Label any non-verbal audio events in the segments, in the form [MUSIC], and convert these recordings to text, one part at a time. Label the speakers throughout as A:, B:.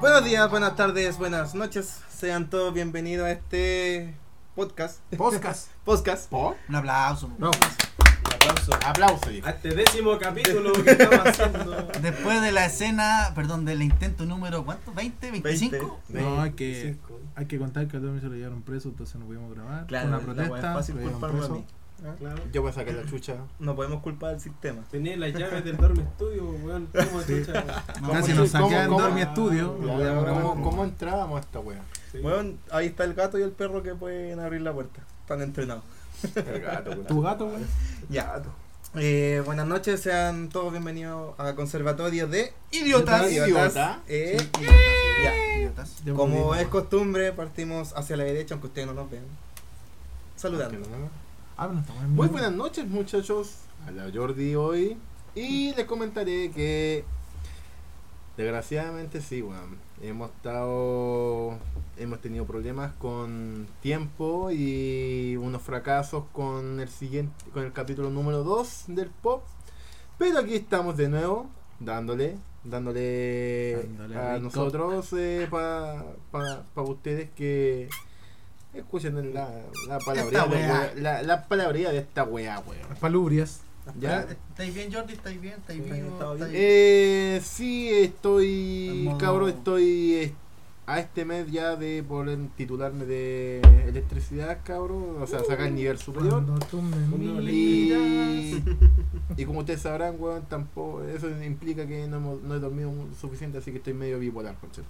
A: Buenos días, buenas tardes, buenas noches. Sean todos bienvenidos a este podcast.
B: [LAUGHS] Podcast.
A: Podcast.
B: Un aplauso.
C: No, aplauso.
B: Aplauso,
C: A este décimo capítulo que estamos haciendo.
B: Después de la escena, perdón, del intento número, ¿cuánto? ¿20? ¿25?
D: No, hay que, hay que contar que a Tommy se lo llevaron preso, entonces no pudimos grabar. Claro, una protesta.
A: fácil
D: lo llevaron
A: culparme a
D: preso.
A: mí.
C: Claro.
B: Yo voy a sacar la chucha.
A: No podemos culpar al sistema.
C: Tenía las llaves del dorm estudio, weón. ¿Cómo chucha?
D: Casi
B: ¿Cómo-
D: nos saquearon
B: cómo-
D: de mi estudio.
B: Ya,
D: lo llevaron
B: ya, ¿Cómo,
D: preso.
B: cómo entrábamos a esta wea?
C: Sí.
A: Bueno, ahí está el gato y el perro que pueden abrir la puerta. Están entrenados.
B: El gato, wea.
D: ¿Tu gato, güey?
A: Ya. Eh, buenas noches, sean todos bienvenidos a Conservatorio de
B: Idiotas. Idiota.
A: Eh, ya.
B: Idiotas.
D: Ya
A: Como
D: volvimos.
A: es costumbre, partimos hacia la derecha, aunque ustedes no nos vean. Saludando.
D: Ah, pero estamos en
B: Muy
D: vivo.
B: buenas noches, muchachos. A la Jordi hoy. Y les comentaré que. Desgraciadamente, sí, weón. Hemos estado. Hemos tenido problemas con tiempo y unos fracasos con el siguiente. Con el capítulo número 2 del pop. Pero aquí estamos de nuevo, dándole. Dándole,
D: Dándole
B: a
D: rico.
B: nosotros eh, para ustedes que escuchen la, la palabrería Esta de weá. wea- la, la palabrería de esta weá, weón.
D: Palubrias.
A: Ah,
B: Ya.
E: ¿Estáis bien, Jordi? ¿Estáis bien? ¿Estáis
A: Sí,
E: vivo?
A: estaba bien.
E: ¿Estáis-
B: Eh, sí, estoy.
E: Hermoso.
B: Cabrón, estoy eh, a este mes ya de poder titularme de electricidad, cabrón. O sea, sacar el nivel superior.
D: Uh, Cuando tú me
C: Cuando
D: miras.
B: Y, y como ustedes sabrán, weón, tampoco. Eso implica que no, hemos- no he dormido mu- suficiente, así que estoy medio bipolar, conche.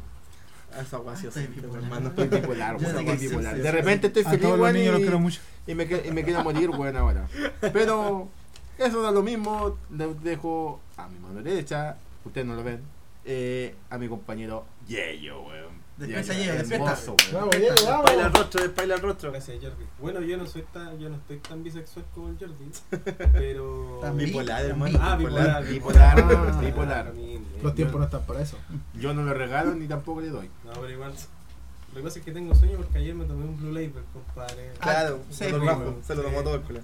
A: A esa guay sí,
E: Ah, estoy
A: sí,
E: bipolar.
A: hermano.
B: Estoy bipolar,
E: Ya
D: [LAUGHS]
B: weón.
E: digo,
B: estoy
E: sí,
B: bipolar.
A: sí,
B: De
A: sí.
B: repente estoy
D: A
B: feliz,
D: todos los
B: weón,
D: niños los
B: y-
D: quiero mucho.
B: Y me, que- y me quiero morir, weón, ahora. Pero eso da lo mismo. Les dejo a mi mano derecha, ustedes no lo ven, eh, a mi compañero Yeyo, weón.
E: Despierta,
B: Yeyo,
E: Yeyo, despierta.
B: hermoso, weón.
C: Bravo, Yeyo,
A: Despaila el rostro, despaila el rostro.
C: Gracias, Jordi. Bueno, yo no soy tan, yo no estoy tan bisexual como el Jordi, pero.
E: Tan bi-
A: Bipolar,
E: tan
A: hermano.
E: bi-
C: Ah, bipolar,
B: Bipolar,
A: [LAUGHS]
D: Ah.
B: bipolar.
D: Los tiempos no están para eso.
B: Yo no lo regalo ni tampoco le doy.
C: No, pero igual. Lo que pasa es que tengo sueño porque ayer me tomé un Blue Label, compadre.
A: Claro,
E: Ah,
A: se
E: sí,
A: lo
E: pues,
A: trajo,
E: weón.
A: se lo tomó
C: Sí.
A: todo el culo.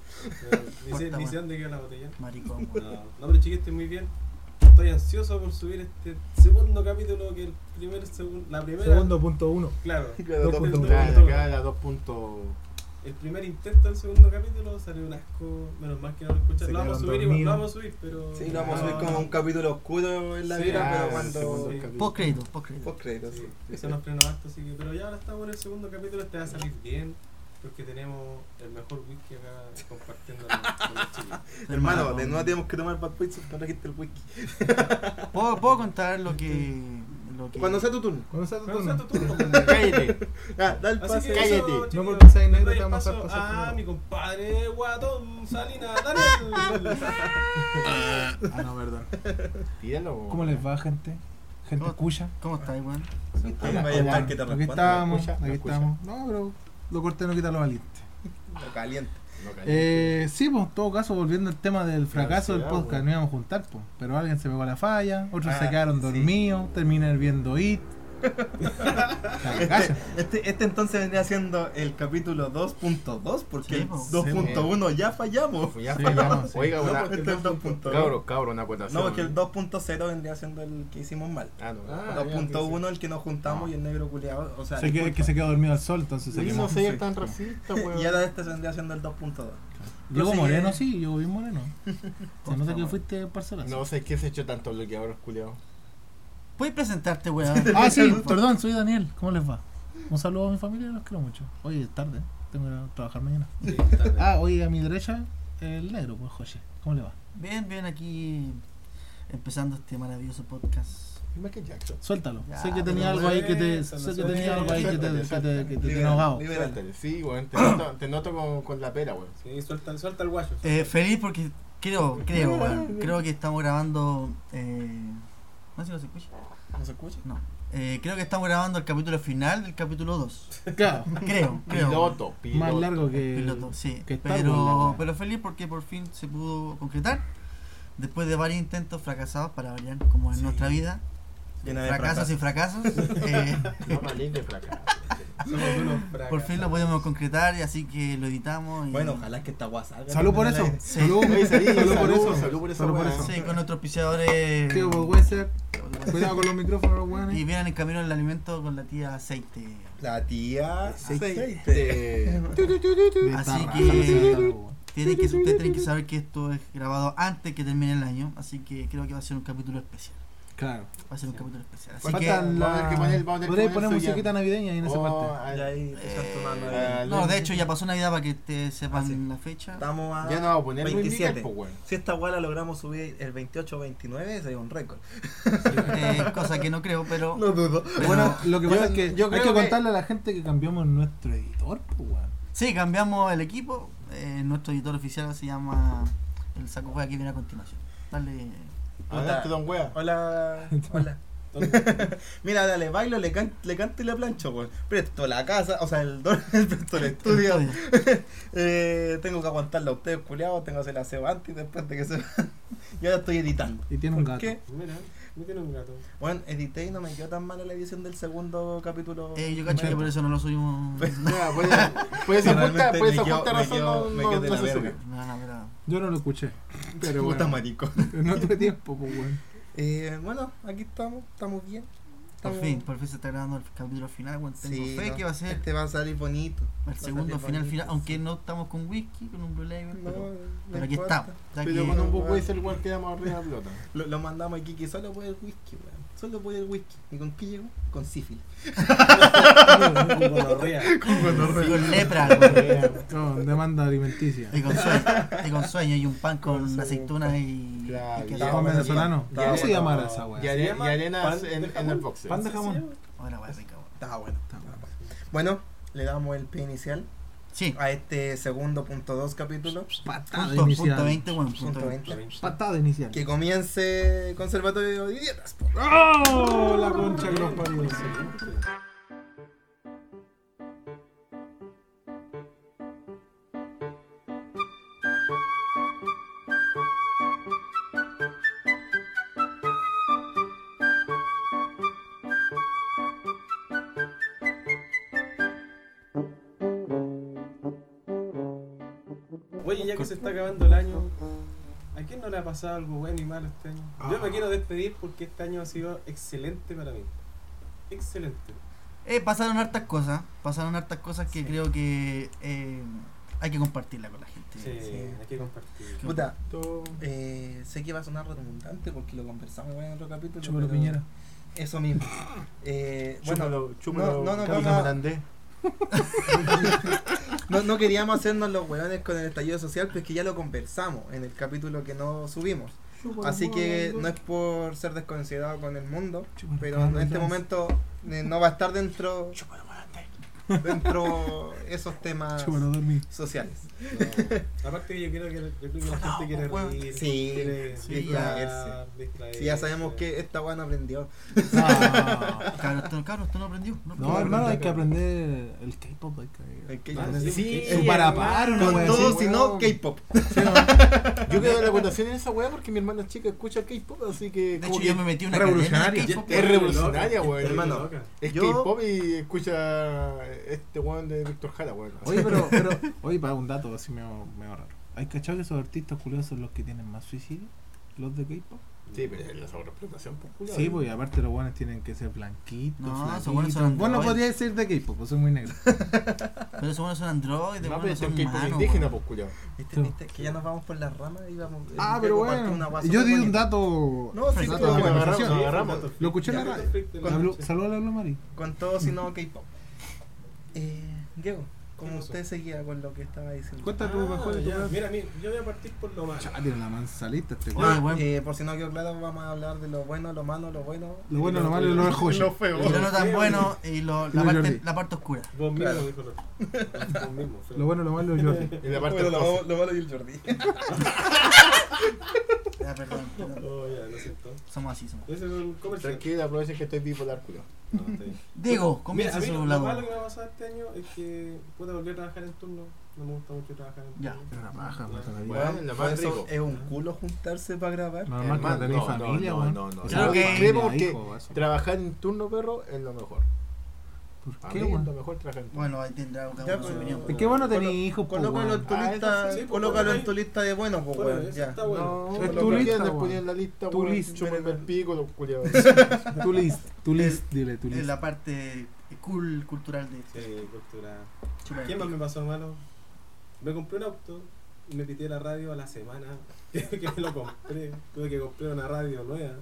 C: Pero Ni sé,
E: Corta,
C: ni
E: man.
C: sé dónde queda la botella.
E: Maricón,
C: No,
E: weón.
C: no, pero chiquillos, estoy muy bien. Estoy ansioso por subir este segundo capítulo que el primer, segun- la primera.
D: Segundo punto uno.
C: Claro.
A: Claro,
D: Dos
A: todo
D: puntos.
A: el-
B: Cada,
C: Punto.
B: cada dos puntos.
C: El primer intento del segundo capítulo salió un asco. Menos mal que no lo
D: Se
C: escucharon. Lo vamos a
D: quedaron
C: subir igual, lo
D: dormidos.
C: vamos a subir, pero.
A: Sí, lo vamos a subir
C: Ah,
A: como un capítulo oscuro en la
C: Sí,
A: vida,
C: ah,
A: pero
C: sí,
A: cuando.
C: sí.
E: Post crédito, post crédito.
A: Post créditos.
C: Sí, eso nos frenó harto, así que. Pero ya ahora estamos en el segundo capítulo, este va a salir bien. Porque tenemos el mejor whisky acá compartiendo con con los chicos.
A: Hermano, de nuevo tenemos que tomar Bad Boys no trajiste el whisky.
E: ¿Puedo, puedo contar lo que. Lo que
A: Cuando sea tu turno.
D: ¿Cuándo sea tu
C: Pero usa
D: turno?
C: tu turno,
B: [LAUGHS]
C: compadre.
B: Cállate.
A: Ah, da el
C: Así
A: pase.
C: que
B: Cállate.
C: eso, chicos,
D: No, porque seas
C: les
D: negro,
C: doy
D: te vamos a
C: paso
D: pasar
C: a
D: primero.
C: mi compadre guatón Salina Daniel.
D: Ah, no, perdón.
B: Tíralo. weón.
D: ¿Cómo les va, gente? Gente
E: ¿Cómo-
D: cuya.
E: ¿Cómo estáis,
A: Ahí
E: weón?
A: me
D: Hola,
A: vaya a
D: hola.
A: estar que te
D: Aquí
A: responda.
D: estamos,
B: escucha,
D: aquí
B: la escucha.
D: estamos. No, pero lo corté no quita lo valiente.
A: Lo caliente.
B: No, cállate.
D: Eh, sí, pues en todo caso, volviendo al tema del fracaso del
B: ansiedad,
D: podcast,
B: weón.
D: no íbamos a juntar, pues. Pero alguien se pegó la falla, otros
A: Ah,
D: se quedaron
A: sí.
D: dormidos, terminan viendo IT.
B: [LAUGHS]
D: la cagacha.
A: Este, este entonces vendría siendo el capítulo 2.2, porque
E: Sí,
A: el
E: po.
A: 2.1llamo ya fallamos.
B: Ya
D: Sí,
B: fallamos.
D: vamos, sí.
B: Oiga,
A: No,
B: una.
A: porque este es el 2.2.
B: Cabro, cabro, una Ah, acotación.
A: No, porque el 2.0 vendría siendo el que hicimos mal.
B: Ah, no.
D: Ah,
B: Ah,
A: 2.1 el que nos juntamos y el negro culeado. O sea,
D: Se que,
A: disculpa.
D: que se quedó dormido al sol, entonces se
B: Sí,
D: quemó.
B: no seas tan racista, weón.
A: Y ahora este vendría siendo el 2.2.
D: Llegó
A: Prosigue.
D: moreno, sí, llegó bien
B: [LAUGHS]
D: moreno. Se nota que
E: favor.
D: fuiste parcelazo.
B: No sé qué se echó tanto bloqueador, culiao.
E: ¿Puedes
A: [LAUGHS]
E: presentarte, weón?
B: [LAUGHS]
D: Ah, sí, perdón, soy Daniel. ¿Cómo les va? Un saludo a mi familia, los quiero mucho. Oye, es tarde. ¿eh? Tengo que trabajar mañana.
C: Sí, tarde.
D: Ah, oye, a mi derecha, el negro, pues José. ¿Cómo le va?
E: Bien, bien, aquí empezando este maravilloso podcast.
B: Michael Jackson.
D: Suéltalo.
E: Ya,
D: sé que
E: pero
D: tenía algo ahí que
C: suéltalo,
D: te. Sé que
C: suéltalo.
D: tenía algo ahí que te, que te, que te tiene
A: Libera,
D: ahogado.
A: libera.
B: Suéltale, Sí, weón. Te noto, te noto con, con la pera, weón.
C: Sí, suelta, suelta el guacho.
E: Eh, feliz porque creo, creo,
A: [LAUGHS]
E: weón, creo que estamos grabando. Eh, no sé si no se escucha.
B: ¿No se escucha?
E: No. Eh, creo que estamos grabando el capítulo final del capítulo
D: [LAUGHS]
E: 2.
D: Claro.
E: Creo, creo.
B: Piloto, piloto.
D: Más largo que.
E: Piloto, sí.
D: que Star Wars, la
E: Pero,
D: wea.
E: pero feliz porque por fin se pudo concretar. Después de varios intentos fracasados para variar, como en
A: Sí.
E: nuestra vida.
A: Llena de
E: Fracasos y fracasos. eh,
B: No malín de fracaso.
C: Somos unos fracas.
E: por fin lo pudimos concretar y así que lo editamos. Y,
A: Bueno, ojalá que esta guasa salga.
D: Salud por eso.
E: Sí.
D: Salud,
B: Oye, salí,
D: salud por
B: salud,
D: eso.
B: salud por esa wea.
E: Sí, con nuestros auspiciadores.
D: Tío, pues, Wesser, Cuidado con los micrófonos, los
E: Y
D: weones.
E: vienen en camino el alimento con la tía aceite.
A: La tía.
B: Aceite.
D: De
E: Así
D: tarra,
E: que-
D: ojalá sea algo, weón.
E: Tienen que, ustedes tienen que saber que esto es grabado antes que termine el año, así que creo que va a ser un capítulo especial.
D: Claro.
E: Va a ser un capítulo especial. Así que,
D: Faltan
B: vamos a tener que poner- vamos a
D: la.
B: tener
D: Podréis
B: que
D: poner
B: poner eso ya.
D: musiquita navideña ahí en esa
B: Oh,
D: parte.
B: ah,
A: Ya ahí te estás tomando ahí.
B: eh,
E: no, de hecho ya pasó Navidad para que te sepan
A: Ah, sí.
E: la fecha.
A: Estamos a.
B: Ya no vamos a poner
A: 27.
B: 27. weón.
A: Si esta guala logramos subir el 28 o 29, sería un récord.
E: Eh, cosa que no creo, pero
A: No dudo.
E: Pero-
D: Bueno, lo que
B: Yo-
D: pasa es que
B: yo
D: hay
B: creo
D: que
B: que-
D: contarle a la gente que cambiamos nuestro editor, pues, weón.
E: sí, cambiamos el equipo. Eh, nuestro editor oficial se llama el saco juega que viene a continuación. Dale.
B: Adelante, don wea.
A: Hola. Hola. [LAUGHS] Mira, dale, bailo, le, can- le canto y le plancho, weón. Presto la casa, o sea, el don, [LAUGHS] presto el estudio. [LAUGHS] Eh, tengo que aguantarla a ustedes, culiados. Tengo que hacer la aseo antes y después de que se. [LAUGHS] Yo ya estoy editando.
D: Y tiene un gato.
A: qué?
C: Mira, no tiene un gato.
A: Bueno, edité y no me quedó tan mala la edición del segundo capítulo.
E: Eh, yo cacho que por eso no
A: [LAUGHS]
E: lo subimos.
B: Ya, por esa- Por esa
A: Realmente
B: justa por esa
A: me quedo-
B: justa
A: me
B: razón
A: quedo-
B: no-
A: me
B: no
A: quedé
B: no
A: la
B: se
A: verga.
B: subió.
E: No, no, pero-
D: Yo no lo escuché.
B: [LAUGHS]
D: Pero
A: Puta
D: bueno,
A: marico.
D: [LAUGHS] en otro tiempo, pues, weón.
A: [LAUGHS] Eh, bueno, aquí estamos, estamos bien.
E: Por
A: Estamos-
E: fin, por fin se está grabando el capítulo final. bueno, tengo
A: Sí,
E: fe
A: no,
E: que va a ser
A: Este va a salir bonito.
E: el segundo
A: salir
E: final
A: bonito,
E: final, aunque
A: sí.
E: no estamos con whisky, con un Blue Label,
A: No,
E: pero,
A: no
E: pero aquí
A: importa.
E: estamos. ya
B: Pero
E: que-
B: con
E: [LAUGHS]
B: un poco ese lugar quedamos arriba de la pelota.
A: Lo, lo mandamos aquí que solo puede el whisky, weón. Solo puede el whisky. ¿Y con qué llegó? Con sífilis.
C: Con gonorrea.
E: y con lepra,
B: Ah,
D: [LAUGHS]
E: güey,
D: Con demanda alimenticia.
E: y con sueño, y con sueño, y un pan con,
A: Con
E: aceituna y,
B: Claro,
E: y queso.
B: ya,
D: Pan
A: bueno,
D: venezolano.
A: ya,
D: ¿Cómo
B: ya,
D: se
B: ya,
D: llamará
C: ya.
D: esa
B: Y,
D: weá?
C: Ya.
B: are-
C: Se llama
B: y arenas
C: pan
B: en,
C: de
B: en
C: jamón.
B: el boxe.
D: Pan de
C: Sí, sí,
D: jamón.
C: sí.
E: Ahora, güey, Oh, rica, güey.
A: Está bueno. Bueno, le damos el pie inicial
E: Sí,
A: a este segundo punto dos capítulo.
D: Patada
E: punto, punto
D: Ah, inicial.
E: 20, bueno, punto,
A: Punto
E: 20.
A: 20.
D: Patada inicial.
A: Que comience Conservatorio de Dietas. po.
D: ¡Oh! La concha que los parió.
C: Oye, ya que se está acabando el año, ¿a quién no le ha pasado algo bueno y malo este año? Yo me quiero despedir porque este año ha sido excelente para mí. Excelente.
E: Eh, pasaron hartas cosas, pasaron hartas cosas que creo que eh, hay que compartirla con la gente.
C: Sí, hay que compartir.
A: Puta, eh, sé que va a sonar redundante porque lo conversamos igual en otro capítulo.
D: Chúpalo,
A: pero
D: Piñera.
A: Eso
D: [LAUGHS]
A: mismo. Eh, bueno,
B: Chúpalo, chúpalo.
A: no, no,
B: Carlos
A: vamos a-
B: Hernández.
A: no, no queríamos hacernos los hueones con el estallido social, pero es que ya lo conversamos en el capítulo que no subimos. Así que no es por ser desconsiderado con el mundo,
D: Chúpalo,
A: pero en
D: Carlos
A: este
D: Hernández.
A: momento eh, no va a estar dentro
D: [LAUGHS]
A: dentro esos temas
D: Chúpalo, dormí.
A: sociales.
C: No. Aparte yo creo que yo creo que la gente quiere
E: bueno.
C: reír,
A: Sí,
C: quiere
A: sí,
C: disfrutar, distraerse.
D: Eh,
A: Si ya sabemos que esta weá no aprendió.
D: [LAUGHS] No,
E: Cabros, tú- cabros, tú no aprendió. No,
D: Ah. No,
E: aprendió.
D: hermano, hay que aprender el K-pop. hay que-
A: El K-pop.
C: Ah, sí,
B: Sí,
D: Su parapar, una
A: Con
D: weá
A: todo,
D: así.
A: si no, K-pop.
B: Yo quedo de la votación en esa weá porque mi hermana chica escucha K-pop, así que.
E: De
B: como
E: hecho,
B: que
E: yo me metí una
A: revolucionario.
E: cadena de K-pop,
B: Es revolucionaria, weón.
A: Hermano,
B: Es
A: yo-
B: K-pop y escucha este weón de Víctor Jara, weón.
D: Oye, [LAUGHS] pero, pero, oye, para un dato así me va raro. ¿Hay cachado que esos artistas curiosos son los que tienen más suicidio? ¿Los de K-pop?
B: Sí, pero es la sobreexplotación popular.
D: Sí, pues y aparte los buenos tienen que ser blanquitos.
E: No,
D: flaquitos.
E: esos buenos son
D: Vos no
E: androides.
D: podrías decir de K-pop, pues son muy negros.
E: Pero esos buenos son androides,
B: No,
E: buenos
B: pero es
E: son
B: K-pop
E: humanos,
B: indígena,
E: bueno.
B: pues culiao.
A: ¿Viste,
D: Tú.
A: viste? Que ya nos vamos por las ramas y vamos.
D: Ah,
A: el
D: pero
A: Diego partió
D: bueno.
A: una guasa
D: Yo
A: muy
D: di un
A: bonita.
D: dato.
A: No, sí,
D: dato
A: tú
D: de
A: lo
D: conversación.
B: agarramos, lo agarramos.
D: Lo escuché en la
A: Ya,
D: radio. Habló- Saludos a la Mari.
A: Con todo, si no, K-pop. Eh, Diego, como
C: pasó?
A: usted seguía con lo que estaba diciendo.
D: Cuenta tu mejor
C: Ah,
D: de tu
C: ya.
D: peor.
C: Mira, mira, yo voy a partir por lo malo.
D: Chale, la manzalita este
E: Oye,
A: Ah,
E: bueno.
A: eh, por si no quedó claro, vamos a hablar de lo bueno, lo malo, lo bueno.
D: Lo bueno, lo malo y lo mejor.
A: Lo feo.
E: Y lo no tan bueno y lo- la,
D: Lo
E: parte,
D: lloré.
E: la parte oscura.
C: Vos mismo
A: Claro.
C: dijo el otro. Vos mismo. Fred.
D: Lo bueno, lo malo y lo Jordi.
B: Y la parte
A: Bueno, lo,
B: cosa.
A: malo- lo malo y el Jordi.
E: Ya, perdón, perdón.
C: Oh, ya, lo siento.
E: Somos así, somos.
C: Ese es un comercial.
B: Tranquila, aprovechen que estoy bipolar, culo.
C: No, está bien.
E: Diego,
C: Mira,
E: comienza
C: a mí
E: su
C: lo, lo
E: labor.
C: malo que me ha pasado este año es que pude volver a trabajar en turno. No me gusta mucho trabajar en turno.
E: Ya.
D: Es una paja, más la vida.
B: Bueno, lo más
A: Por eso
B: rico.
A: Es un culo juntarse para grabar.
D: Normal que no
B: Hermano,
D: tenéis
B: no, no,
D: familia,
B: no,
D: weón.
B: no, no,
D: Yo
E: no.
D: creo que-
E: Creo
B: porque-
D: hijo, eso.
B: Trabajar en turno perro es lo mejor.
D: ¿Por
B: A
D: qué,
B: mí es lo
D: weón?
B: Ah, mejor trabajar en turno.
E: Bueno, ahí tendrá cada
A: Ya,
E: uno su
A: pero-
E: opinión.
D: Es que bueno tener
A: Colo-
D: hijos, po,
A: Colócalo
D: weón.
A: en tu
B: Ah,
A: lista,
C: eso sí, pues,
A: colócalo
C: bueno,
A: en tu lista de buenos, pues,
C: Bueno,
A: weón,
C: eso
A: ya.
C: está bueno.
B: No,
D: Es
B: lo
D: tu
B: que
D: lista,
B: andas
D: weón.
B: ponía en la lista,
D: Tu
B: weón.
D: lista,
B: Chúpenme
D: weón.
B: el pico, los culiados.
D: Tu list, tu list, dile, tu
E: Es
D: list.
E: la parte cool, cultural de
C: Sí, cultura.
E: chupar el
C: ¿Qué más me
E: pico.
C: pasó malo? Me compré un auto y me pité la radio a la semana [LAUGHS] que me lo compré. Tuve que comprar una radio nueva.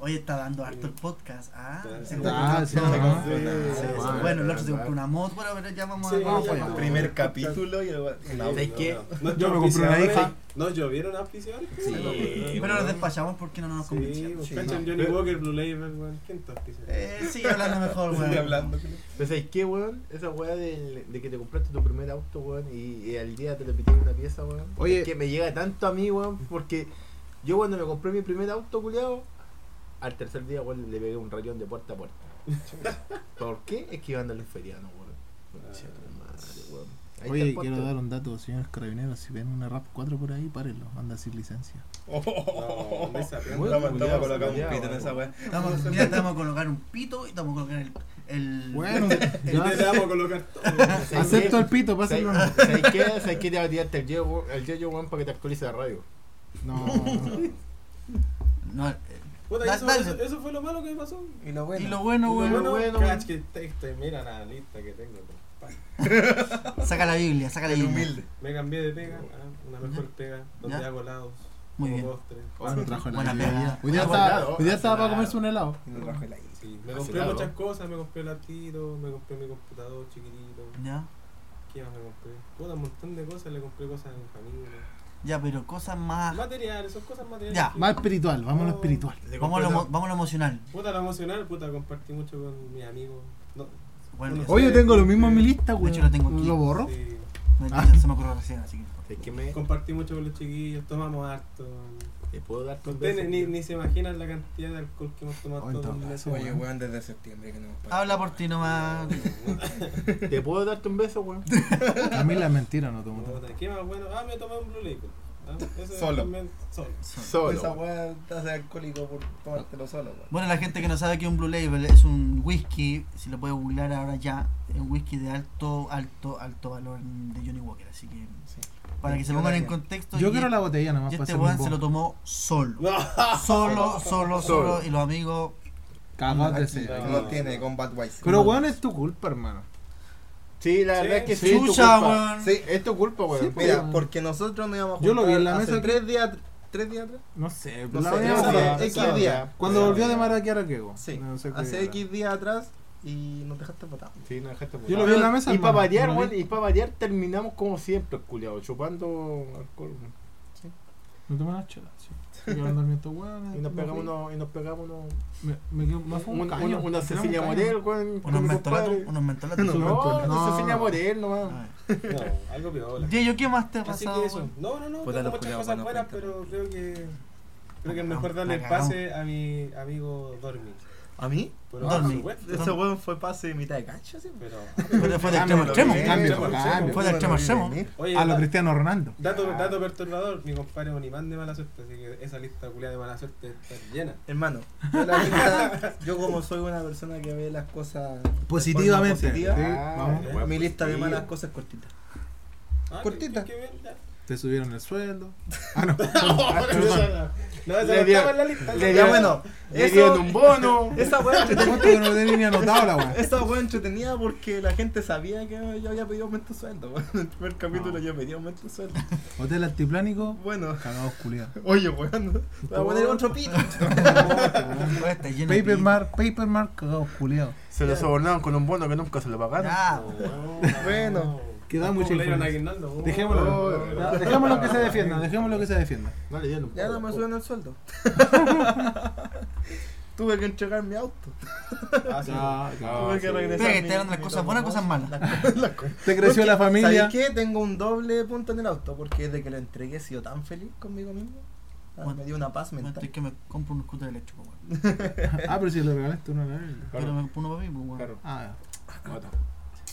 E: Oye, está dando harto el podcast. Ah,
C: Está-
E: se compró
C: está-
D: Ah,
E: un
D: sí,
E: auto.
D: ah.
E: Sí, sí, sí.
B: bueno,
E: Bueno, el otro se
B: bueno.
E: compró una moto, bueno, pero ya vamos a...
C: Sí,
E: vamos
C: ya,
E: para allá.
C: ya.
A: Primer capítulo y el no,
B: ¿Sabes qué?
C: No,
D: Yo me compré una hija.
C: No, llovieron auspiciadores.
A: Sí.
E: Pero nos despachamos porque no nos
C: Sí,
E: convencieron.
C: pues,
A: Sí,
C: cachan
B: no.
C: Johnny Walker, Blue Label, weón. ¿Quién está auspiciando?
E: Eh, sigue hablando mejor, weón.
A: Estoy hablando.
B: [LAUGHS] Pero ¿sabes qué, weón? Esa weá del- de que te compraste tu primer auto, weón, y, y al día te repitieron una pieza, weón.
D: Oye.
B: Es que me llega tanto a mí, weón, porque yo cuando me compré mi primer auto, culiado, al tercer día, weón, le pegué un rayón de puerta a [LAUGHS] puerta. ¿Por qué? Es que iba andando en feriano, weón. Concha de tu madre, weón. Ahí está el
D: Oye,
B: podcast.
D: quiero dar un dato, señores carabineros. Si ven una RAP 4 por ahí, párenlo. Anda sin licencia.
C: No,
A: Oh,
C: andáis sapeando.
B: Muy
A: Estamos estamos
B: culiao,
A: colocando un
B: culiao,
A: pito en
B: weón.
A: esa weá.
E: Estamos, mira, te vamos a colocar un pito y te vamos a colocar el... el
D: [LAUGHS] Bueno,
C: Y
D: ya,
C: te la vamos a colocar
E: [LAUGHS]
C: todo.
B: ¿Sabes qué?
D: acepto el pito, pásenlo.
B: ¿Sabes [LAUGHS] sabes qué? ¿Sabes qué? Te va a tirarte el yeyo, el yeyo, weón, para que te actualice la radio.
D: [LAUGHS] No,
E: No, eh,
C: Puta,
E: Da-
C: eso,
E: dale.
C: eso, eso fue lo malo que me pasó.
A: Y lo
E: y
A: bueno.
E: lo bueno, weón,
B: bueno, bueno,
C: cach, que texto y mira la lista que tengo. compadre.
E: saca la Biblia, saca la
A: El
E: Biblia.
A: humilde.
C: Me cambié de pega, a una mejor pega, donde
E: Ya.
C: hago helados,
E: Muy
C: hago
E: bien.
C: postres. Ah,
D: Hoy no trajo la
E: Buena
D: idea.
E: pega.
D: Hoy día
B: Buena
D: estaba,
B: pega.
D: hoy día estaba para comerse un helado.
A: Y lo trajo el ahí.
C: Sí, me
B: Hace
C: compré
B: helado.
C: muchas cosas, me compré latido, me compré mi computador chiquitito.
E: Ya,
C: ¿Qué más me compré? Puta, un montón de cosas, le compré cosas a mi familia.
E: ya, pero cosas más...
C: Materiales, son cosas materiales.
E: Ah. Ya,
C: que-
D: Más espiritual, vamos a lo espiritual.
B: Le
E: Vamos a lo,
B: compré
E: emo- vamos a lo emocional.
C: Puta, lo emocional, puta, compartí mucho con mis amigos. No,
E: Bueno,
C: Uno.
D: Hoy Oh, yo tengo lo mismo en mi lista, güey.
E: hecho, lo tengo aquí.
D: ¿Lo borro?
C: sí,
E: mentira, se me ocurrió recién, así que...
B: ¿Sabes qué me.?
C: compartí mucho con los chiquillos, tomamos harto.
B: ¿Te puedo dar tu
C: Ustedes ni, ni se imaginan la cantidad de alcohol que hemos tomado
D: Oh, en
C: todos
D: todo
C: los
D: caso,
C: meses.
A: Oye, weón, desde septiembre que no hemos parado.
E: Habla por ti nomás.
B: ¿Te puedo darte un beso, weón?
D: A mí la mentira no tomo tanto.
C: Puta, ¿Qué más bueno? Ah, me tomé un Blue Label. Ah, eso
A: Solo.
C: también- [LAUGHS]
A: [LAUGHS]
C: solo.
A: Esa
B: Solo.
A: weá te hace alcohólico por tomártelo solo, weón.
E: Bueno, la gente que no sabe que un Blue Label es un whisky, si lo puede googlear ahora ya, es un whisky de alto, alto, alto valor de Johnny Walker. Así que,
A: Sí.
E: para que se pongan en contexto,
D: Yo
E: y-
D: quiero la botella nomás
E: y
D: para
E: este
D: hacer un
E: weón se lo
D: bombo.
E: tomó solo.
C: No.
E: Solo, solo, solo.
B: Solo.
E: Y los amigos,
D: Cagado de
A: Aquí
D: sed.
A: No lo tiene con Budweiser.
D: Pero weón, es tu culpa, hermano.
B: Sí, la
C: Sí.
B: verdad es que sí. es tu
E: chucha,
B: culpa.
E: weón.
A: Sí,
B: Es tu culpa,
D: Sí,
B: weón.
D: pues.
A: mira, porque nosotros nos íbamos a
D: Yo lo vi en la
A: juntar
D: mesa
A: hace
D: que-
A: tres días, tres días atrás.
D: No sé,
A: No
D: la
A: sé,
D: verdad,
A: no sé,
D: weón.
A: X día.
D: Cuando
C: Ya,
D: volvió de
C: ya.
D: Maraquiaraquego.
A: Sí,
D: No sé qué
A: hace
D: era.
A: X días atrás y nos dejaste botado.
B: Sí, no dejaste
D: Yo lo vi en la mesa,
B: Y para
D: hermano,
B: variar,
D: lo vi.
B: weón, y para variar terminamos como siempre, culiado, chupando alcohol. weón.
D: Me tomé una chela, [LAUGHS] sí. Se quedaron dormidos weones.
B: Y nos
D: me
B: pegamos
D: Ah, fui.
B: unos, y nos pegamos unos,
D: Me, me quedo, me fue un
B: un-
D: caño.
B: una, una
D: Tiramos
B: Cecilia
D: un caño.
B: Morel, weón. con
E: unos
B: mi
E: mentolatos,
B: compadre.
E: unos mentolatos.
D: No.
B: No,
D: No.
B: no, Cecilia Morel, nomás.
E: A
C: No, algo peor.
E: ver. Diego, ¿qué más te ha
C: Así
E: pasado?
C: que eso. No, no, no.
A: Puta,
C: tengo
A: los
C: muchas
A: culiados
C: cosas
A: van a
C: buenas,
A: apretar.
C: pero creo que. Creo que es
E: La
C: mejor
E: cagamos,
C: darle el
E: la cagamos.
C: pase a mi amigo Dormi.
A: ¿A mí?
C: Pero,
E: Dormi.
C: por supuesto,
A: Ese weón fue pase de mitad de cancha, sí.
C: Pero,
E: Pero fue de extremo a extremo.
A: Cambio,
D: Cambio,
C: Cambio,
D: cambio.
E: Fue de extremo a extremo.
C: oye,
D: A lo
C: da-
D: Cristiano Ronaldo.
C: dato, dato perturbador, mi compadre es un imán de mala suerte, así que esa lista culiada de mala suerte está llena.
A: Hermano, yo,
D: [LAUGHS]
A: la lista- yo como soy una persona que ve las cosas de forma
D: Positivamente.
A: positiva,
D: Sí,
B: Ah,
D: vamos.
B: weón,
A: mi lista de
B: sí.
A: malas cosas es cortita.
C: Ah,
A: Cortita.
C: qué- qué bien, ya.
D: Te subieron el sueldo. Ah, no.
C: Ah, pero esa- No, esa
B: Le
C: no
B: dio-
C: estaba en la lista.
B: le
A: Ya
B: dio-
A: bueno,
B: Le
A: eso-
B: dieron un bono.
A: esa weá
D: ¿Cuánto que no tenía ni anotado la weá?
A: Esa weá entretenida porque la gente sabía que yo había pedido aumento de sueldo. weón. En el primer capítulo yo pedí aumento de sueldo.
D: Hotel Altiplánico,
A: Bueno,
D: cagados culiados.
A: oye, weón, voy a poner otro pito. Ah,
E: Pues, está lleno de pito.
D: Papermark, Papermark, cagados culiados.
B: Se lo sobornaron con un bono que nunca se lo pagaron.
E: Ya,
C: No,
A: Bueno.
D: que da
C: ¿Cómo
D: mucha
C: le dieron a
D: información.
C: Aguinaldo, po?
D: Dejémoslo,
B: Oh,
D: ya, dejémoslo que se defienda, Ah, dejémoslo que se defienda.
B: No le dieron.
A: Ya no me suben el sueldo. [LAUGHS] Tuve que entregar mi auto.
C: Ah, sí,
D: Ya, ya.
A: Tuve que
B: sí.
A: regresar.
E: Espera, que
A: mi-
E: te hablan de las
A: mi
E: cosas buenas,
A: [LAUGHS]
E: cosas malas.
A: Las- las cosas-
D: Te creció la familia.
A: ¿Sabes qué? Tengo un doble punto en el auto porque desde que lo entregué he sido tan feliz conmigo mismo. Ah,
E: Bueno.
A: me dio una paz
E: Bueno,
A: mental.
E: estoy que me compro un scooter eléctrico, weón.
D: Ah, pero si lo regalaste una vez.
E: Pero me compro uno para mí, pues, weón.
B: Claro.
D: Ah,
B: Moto.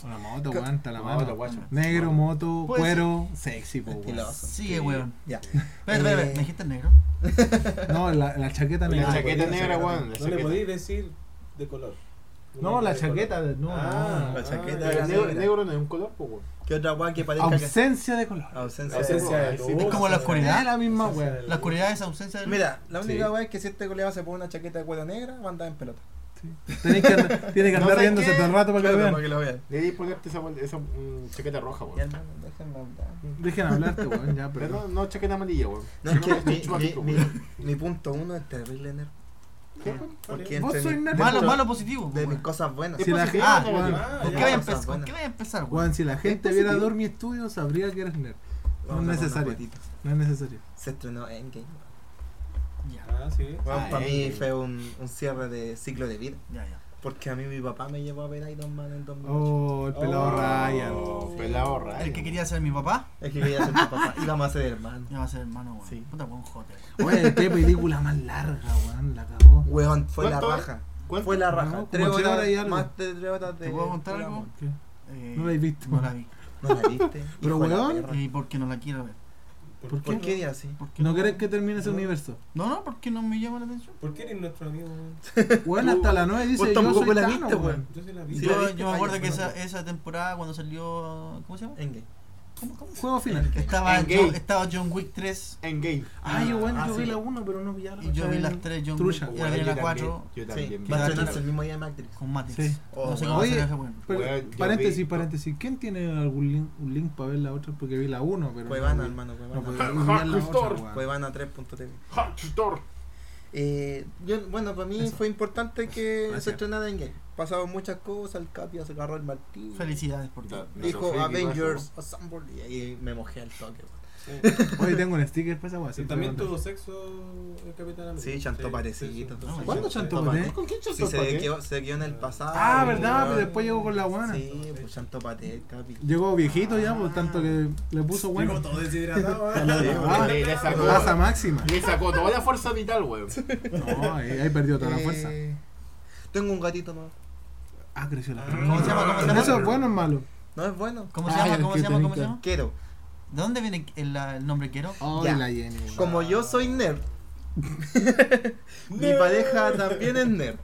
D: una moto,
A: Ca-
D: guanta la
B: Moto, pues.
D: mano.
B: guacho.
D: Negro, moto,
E: Puede
D: cuero, sexy, po, weón.
A: Estiloso.
E: Sigue, weón.
A: Ya.
E: Espera, espera, espera,
A: Eh,
E: me dijiste negro.
D: No, la, la chaqueta
B: La
D: negra.
B: chaqueta negra, weón. la
C: No le
B: chaqueta.
C: podéis decir de color.
D: No, la chaqueta,
C: de
D: no,
C: Ah,
A: La
C: ah,
A: chaqueta
B: Pero
A: de
B: el
A: la
B: negro, el
A: negra.
B: negro no es un color, pues, weón.
A: ¿Qué otra weá que parezca que.
D: Ah. Ausencia de color.
A: Ausencia.
C: La esencia de
B: Es
E: como la oscuridad.
D: Es la misma, weón.
E: La oscuridad es ausencia de luz.
A: Mira, la única
B: Sí.
A: weá es que si este colega se pone una chaqueta de cuero negra, va a andar en pelota.
D: Tenés que, andar- tiene que
B: No
D: andar
B: sé
D: riéndose
B: qué.
D: todo el rato para que lo
A: Claro,
D: vean.
A: para que lo vean.
B: Debí ponerte esa, esa mm, chaqueta roja, weón.
A: Ya, no, déjenme hablar.
D: Dejen hablarte, weón, ya,
B: Pero
D: pero.
B: no, no chaqueta amarilla, weón.
A: No, es que
B: me
A: mi,
B: chupa
A: mi-
B: pico,
A: mi-
B: weón.
A: [LAUGHS] mi punto uno es terrible nerd.
B: ¿Qué, weón?
A: Porque
D: Vos
A: entre
D: sois
A: mi-
D: nerd.
E: Malo,
A: dentro
E: malo, positivo.
A: De
E: pues,
A: mis
E: weón.
A: cosas buenas.
B: Es
D: Si la
B: positivo,
E: ah,
B: negativo.
D: weón.
C: Ah,
E: ¿Con
C: ya,
E: qué voy a
A: vaya-
E: empezar?
A: cosas
E: ¿Con
A: buenas.
E: qué voy a empezar, weón?
D: Weón, si la gente viera Dormi Studio, sabría que eres nerd.
A: Vamos
D: no
A: a
D: es
A: hacer unas
D: necesario.
A: guatitas.
D: No es necesario.
A: Se estrenó Endgame.
E: Ya,
C: Ah, sí.
A: Bueno,
D: Ah,
A: para mí
B: Endgame.
A: fue un, un cierre de ciclo de vida.
E: ya, ya.
A: Porque a mí mi papá me llevó a ver Iron Man en 2008.
D: Oh, el pelado
C: Oh.
D: Ryan.
B: Oh, Pelado Ryan.
E: El que quería ser mi papá,
A: Es que quería ser tu papá. Íbamos a ser hermano.
E: ya va a ser hermano, weón.
A: Sí.
E: Puta, weón, jote.
D: Oye, qué película más larga, weón. La cagó.
A: Weón, fue la
B: ¿Cuánto es?
A: raja.
B: ¿Cuánto?
A: Fue la raja.
D: como
A: tres
D: ocho
A: horas,
D: horas y algo.
A: más de tres horas de...
E: ¿Te puedo contar
A: pura
E: algo?
A: amor.
D: ¿Qué?
E: Eh,
D: No la he visto.
E: No la vi.
A: No la viste.
D: Pero,
A: hijo de la
D: weón.
A: perra.
E: Y porque no la quiero ver.
A: ¿Por,
C: no?
A: qué día así?
E: ¿Por qué
D: ¿No crees que termine ese universo?
E: No, no, porque no me llama la atención.
C: ¿Por qué eres nuestro amigo? weón?
D: Weón, hasta la 9 dice
A: Vos
D: yo
A: tampoco
D: soy
A: la
D: Thanos,
A: viste, weón.
C: Yo se la
A: Sí,
C: vi.
A: la
E: yo,
A: viste,
E: yo me acuerdo
A: ay, pues.
E: que
A: no,
E: esa,
A: no.
E: esa temporada cuando salió. ¿Cómo se llama?
A: Endgame.
E: ¿Cómo, cómo?
D: Juego final.
E: Estaba,
B: En
E: John,
B: Gate.
E: estaba John Wick 3
B: En gay.
D: Ay, weón,
A: Ah,
D: yo
A: sí.
D: vi la 1, pero no vi la
E: y yo vi las 3 John Wick.
D: Trucha.
E: Y ahora viene la 4
B: Yo
A: Sí,
B: también. Ah,
A: va a
E: Claro.
A: estrenarse el mismo día de Matrix.
E: con Matrix.
D: Sí.
A: Oh,
E: no sé
A: weón.
E: cómo
D: Oye,
E: será ese weón.
D: Pero,
B: Weón, yo
D: paréntesis,
B: vi-
D: paréntesis. ¿Quién tiene algún link, un link para ver la otra? Porque vi la 1, pero.
A: Cuevana,
D: no, pues,
A: hermano,
D: no,
A: Cuevana.
D: porque vi la
B: Cuevana.
D: otra, weón.
A: Cuevana 3.tv.
B: ¡Ja, tutor!
A: Eh, yo, bueno, para mí
D: Eso.
A: fue importante que
D: Gracias.
A: se estrenara en game. Pasaron muchas cosas, el Capi se agarró el martillo.
E: Felicidades por ti.
B: Da-
A: Dijo
B: Eso, friki,
A: Avengers Assemble y ahí me mojé al toque. weón.
D: Oye, tengo un sticker para esa weón.
C: Sí, también tuvo sexo el Capitán América.
A: Sí, chantó parecito.
C: sí, sí.
E: No,
D: ¿Cuándo
C: Sí,
D: chantó
C: sí.
A: Tomate.
D: paté?
B: ¿Con quién yo
A: Sí,
B: soy
A: se
B: paté?
A: quedó, se quedó en el pasado.
D: Ah, verdad,
A: weón.
D: pero después llegó con la guana.
A: Sí, pues chantó paté, el Capi.
D: Llegó viejito ya, por tanto que le puso
C: Llegó
D: bueno.
C: todo deshidratado. ¿eh?
D: La-
B: Ah, le- le sacó-
D: Raza máxima.
B: Le sacó toda la fuerza vital, weón.
D: No, ahí, ahí perdió toda la
A: Eh,
D: fuerza.
A: Tengo un gatito nuevo.
D: Ah, creció la
E: ¿Cómo se llama? ¿Cómo se llama?
D: ¿Eso es bueno o malo?
A: No es bueno.
E: ¿Cómo se
D: Ay,
E: llama?
D: el
E: ¿Cómo
D: que
E: se llama?
D: tenés
E: ¿Cómo se
D: que-
E: llama?
A: Quiero.
E: ¿De dónde viene el, la- el nombre Quiero?
D: Oh,
A: Ya.
D: la Jenny, weón.
A: Como yo soy nerd, [LAUGHS] mi pareja también es nerd.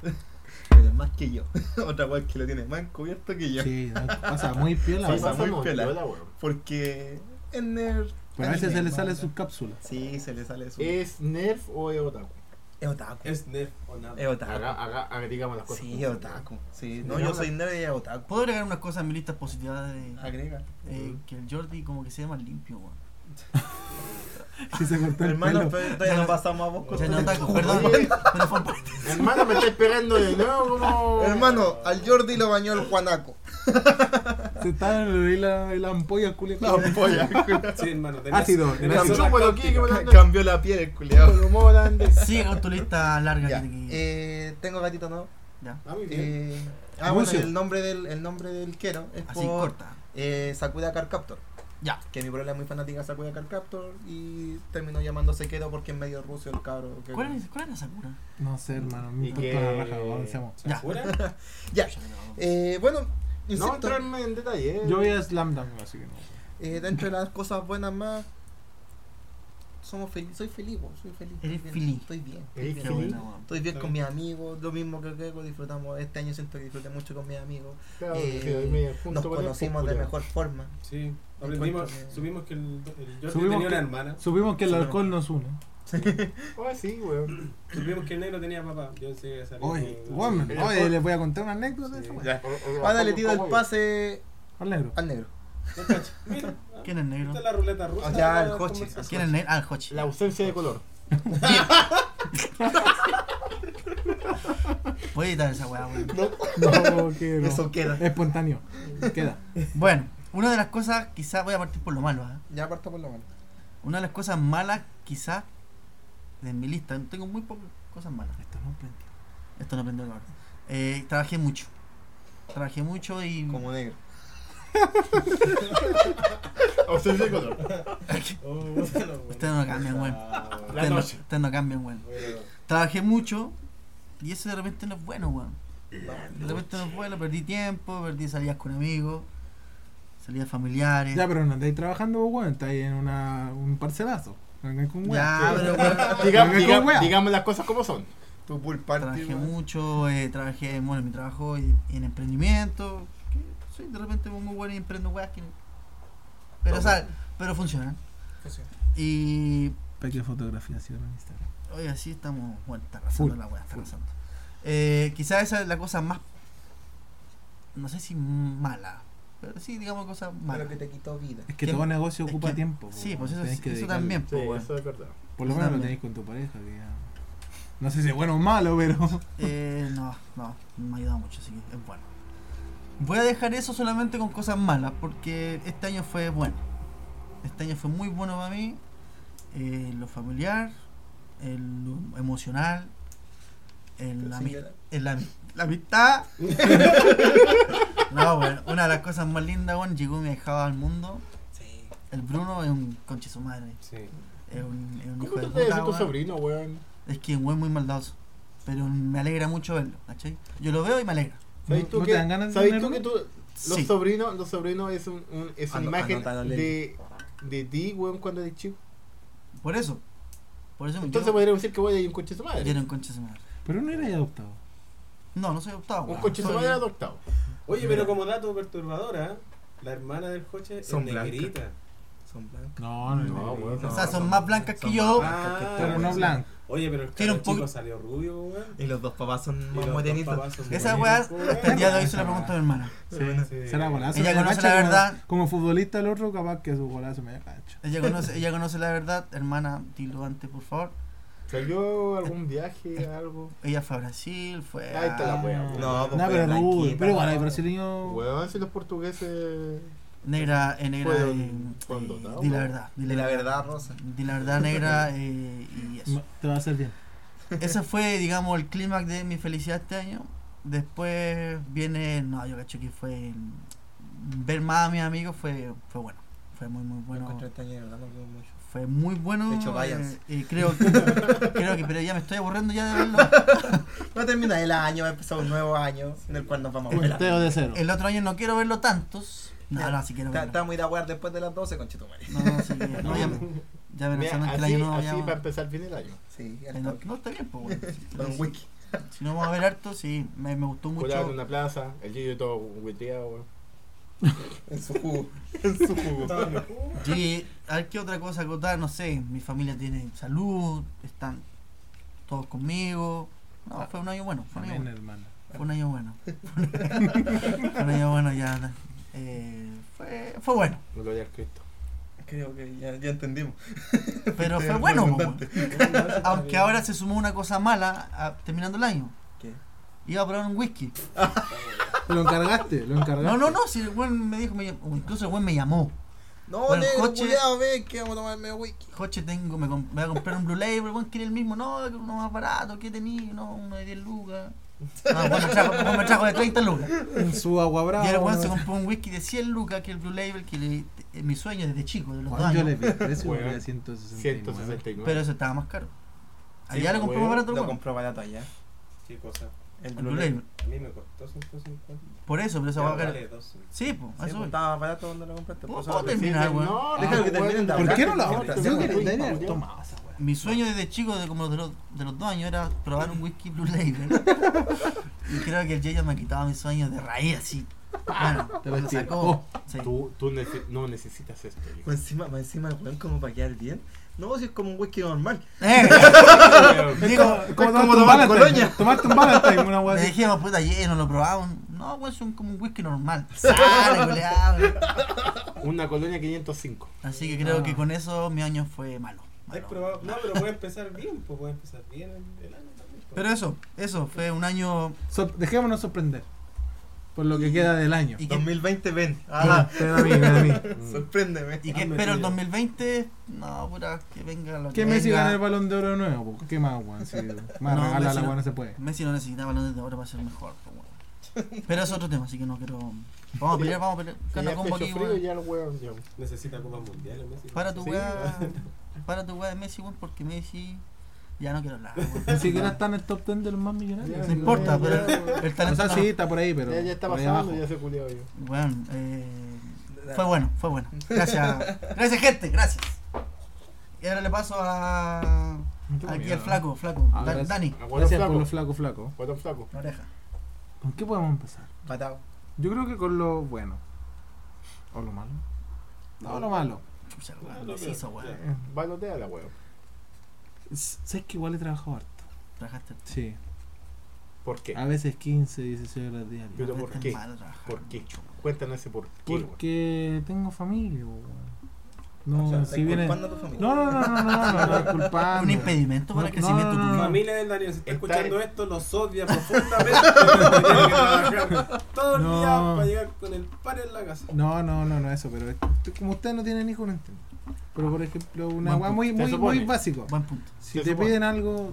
A: Pero es más que yo. [LAUGHS] Otra cual que lo tiene más encubierto que yo.
D: Sí, no, pasa muy piola,
A: Sí,
D: weón.
A: pasa muy piola.
B: weón.
A: Porque es nerd.
D: Pero a veces se
A: anime,
D: le sale
A: manga.
D: su cápsula. [LAUGHS]
A: Sí, se le sale su.
B: ¿Es nerf o es otaku?
A: Es otaku.
C: Es nerd o nada.
A: Es otaku.
B: Acá, acá, acá digamos las cosas.
A: Sí, es otaku. pues. Sí, no,
B: Digamos
A: yo
B: la-
A: soy nerd y es otaku.
E: Puedo agregar unas cosas a mi lista positiva de
A: Agrega.
E: eh, que el Jordi como que sea más limpio, weón.
D: Si se cortó el
A: Hermano,
D: pelo.
A: pero todavía no pasamos a vos con
E: Ya
A: tu- [LAUGHS]
E: no taco, perdón, pero fue un parte.
B: Hermano, me estáis pegando de nuevo como.
A: Hermano, al Jordi lo bañó el Juanaco.
D: Se está en el- la, [LAUGHS] la ampolla, culia.
A: ampolla.
C: Sí, hermano. tenés-
D: Ácido,
C: tenés
A: me
C: otra
B: chúpalo
C: táctica.
B: aquí, que me
A: [LAUGHS]
B: lo-
A: Cambió la piel el culiado.
E: Sigue con tu lista larga
A: Ya,
E: que te- que-
A: eh, tengo gatito nuevo.
E: ya.
C: Ah, muy bien.
A: Eh, ah,
D: Anuncio.
A: bueno, el nombre del, el nombre del quiero es
E: Así
A: por
E: corta.
A: eh, Sakuda Carcaptor.
E: Ya.
A: Que mi problema es muy fanática de Sakuda Carcaptor y terminó llamándose Kero porque es medio ruso el cabro. que-
E: ¿Cuál es, ¿Cuál es la Sakura?
D: No sé, hermano.
B: Y
D: Me cortó
B: que-
D: la raja, weón, seamos.
E: Ya.
C: ¿Fuera?
A: Ya. Eh, bueno,
B: No
A: insisto,
B: entrarme en detalle. eh.
D: Yo vi a Slam Dunk, así que no.
A: eh, dentro de las cosas buenas más, somos fel- soy feliz, po, soy feliz.
E: Eres
A: estoy bien,
E: feliz.
A: Estoy bien.
B: Eres
E: Qué
D: Eh,
B: feliz.
E: buena, weón.
A: Estoy bien
C: Está
A: con mis
C: bien.
A: amigos, lo mismo que Keiko, disfrutamos. Este año siento que disfruté mucho con mis amigos.
B: Claro,
A: Eh,
B: sí, ahí me junto
A: Nos
B: con este él,
A: conocimos de
B: popular.
A: mejor forma.
C: Sí. Aprendimos,
A: Encuentro que-
C: supimos que el, el Jordi
D: Supimos
C: tenía
D: que-
C: una hermana.
D: Supimos que el
A: Sí, no.
D: alcohol nos une.
B: Ah, sí, weón.
C: Supimos que el negro tenía papá. Yo enseguida salí.
D: Oye,
C: con-
D: weón,
B: El
D: oye,
B: alcohol-
D: les voy a contar una anécdota de esa weón.
A: Ahora le tiro Ah, el pase
D: Al negro. [LAUGHS]
A: al negro.
C: No, cacho.
E: [LAUGHS]
C: Mira, ah,
E: ¿Quién es negro?
C: esta es la ruleta
A: Ya,
C: rusa. de la
A: el Hochi.
C: conversación.
E: ¿Quién es negro? Ah, el Hochi.
B: La ausencia de color.
E: Voy a editar esa weá, weón.
D: No, que no.
A: Eso queda.
D: Espontáneo. Queda.
E: Bueno, Una de las cosas, quizás, voy a partir por lo malo, ¿ah?
A: Ya aparto por lo menos.
E: Una de las cosas malas, quizás, de mi lista, tengo muy pocas cosas malas.
D: Esto no prendió.
E: Esto no prende el orden. Eh, trabajé mucho. Trabajé mucho y.
A: Como negro.
B: Opción de color.
A: Oh,
C: [LAUGHS]
E: Ustedes no cambian, weón.
B: La
E: Ustedes no,
B: noche.
E: ustedes no cambian, weón. Trabajé mucho y eso de repente no es bueno, weón. De repente no es bueno, perdí tiempo, perdí salidas con amigos, salidas familiares.
D: Ya, pero no andáis trabajando, vos, weón. Estáis en una, un parcelazo. No andáis con weón.
E: Ya, pero weón.
B: Diga-
D: Venga,
B: diga-
D: con wea.
B: digamos las cosas como son.
A: Tu pool party,
E: Trabajé
A: weón.
E: mucho, eh, trabajé bueno, en mi trabajo y, y en emprendimiento. que soy de repente pongo bueno y emprendo weas que. Pero, o sea, pero funcionan.
A: Funciona.
E: Y.
D: Peque fotografía en Instagram.
E: Hoy así estamos. Bueno, está arrasando
D: Full,
E: la wea, está
D: full.
E: arrasando. Eh, quizás esa es la cosa más. No sé si mala. Pero sí, digamos cosa mala.
A: Pero que te quitó vida.
D: Es que
E: Tiempo.
D: todo negocio
E: Es
D: ocupa
E: que-
D: tiempo. po,
E: sí,
D: weón.
E: pues eso-
D: Tenés que
E: eso
D: dedicarle.
E: también.
B: Sí,
E: Pues, bueno.
B: eso es verdad.
D: Por lo menos lo
E: También.
D: tenéis con tu pareja, que ya... No sé si es bueno o malo, pero...
E: Eh, no, no, me ha ayudado mucho, así que es bueno. Voy a dejar eso solamente con cosas malas, porque este año fue bueno. Este año fue muy bueno para mí. eh, lo familiar, el, lo emocional, el,
A: Pero
E: la,
A: sin
E: ami-
A: llorar.
E: el ami-
B: [LAUGHS]
E: la amistad. no, bueno, una de las cosas más lindas, bueno, llegó mi hija al mundo.
A: Sí.
E: El Bruno es un conche su madre.
C: Sí.
E: Es un, es un hijo
B: ¿Cómo
E: de
B: te debe
E: puta,
B: ser tu
E: weón.
B: sobrino, weón?
E: Es que es un güey muy maldoso. Pero me alegra mucho verlo, ¿cachai? Yo lo veo y me alegra.
B: ¿Sabes
D: [LAUGHS] ¿No-
B: tú
D: no
B: que,
D: te dan ganas de
B: sabes tú
D: tenerlo?
B: que tú- los
E: Sí.
B: sobrinos, los sobrinos es, un, un- es una
A: Ano-
B: imagen
A: anótalo,
B: de, de ti, weón, cuando eres chico.
E: Por eso. Por eso me
B: Entonces
E: yo,
B: podríamos decir que voy a ir un coche de su
E: yo
B: madre.
E: era un concha de su madre.
D: Pero no erais adoptado.
E: No, no soy adoptado.
B: un
E: weón.
B: coche de su
E: Soy-
B: madre adoptado.
C: Oye, pero como dato perturbador, ¿ah? la hermana del coche
A: Son
C: es
A: blancas.
C: negrita.
A: Son blancos.
D: No, no,
A: Ah,
B: No, weón,
E: O
B: no.
E: sea, son más blancas que yo.
A: blancas que
C: Ah,
A: este
D: Pero
A: weón.
D: no
C: sí.
D: blanco.
C: Oye, pero el
E: Tiene un
C: cabro chico
E: poco-
C: salió rubio, weón.
A: Y los dos papás
C: Y
A: son más
C: los dos
A: morenitos.
C: papás son
E: Esa weá,
C: morenos,
E: hasta el día de hoy se la
D: Esa
E: pregunto a
D: weá.
E: mi hermana.
D: Sí,
C: sí.
D: será golazo.
E: Ella
D: me
E: conoce
D: cacha
E: la
D: como-
E: verdad.
D: Como, futbolista el otro, capaz que su golazo me cacho.
E: Ella conoce, ella conoce la verdad. Hermana, dilo antes, por favor.
B: ¿Salió algún
E: [LAUGHS]
B: viaje, algo?
E: Ella fue a Brasil, fue a...
B: Ahí está la wea, weón.
A: No, pues,
D: Ah. No,
A: pero
D: pero
A: blanquita,
D: tú, pero igual hay
A: no.
D: brasileño...
B: Weón, si los portugueses...
E: Negra, eh, negra...
B: Fueron-
E: eh,
B: fueron
E: eh,
B: dotados,
E: di la
B: weón.
E: verdad.
A: De la verdad, Rosa.
E: Di la verdad, negra, eh, y eso.
D: ma- Te va a hacer
E: [LAUGHS]
D: bien.
E: Ese fue, digamos, el clímax de mi felicidad este año. Después viene, no, yo cacho que fue ver más a mis amigos fue, fue bueno, fue muy muy
A: Bueno,
E: bueno,
A: encontré este año, de verdad, no veo mucho.
E: fue muy bueno.
A: De hecho, váyanse.
E: eh, y creo, que- creo que, pero ya me estoy aburriendo ya de verlo.
A: Va a terminar el año, va a empezar un nuevo año en el cual nos vamos a
D: Un
A: ver.
D: teo de cero.
E: El otro año no quiero verlo tantos. No, no, sí quiero verlo.
A: Estamos a ir a jugar después de las 12, conchito madre.
E: No, no, sí, que- no, ya, ya me
B: Mira,
E: lanzaron que el
B: así,
E: año nuevo
B: así
E: ya.
B: para empezar bien el año.
A: Sí,
E: eh,
A: hasta
E: No, no, está bien, pues bueno. Si,
A: Con un
E: si-
A: wiki.
E: si no vamos a ver harto, sí, me, me gustó mucho.
B: Curado en una plaza, el Gillo todo hueteado, weón.
A: En su jugo. [LAUGHS] En su jugo.
E: Sí, a ver qué otra cosa acotar, no sé, mi familia tiene salud, están todos conmigo. No, fue un año bueno, fue un año
D: Amén,
E: bueno.
D: hermano.
E: Fue un año bueno. Fue un año bueno ya. eh, fue, fue bueno,
B: Gloria al Cristo.
A: Creo que ya, ya entendimos.
E: pero
A: Este,
E: fue bueno. po,
A: redundante.
E: weón. [LAUGHS] Aunque ahora se sumó una cosa mala a- terminando el año.
A: ¿Qué?
E: Iba a probar un whisky.
D: Lo encargaste, lo encargaste.
E: No, no, no, si el buen me dijo, me llam- o incluso el buen me llamó.
A: No,
E: Bueno,
A: negro,
E: coche-
A: cuidado, ve que vamos a tomar medio wiki.
E: Joche, tengo, me comp- voy a comprar un Blue Label, weón, quiere el mismo, no, que uno más barato, ¿qué tenía? No, uno de 10 lucas. No, bueno, me trajo, bueno, me trajo de 30 lucas.
D: En su agua brava.
E: Y el weón se
D: weón.
E: compró un whisky de 100 lucas, que es el Blue Label, que le- es mi sueño desde chico, de los dos
D: Weón, Yo le
E: años.
D: pedí precio
B: Weón.
D: weón, 169.
B: 169.
E: Pero eso estaba más caro. Allá
B: Sí,
E: lo compró
B: weón,
E: más barato,
A: Lo
E: weón.
A: compró barato allá.
C: Qué cosa.
A: El
E: El
A: Blue
E: Blue Label.
C: A mí me costó 150.
E: Por eso, pero esa
C: Ya,
E: weá cara-
C: vale, 12.
E: [LAUGHS] Sí, po, a
A: Sí,
E: eso
A: pues,
E: voy.
A: estaba barato cuando lo compraste. pues,
E: ¿Puedo-
A: por
E: puedo
A: eso-
E: terminar?
B: Mira,
E: weón.
B: No,
A: Déjalo que
B: weón,
A: terminen de
D: ¿Por
A: hablar.
D: qué no lo ahorras?
A: Mientras
D: Yo
A: tanto,
D: que
A: weón.
D: tenía haber tomado esa weá.
E: Mi sueño desde chico, de como de los, de los dos años, era probar un whisky Blue Label.
D: [LAUGHS]
E: y creo que el Jason me quitaba mis sueños de raíz,
D: [LAUGHS]
E: así. Bueno,
D: Te
E: lo
D: lo tiro.
E: sacó. Sí. Pues,
B: Tú, tú nece- no necesitas esto, hijo.
A: Más encima, más encima el weón como para quedar bien. No, si es como un whisky normal.
E: Eh, digo,
A: como
D: tomarte un
A: tomar
D: Valentine,
A: colonia.
D: Tomarte un [LAUGHS] Valentine, una weá
E: le
D: así.
E: dijimos, "Oh, puta, lleno, lo probamos. No, weón, es un- como un whisky normal. Sale, goleado.
B: Una colonia 505.
E: Así que creo
D: Ah.
E: que con eso mi año fue malo.
C: Hay
E: malo.
C: probado- No, pero puede empezar bien, pues puede empezar bien el, el año también. pues.
E: Pero eso, eso, fue un año
D: Sor- Dejémonos sorprender. por lo que queda del año.
E: ¿Y qué,
A: 2020 ven.
D: Ah,
A: Ah,
D: pero a mí, pero a mí. [LAUGHS]
E: Mm.
B: Mm.
A: sorpréndeme.
E: y qué
C: Ah, me
E: espero el
C: pillo.
E: 2020? No, pura, que venga lo
D: ¿Qué
E: que
D: Messi
E: venga.
D: gana el balón de oro de nuevo? po? ¿Qué más, weón? [LAUGHS] Si más
E: No,
D: regala
E: Messi
D: la
E: no.
D: weón no se puede.
E: Messi no necesita balones de oro para ser mejor, po, weón. Pero es otro tema, así que no quiero. Vamos a pelear, vamos a pelear.
B: Que
E: Gana
B: ya
E: combo
B: pecho
E: aquí,
B: frío,
E: weón.
B: ya el weón, ya.
C: Necesita copas mundiales, Messi.
E: Para tu
B: Sí.
E: weá. Para tu weá de Messi, weón, porque Messi. Ya no quiero hablar, weón.
D: Ni siquiera está en el top 10 de los más millonarios.
B: Ya,
E: No importa,
B: ya,
E: pero
B: ya,
E: el
D: O
E: talento.
D: sea, sí, está por ahí, pero.
B: Ya, ya está
D: por ahí
B: pasando,
D: abajo.
B: ya se culiado yo.
E: no. Weón, eh, fue bueno, fue bueno. Gracias. Gracias, gente, gracias. Y ahora le paso a. Aquí al flaco, flaco.
D: Ah,
E: Dan-
D: gracias.
E: Dani,
B: Aguanta
D: Gracias
B: flaco.
D: por los flacos, flacos.
B: Aguanta flaco.
E: la oreja.
D: ¿Con qué podemos empezar?
A: Patado.
D: Yo creo que con lo bueno. ¿O lo malo? No, lo malo.
E: Chucha,
C: No,
E: weón.
C: no,
E: Sí, eso,
C: pero-
E: weón.
D: Eh,
B: Balotea la weón.
D: s- Sabes que igual he trabajado harto.
E: Trabajaste.
D: Sí.
B: ¿Por qué?
D: A veces 15, 16 horas diarias.
B: Pero ¿por
E: Trabajaste
B: qué?
E: mal, trabajaste
B: ¿Por qué?
E: mucho, weón.
B: Cuéntanos ese por qué, weón.
D: Porque tengo familia, weón. No,
A: O sea,
D: si
A: estáis
D: viene.
A: culpando a tu familia.
D: No, no, no, no, no, no, no, no,
E: ¿Un
D: culpando.
E: impedimento para el
D: Ah, No,
E: crecimiento
D: no, no,
E: tuyo?
D: no.
C: Familia del Daniel, si está
B: Está
C: escuchando
B: en-
C: esto, los odia profundamente. [LAUGHS] porque tiene que
D: [LAUGHS]
C: trabajar todo el
D: No.
C: día para llegar con el par en la casa.
D: No, no, no, no, eso, pero es- tú- como ustedes no tienen hijos, no entiendo. Pero por ejemplo, una
E: Buen
D: weá
E: punto.
D: muy,
B: Se
D: muy,
B: supone.
D: muy básico.
E: Buen punto.
D: Si
B: Se
D: te
B: supone.
D: piden algo,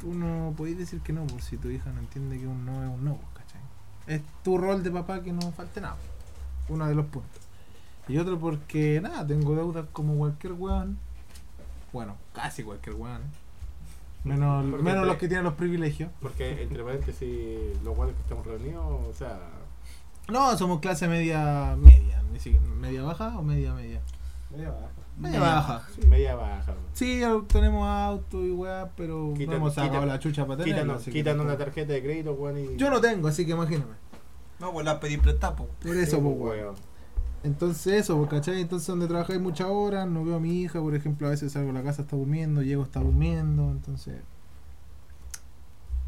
D: tú no podés decir que no, por si tu hija no entiende que un no es un no, ¿cachai? Es tu rol de papá que no falte nada. Uno de los puntos. Y otro porque, nada, tengo deudas como cualquier weón. Bueno, casi cualquier weón. ¿eh? Menos,
B: Porque
D: menos
B: te-
D: los que tienen los privilegios.
B: Porque entre paréntesis, los guanes que estamos reunidos, o sea,
D: No, somos clase media, media, ni siquiera, media baja o media, media.
C: Media baja.
D: Media
E: Media
D: baja.
B: sí, media baja. weón.
D: Sí, tenemos auto y weá, pero
B: Quita-
D: no hemos
B: quita-
D: sacado la chucha para tenerlo.
B: Quítanos,
D: así que
B: quítanos
D: no-
B: la tarjeta de crédito, weón. y-
D: Yo no tengo, así que imagíname.
A: No, pues la pedí prestada, po.
D: Por
B: Sí,
D: eso, pues,
B: pues,
D: weón. Entonces eso, pues, ¿cachai? Entonces donde trabajáis muchas horas, no veo a mi hija, por ejemplo, a veces salgo a la casa, está durmiendo, llego, está durmiendo, entonces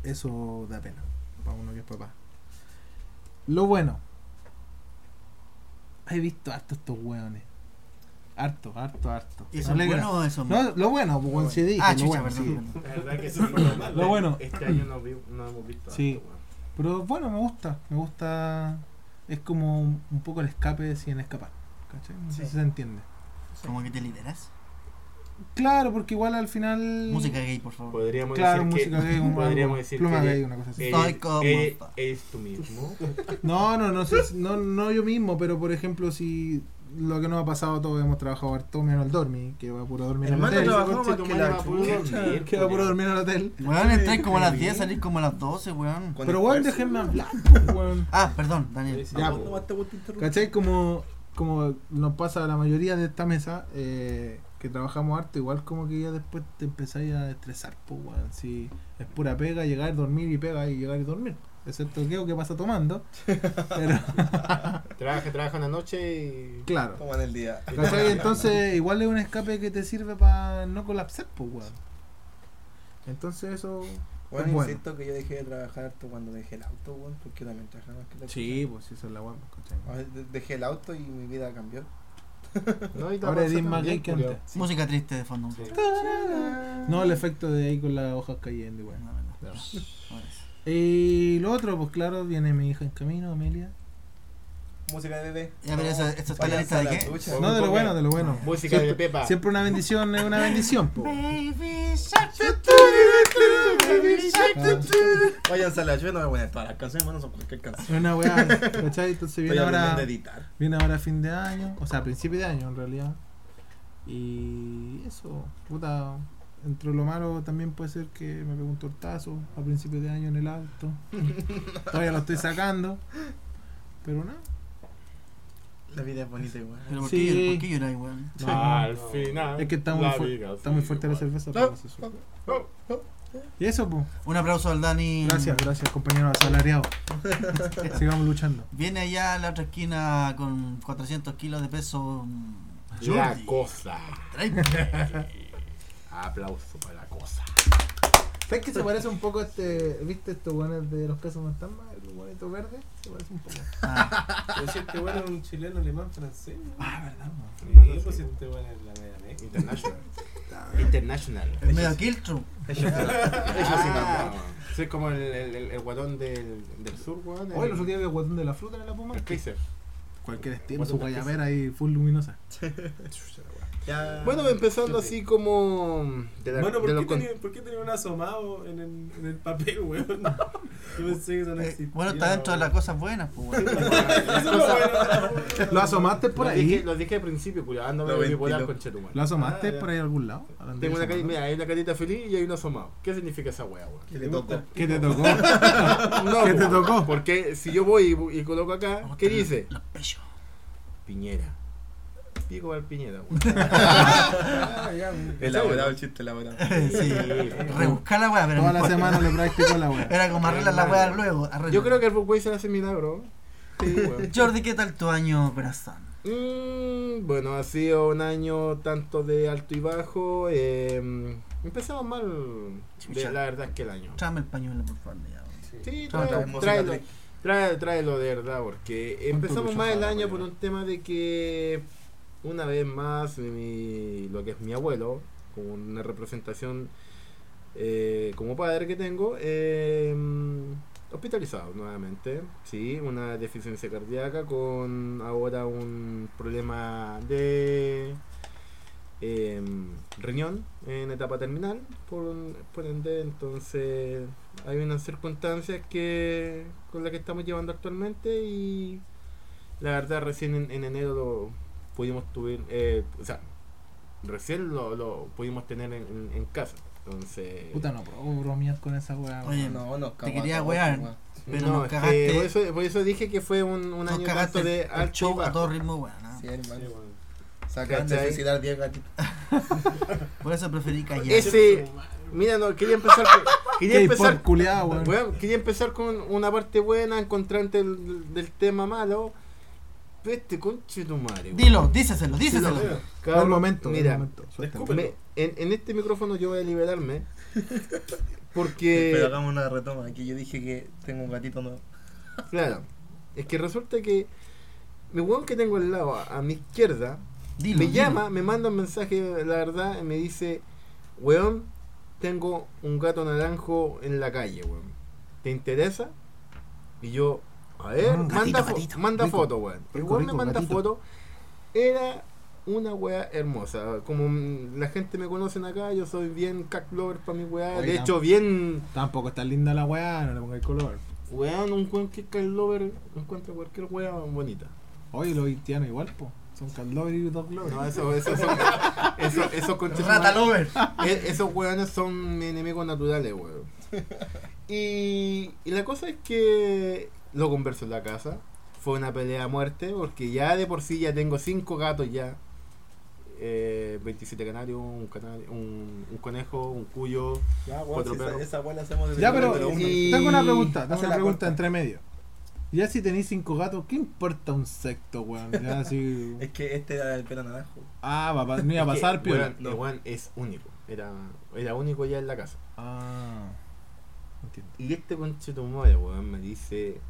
D: eso da pena para uno que es papá. Lo bueno, he visto harto estos hueones. Harto, harto, harto.
E: ¿Y
D: Me
E: eso es
D: alegra.
E: bueno o eso es malo?
D: No, lo bueno, pues, weón, sí dije,
E: Ah,
D: lo
E: chucha,
D: bueno, sí.
E: perdón.
B: La verdad
D: [LAUGHS]
B: que eso fue lo malo.
D: Lo bueno.
B: Este año no, vi- no hemos visto.
D: Sí.
B: harto, weón.
D: Pero bueno, me gusta, me gusta. Es como un un poco el escape sin escapar, ¿cachai? No sé
A: Sí.
D: si se entiende.
E: Como que te liberas.
D: Claro, porque igual al final.
E: Música gay, por favor.
B: Podríamos
D: Claro,
B: decir
D: música
B: que,
D: gay,
B: [LAUGHS]
D: un
B: podríamos
D: algo,
B: decir
D: pluma
B: que
D: gay, una cosa así.
B: eres-
E: Soy como
B: eres-
E: pa.
B: eres tú mismo.
D: No, no, no, sé si- no, no yo mismo, pero por ejemplo, si lo que nos ha pasado todos hemos trabajado harto menos al dormir, que va puro a dormir al
A: Hermano,
D: hotel.
A: trabajó
B: conche
A: más
B: tu
A: que
B: madre
A: la
B: va a
D: [LAUGHS]
B: poder
A: chucha.
B: dormir, pues,
D: Que va puro
B: culiao.
D: a dormir al hotel.
E: Weón, entráis como a las 10, salís como a las 12, weón.
A: Con
D: Pero weón,
A: esfuerzo.
D: déjenme
A: [LAUGHS]
D: hablar, pues, weón.
E: Ah, perdón, Daniel.
D: Ya,
A: ¿Cuándo más te gusta interrumpir?
D: ¿Cachai? Como, como nos pasa a la mayoría de esta mesa, eh, que trabajamos harto, igual como que ya después te empezáis a estresar, pues, weón. Si es pura pega, llegar, dormir y pega y llegar y dormir. Excepto el Keo que pasa tomando. Pero,
B: Trabaja, trabaja una noche y.
D: claro.
A: Toma en el día.
D: ¿Cachai? Entonces, igual es un escape que te sirve para no colapsar, pues, weón. Entonces, eso.
A: Bueno,
D: Bueno.
A: insisto que yo dejé de trabajar harto cuando dejé el auto, weón, porque yo también trabajaba más que la
D: Sí, pues, eso es la weón, ¿cachai?
A: chucha. O sea, de- Dejé el auto y mi vida cambió.
B: No, y te
D: Ahora
B: avanzas
D: eres más
B: también,
D: gay que
B: culiao.
D: antes.
E: Música triste de fondo.
B: Sí.
D: No, el efecto de ahí con las hojas cayendo, igual.
E: No, no,
D: Claro.
E: ahora sí.
D: Y lo otro, pues claro, viene mi hija en camino, Amelia.
A: Música de bebé.
E: Ya, pero eso- esto está en la
A: váyanse
E: lista
A: a
E: de qué?
A: ducha.
D: No, de lo bueno, de lo bueno.
B: Música de
D: Siempre-
B: Pepa.
D: Siempre una bendición es una bendición, po.
E: Baby Shark.
D: Ah,
A: Váyanse a la lluvia, no me voy a todas las canciones, bueno, son cualquier canción.
D: Es una weá, ¿cachai? Entonces
A: Estoy
D: viene ahora,
A: aprendiendo a editar.
D: viene ahora fin de año, o sea, principio de año en realidad. Y eso, puta, entre lo malo también puede ser que me pegue un tortazo a principio de año en
B: [LAUGHS]
D: el auto. Todavía lo estoy sacando, pero no.
A: La vida es bonita igual.
E: Pero ¿por
D: Sí.
E: qué, llor- por qué lloráis, weón?
B: Al final.
D: Es que está muy,
B: Ah, la
D: fu-
B: vida
D: está muy
B: sigue
D: fuerte la
B: igual.
D: cerveza.
A: No,
D: pero se
A: no,
D: sube.
A: no, no.
D: Y eso, pues.
E: Un aplauso al Dani.
D: Gracias, gracias, compañero [LAUGHS] asalariado. Sigamos luchando.
E: Viene allá a la otra esquina con 400 kilos de peso. mm,
B: La
E: Jordi.
B: cosa.
E: Tráeme.
B: Aplauso para la cosa.
D: ¿Sabes que se parece un poco a este. ¿Viste estos guanes de los casos Fantasma? El guanito verde. Se parece un poco.
E: Ah,
D: [LAUGHS]
C: Pero si este bueno es un chileno, alemán, francés. ¿no?
D: Ah, verdad,
C: Sí, pues si
B: sí.
C: este bueno es la media
B: [LAUGHS]
C: negra.
B: International. International.
E: medio Kiltro.
A: Ellos- ellos sí
B: Ah,
A: cambiaron.
B: Soy como el, el, el- el guatón del, del sur, weón.
D: Hoy
B: el-
D: el otro día vi el guatón de la fruta en la puma.
B: el Kaiser.
D: Cualquier estilo, pues, su
B: Guatón del
D: guayabera ahí full luminosa.
A: [LAUGHS] Ya-
B: Bueno, empezando
C: ok.
B: así como. De la- de
C: Bueno, ¿por
B: lo
C: qué,
B: con- [LAUGHS]
C: tenía, ¿por qué tenía un asomado en el, en el papel, weón? Yo pensé que eso no
E: Eh,
C: existía.
E: bueno, está dentro de las cosas buenas, pues, weón.
D: [LAUGHS]
B: [LAUGHS]
C: Eso es lo bueno. [LAUGHS]
D: ¿Lo asomaste por
B: Lo
D: ahí?
B: dije, lo dije al principio, culiado. Ando
A: Lo
B: medio bipolar
A: ventiló.
B: con Chetumal.
D: ¿Lo asomaste
C: Ah, ya.
D: por ahí a algún lado?
B: Tengo una carita, mira, hay una carita feliz y hay un asomado. ¿Qué significa esa wea, weón?
A: Que le tocó.
D: ¿Qué
B: [LAUGHS]
D: te tocó? [LAUGHS]
B: No,
D: ¿Qué te
B: weón,
D: tocó?
B: Porque si yo voy y, y coloco acá, ¿qué dice?
E: Los pechos.
B: Piñera. Pico al Piñera, weón.
A: Elaborado el chiste, [LAUGHS] elaborado.
E: [LAUGHS] sí. Rebuscar la weá, pero. no
D: Toda la
E: importa.
D: semana le practicó la wea.
E: [LAUGHS] Era como arreglar la weá luego. arregla.
B: Yo creo que el Bookway se hace milagro. Sí, weón.
E: Jordi, ¿qué tal tu año, corazón?
B: Mm, bueno, ha sido un año tanto de alto y bajo. eh, empezamos mal. de-
E: Chucha.
B: la verdad es que el año.
E: Tráeme el pañuelo, por favor. ya, weón.
B: Sí,
E: Chao,
B: trae-
A: chao.
B: tráelo,
A: Música
B: trae- tráelo de verdad, porque
D: Con tu
B: empezamos
D: lucha,
B: mal el
D: ojalá,
B: año
D: colega.
B: por un tema de que una vez más mi- lo que es mi abuelo, con una representación eh, como padre que tengo, eh, hospitalizado nuevamente, sí, una deficiencia cardíaca con ahora un problema de eh, riñón en etapa terminal, por, un- por ende, entonces hay unas circunstancias que con las que estamos llevando actualmente y la verdad recién en, en enero lo pudimos tuvir, eh, o sea, recién lo, lo pudimos tener en, en- en casa, entonces...
D: Puta, no, bro, bromear con esa wea.
E: Oye,
D: weón.
A: No, nos
E: Te quería wear.
A: weón.
E: Pero
B: no,
E: nos
B: es que
E: cagaste.
B: por, eso, por eso dije que fue un, un año
E: Nos
B: tanto
E: cagaste
B: de
E: el
B: alto y
E: show a
B: bajo.
E: todo ritmo, weón. ¿no?
A: Sí, hermano.
C: Sí, weón.
A: Sacan de
B: ¿Cachai?
A: suicidar 10 gatitos.
E: Por eso preferí callar.
B: Ese- Mira, no, quería empezar
E: [LAUGHS]
B: con, quería empezar,
D: K-pop culiado, weón.
B: bueno, quería empezar con una parte buena, encontrante del, del tema malo. Pero este conche tu madre. weón.
E: Dilo, díseselo, díseselo.
C: Mira,
D: No,
B: Cabrón,
D: el momento,
B: mira,
D: el momento. suéltalo.
C: Escúpelo.
B: me- en, en este micrófono yo voy a liberarme.
E: [LAUGHS]
A: Pero
B: Porque,
A: hagamos una retoma. Aquí yo dije que tengo un gatito nuevo.
B: claro, es que resulta que mi weón que tengo al lado, a, a mi izquierda,
E: Dilo.
B: me
E: dilo.
B: llama, me manda un mensaje, la verdad, y me dice, weón, tengo un gato naranjo en la calle, weón. ¿Te interesa? Y yo, a ver,
D: Mm,
B: manda,
E: gatito,
B: fo-
E: gatito,
B: manda
D: rico.
B: foto, weón. El
D: Rico,
B: weón me
D: rico,
B: manda
D: gatito.
B: foto. Era una weá hermosa. Como mm, la gente me conocen acá, yo soy bien cack lover para mi weá.
D: Oye,
B: De
D: tam-
B: hecho, bien,
D: Tampoco está linda la weá, no le pongáis color.
B: weón, un weón que es cack lover encuentra cualquier weá bonita.
D: Oye, los haitianos igual, po. Son caldover y dog lover.
B: No, eso, eso, eso, eso,
D: [LAUGHS]
B: eso,
E: Rata Lover.
D: Ah.
B: E- Esos weones son enemigos naturales, weón. [LAUGHS] Y, y la cosa es que lo converso en la casa. Fue una pelea a muerte, porque ya de por sí ya tengo cinco gatos ya. Eh, 27 canarios, un, canario, un, un conejo, un cuyo.
A: Ya,
B: Cuatro
A: si esa-
B: perros.
A: Esa buena hacemos de
D: Ya,
A: primero,
D: pero eh,
A: uno.
B: y-
D: tengo una pregunta, tengo
A: Hace
D: una
A: la
D: pregunta
A: corta.
D: entre medio. Ya si tenéis cinco gatos, ¿qué importa un sexto, weón? Ya si...
A: Es que este era el pelo naranjo.
D: Ah, va, pa- no iba a
B: Es que,
D: pasar, piola.
B: weón, el weón es único. Era, era único ya en la casa.
D: Ah, entiendo.
B: Y este conchetumare, weón, me dice,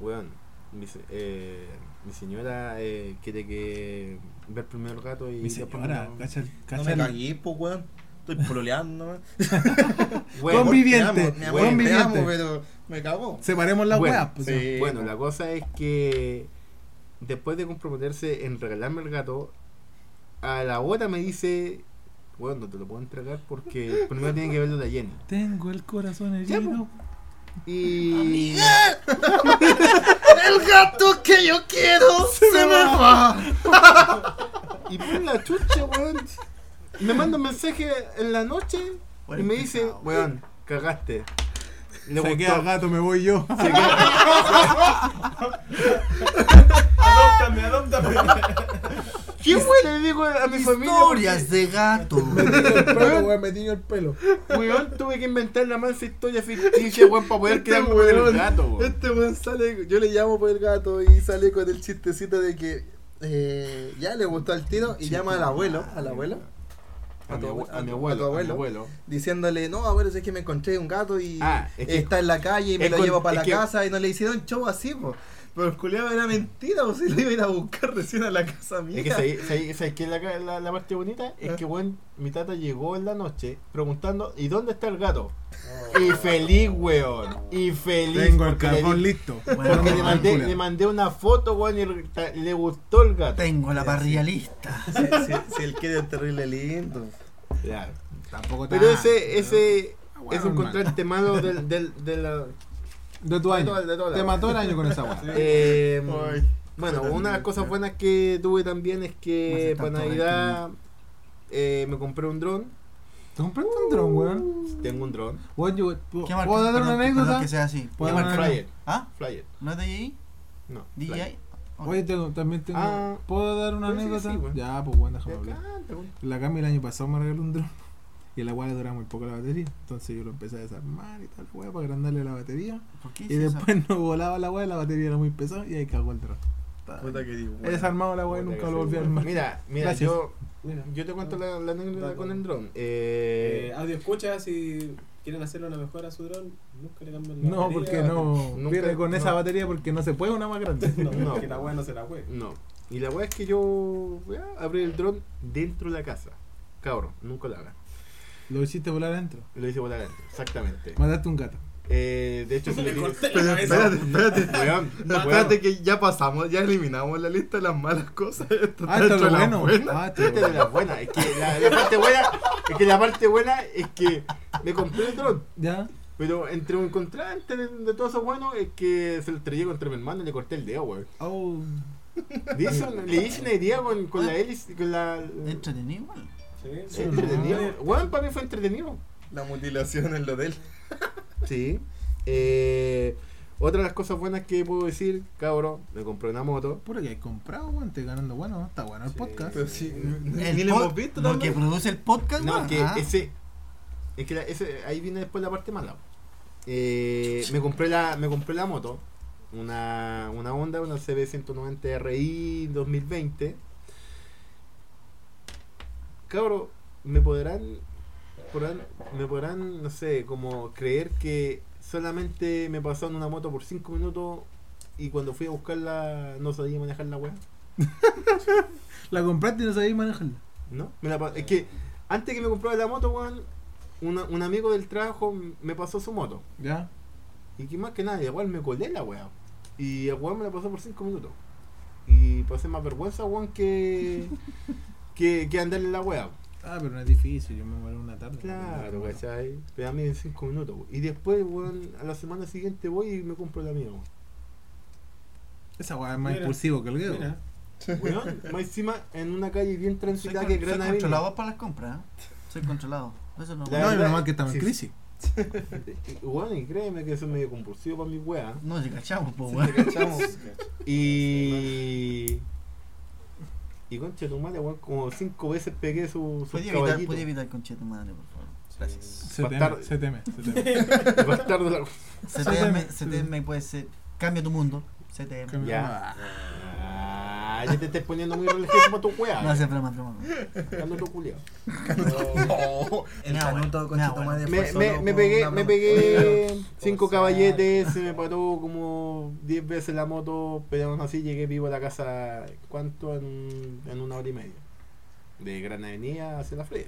B: weón, mi, se- eh, mi señora eh, quiere que ver primero el gato y
D: Mi
B: después
D: señora,
B: me lo-
D: cacha,
A: No
D: cacha
A: me
D: el-
A: cagué, po, weón. Estoy pololeando, weón.
B: Weón,
D: Combi- Conviviente,
A: Te amo, mi amor,
D: conviviente.
A: Te amo, pero me cagó.
D: Separemos las
B: Bueno,
D: weas, pues.
A: sí.
B: Bueno, la cosa es que después de comprometerse en regalarme el gato, a la hora me dice, weón, no te lo puedo entregar porque primero tiene que verlo la Jenny.
D: Tengo el corazón
B: Ya,
D: herido.
B: Y...
A: El gato que yo quiero se, me va.
B: Y por la chucha, weón. Me manda un mensaje en la noche y me dice, weón, cagaste. Le
D: Se
B: gustó.
D: queda gato, me voy yo.
B: Se queda-
C: Adóptame, adóptame.
B: ¿Qué weón le digo a mi familia?
E: Historias de gato.
D: pelo, weón, me tiño el pelo.
B: Porque, Weón, tuve que inventar la mansa historia ficticia, weón, para poder quedarme con el gato, weón.
A: Este weón sale, yo le llamo por el gato y sale con el chistecito de que eh, ya le gustó al tiro y llama al abuelo, al abuelo,
B: A mi, abue- a mi
A: a tu
B: abuelo, a mi
A: abuelo.
B: abuelo.
A: diciéndole, no abuelo, si es que me encontré un gato y
B: Ah, es que-
A: está en la calle y me
B: es
A: lo
B: con-
A: llevo para
B: es
A: la
B: que-
A: casa y no le hicieron show así, po. Pero el culiado era mentira, o si lo iba a ir a buscar recién a la casa mía.
B: Es que
A: [LAUGHS]
B: sabéis- sabéis- sabéis que la, la- la parte bonita
A: Ah.
B: es que weón, mi tata llegó en la noche preguntando ¿y dónde está el gato? Y feliz, weón. Y feliz.
D: Tengo el
B: porque le
D: carbón
B: di-
D: listo.
E: Bueno,
B: Porque le
E: no, no,
B: mandé,
D: culiao.
B: le mandé una foto, weón, y el- ta- le gustó el gato.
E: Tengo la parrilla lista.
A: Si él quiere es terrible lindo.
B: Claro.
D: Tampoco
B: Pero
D: tanto,
B: ese, ese
D: ¿no?
B: es un contraste malo del, del, de la-
D: De tu
B: de
D: año.
B: toda- de toda la-
D: Te mató el año con esa weá.
B: Eh,
A: Ay.
B: bueno,
A: Fue tan
B: una de las
A: lindo.
B: cosas buenas que tuve también es
E: No hace
B: que para
E: tanto
B: Navidad eh, me compré un dron.
D: ¿Te compraste un dron, weón?
B: Tengo un dron.
D: Weón, yo- ¿Puedo
E: ¿Qué
D: dar
E: marca?
D: una
E: Perdón, perdón
D: anécdota?
E: que sea así.
D: ¿Puedo
E: ¿Qué
D: dar
E: marca?
D: una-
B: Flyer.
E: ¿Ah?
B: Flyer.
E: ¿No es DJI?
B: No. Flyer.
E: ¿DJI?
D: Oye, tengo, también tengo.
B: Ah,
D: ¿Puedo dar una
B: pues sí,
D: anécdota?
B: sí, weón.
D: ya, pues bueno, déjame
B: Ah, Te
D: hablar.
B: encanta, weón.
D: La Cami el año pasado me regaló un dron [LAUGHS] y la weá le duraba muy poco la batería. Entonces yo lo empecé a desarmar y tal, weá, para agrandarle la batería.
E: ¿Por qué
D: Y
E: hice eso?
D: después [LAUGHS] no volaba la weá, la batería era muy pesada y ahí cagó el dron. Ta-
A: Puta que digo.
D: He desarmado la weá y
B: Puta
D: nunca
B: que
D: lo
B: sí,
D: volví a
B: weón.
D: armar.
B: Mira, mira,
D: Gracias.
B: yo,
C: Mira.
B: yo te cuento la, la anécdota
C: Dale.
B: con el dron.
C: Eh,
B: Eh,
C: audio escucha, si quieren hacerle una mejora a su dron, nunca le cambian la
D: No,
C: batería.
D: porque no.
B: Nunca-
D: Pierde con
B: no.
D: esa batería porque no se puede una más grande.
C: No,
B: [LAUGHS] No.
C: porque la weá no se la wea.
B: no. Y la weá es que yo voy a abrir el dron dentro de la casa. Cabrón, nunca lo hagan.
D: [LAUGHS] Lo hiciste volar adentro.
B: Lo hice volar adentro, exactamente.
D: Mataste un gato.
B: Eh, de hecho,
C: [LAUGHS] Le corté la
A: Pero
C: cabeza.
A: espérate, espérate.
C: [LAUGHS]
B: Weón, weón.
A: Espérate que ya pasamos, ya eliminamos la lista de las malas cosas. Esto
D: Ah,
A: está
D: esto es
A: dentro de
D: lo
A: las
D: bueno.
A: buenas.
D: Ah,
B: [LAUGHS]
D: esto es
B: Esta
D: lo
B: es de
D: bueno.
B: las buenas. Es que la, la parte buena, es que la parte buena es que me compré el dron.
D: Ya.
B: Pero entre un contraste de, de todo eso bueno es que se lo estrellé contra mi hermano y le corté el dedo, weón.
D: Oh.
B: Le hice, un- le hice una herida con, con la hélice, con la. eh,
E: Entretenido igual.
C: Sí, sí.
B: Entretenido. Weón, para mí fue entretenido.
A: La mutilación en lo de él.
B: Sí. Eh, otra de las cosas buenas que puedo decir, cabrón, me compré una moto.
D: Puro que hay comprado, weón. Estoy ganando bueno. Está bueno el
C: Sí.
B: Pues,
D: podcast.
A: Pero sí,
E: El
A: ni le
E: pod-
A: hemos visto
E: Lo que
A: también.
E: produce el podcast,
B: No,
E: weón.
B: que
E: Ah,
B: ese. Es que la- ese, ahí viene después la parte mala. Eh, me compré la me compré la moto, una, una Honda, una CB190 RI 2020. Cabro, me podrán, podrán- me podrán, no sé, como creer que solamente me pasó en una moto por 5 minutos y cuando fui a buscarla no sabía manejar la weá.
D: La compraste y no sabías manejarla.
B: ¿No? Me la pa- es que antes que me comprara la moto, weón, una- un amigo del trabajo m- me pasó su moto.
D: Ya.
B: Y que más que nada, igual me colé la weá. Y el weón me la pasó por 5 minutos. Y pasé más vergüenza, weón, que, que, que andar en la weá.
D: Ah, pero no es difícil. Yo me muero una tarde.
B: Claro,
D: weón.
B: ¿cachai? Pero a mí en 5 minutos. weón. Y después, weón, a la semana siguiente voy y me compro la mía, weón. pues,
D: Esa weá es más
C: Mira.
D: impulsivo que el dedo.
C: Mira,
B: Weón, más encima en una calle bien
E: Soy,
B: transitada
E: con-
B: que
E: soy
B: Gran Avenida.
E: controlado para las compras. ¿eh? Soy controlado. Eso no.
B: La-
D: No, y
B: verdad-
D: nomás que estamos en
B: sí,
D: crisis.
B: Y- Weón, y créeme que eso es medio compulsivo para mi weá.
E: No, si cachamos, po, weón.
B: ¿Cachamos? Y. Y concha tu madre, weón, como cinco veces pegué su, su
E: Podía evitar,
B: caballito.
E: podía evitar con tu madre, por favor. Gracias.
D: Se
B: Va a
D: teme,
B: estar-
D: se teme, se teme.
B: [LAUGHS] Bastardo la-
E: CTM,
D: Sí.
E: CTM puede ser. Cambia tu mundo. CTM.
B: Ya. Ah, ya te estás poniendo muy religioso para tu weá.
E: No hace broma, broma.
B: Dando tu culiao.
A: No.
E: El canuto con madre.
B: Me, me, me pegué, [LAUGHS] me pegué cinco caballetes, se me paró como 10 veces la moto, pero aún así llegué vivo a la casa, ¿cuánto? En, en una hora y media. De Gran Avenida hacia la Fría.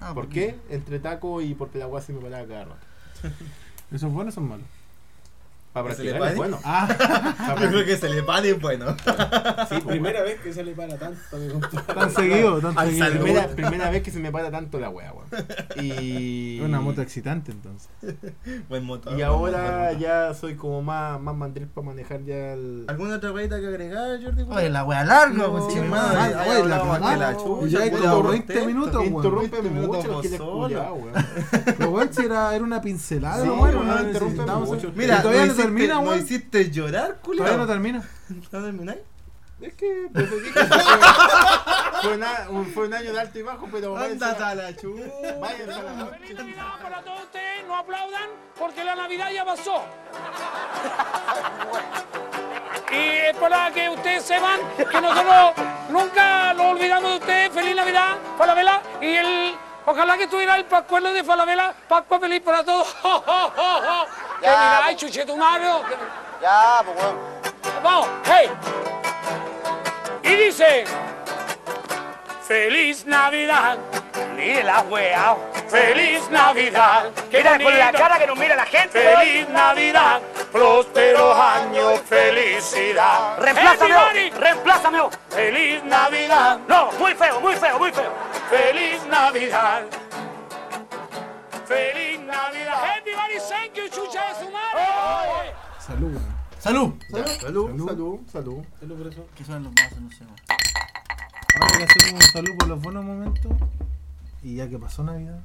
E: Ah,
B: ¿Por
E: porque-
B: qué? Entre taco y porque la weá se me paraba cada rato.
D: [LAUGHS] ¿Esos buenos son malos? Ah,
B: Para
A: ¿Que se le
B: practicar es
A: pare?
B: bueno.
D: [LAUGHS]
B: Ah,
A: Yo creo que se le pare bueno. [LAUGHS]
B: Sí, pues,
C: primera vez que sale para tanto, mi compadre.
D: Tan seguido, tan
A: Al
D: seguido.
A: salmer-
B: Primera, primera vez que se me para tanto la wea, weón. Y.
D: Es una moto
B: [LAUGHS]
D: excitante entonces.
A: Buen motor.
B: Y
A: buen
B: ahora
A: motor.
B: ya soy como más, más mandril para manejar ya el.
A: ¿Alguna otra huevita que agregar, Jordi?
E: Oye, la wea larga,
A: No,
E: pues,
A: sí,
E: sin
A: madre, ahí
E: madre.
D: Ah, oye, la
A: hablábamos
D: cagada.
A: de la chucha,
D: Ya hay
A: weón,
D: como
A: contento.
D: 20 minutos,
B: Me
D: weón.
B: interrumpe
A: 20 minutos
B: mucho que la
A: solo.
B: culiao, weón.
D: Pero weón, si era, era una pincelada,
B: Sí,
D: lo Ah, bueno,
B: weón,
D: no
B: interrumpe
D: necesitamos-
B: mucho.
A: Mira,
D: Y todavía no
A: hiciste-
D: termina,
A: ¿No
D: weón.
A: hiciste llorar, culiao?
D: Todavía no termina.
A: ¿No termináis?
B: Es que. pues, te dije que fue, fue una- un, fue un año de alto y bajo, pero.
A: Ándate
B: váyanse
A: a la chucha.
B: a- váyanse a la
F: Feliz Navidad para todos ustedes. No aplaudan porque la Navidad ya pasó. Y es para que ustedes sepan que nosotros nunca lo olvidamos de ustedes. Feliz Navidad, Falabella. Y el, ojalá que estuviera el pascuelo de Falabella. Pascua feliz para [LAUGHS] todos. ¡Qué mira, ay, chuchetumario!
G: pues. Ya, pues weón.
F: Vamos, vamos, hey. Y dice, feliz Navidad.
G: Mire la wea.
F: Feliz Navidad. Qué
G: Mira con la
F: bonito.
G: cara que nos mira la gente.
F: Feliz Navidad, próspero año, felicidad.
G: Reemplázame,
F: Everybody,
G: oh, reemplázame. oh.
F: Feliz Navidad,
G: No, muy feo, muy feo, muy feo.
F: feliz Navidad. Feliz Navidad. Everybody, thank you, chucha de su madre.
D: Salud, weón.
E: ¡Salud!
B: Ya, Salud,
D: Salud.
B: salud, salud.
D: Pues
C: Es lo por eso.
E: Que suenan los vasos, no sé, weón.
D: Ahora voy a hacer un saludo por los buenos momentos. Y ya que pasó Navidad,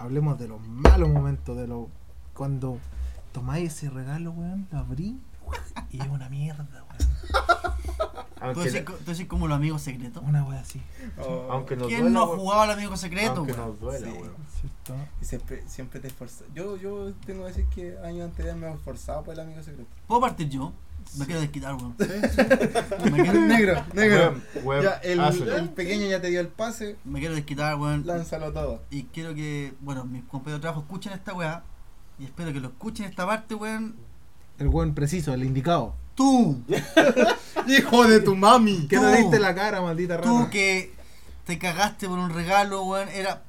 D: hablemos de los malos momentos, de los. Cuando tomáis ese regalo, weón, lo abrí y es una mierda, weón.
E: ¿Tú
B: Aunque,
E: decís, co- tú decís como los amigos secretos?
D: Una weá así,
A: Oh.
B: aunque nos
E: ¿Quién
B: duela,
E: no ha
B: weón.
E: jugado al amigo secreto,
B: Aunque
E: weón?
B: nos duela,
A: Sí.
B: weón.
D: ¿cierto?
A: Y siempre, siempre te esforzas. Yo, yo tengo que decir que años anteriores me he esforzado por el amigo secreto.
E: ¿Puedo partir yo? Me quiero desquitar, weón. [LAUGHS] Me,
B: [LAUGHS]
E: quiero,
A: negro, negro.
B: Weón, weón,
A: Ya, el,
B: hazlo.
A: el pequeño ya te dio el pase,
E: me quiero desquitar, weón.
A: lánzalo todo.
E: Y quiero que, bueno, mis compañeros de trabajo escuchen esta weá. Y espero que lo escuchen esta parte, weón.
D: El weón preciso, el indicado.
E: Tú,
A: ¡Hijo de tu mami!
D: ¿Qué
E: Tú.
D: te diste la cara, maldita
E: tú
D: rata?
E: que te cagaste por un regalo, weón. Era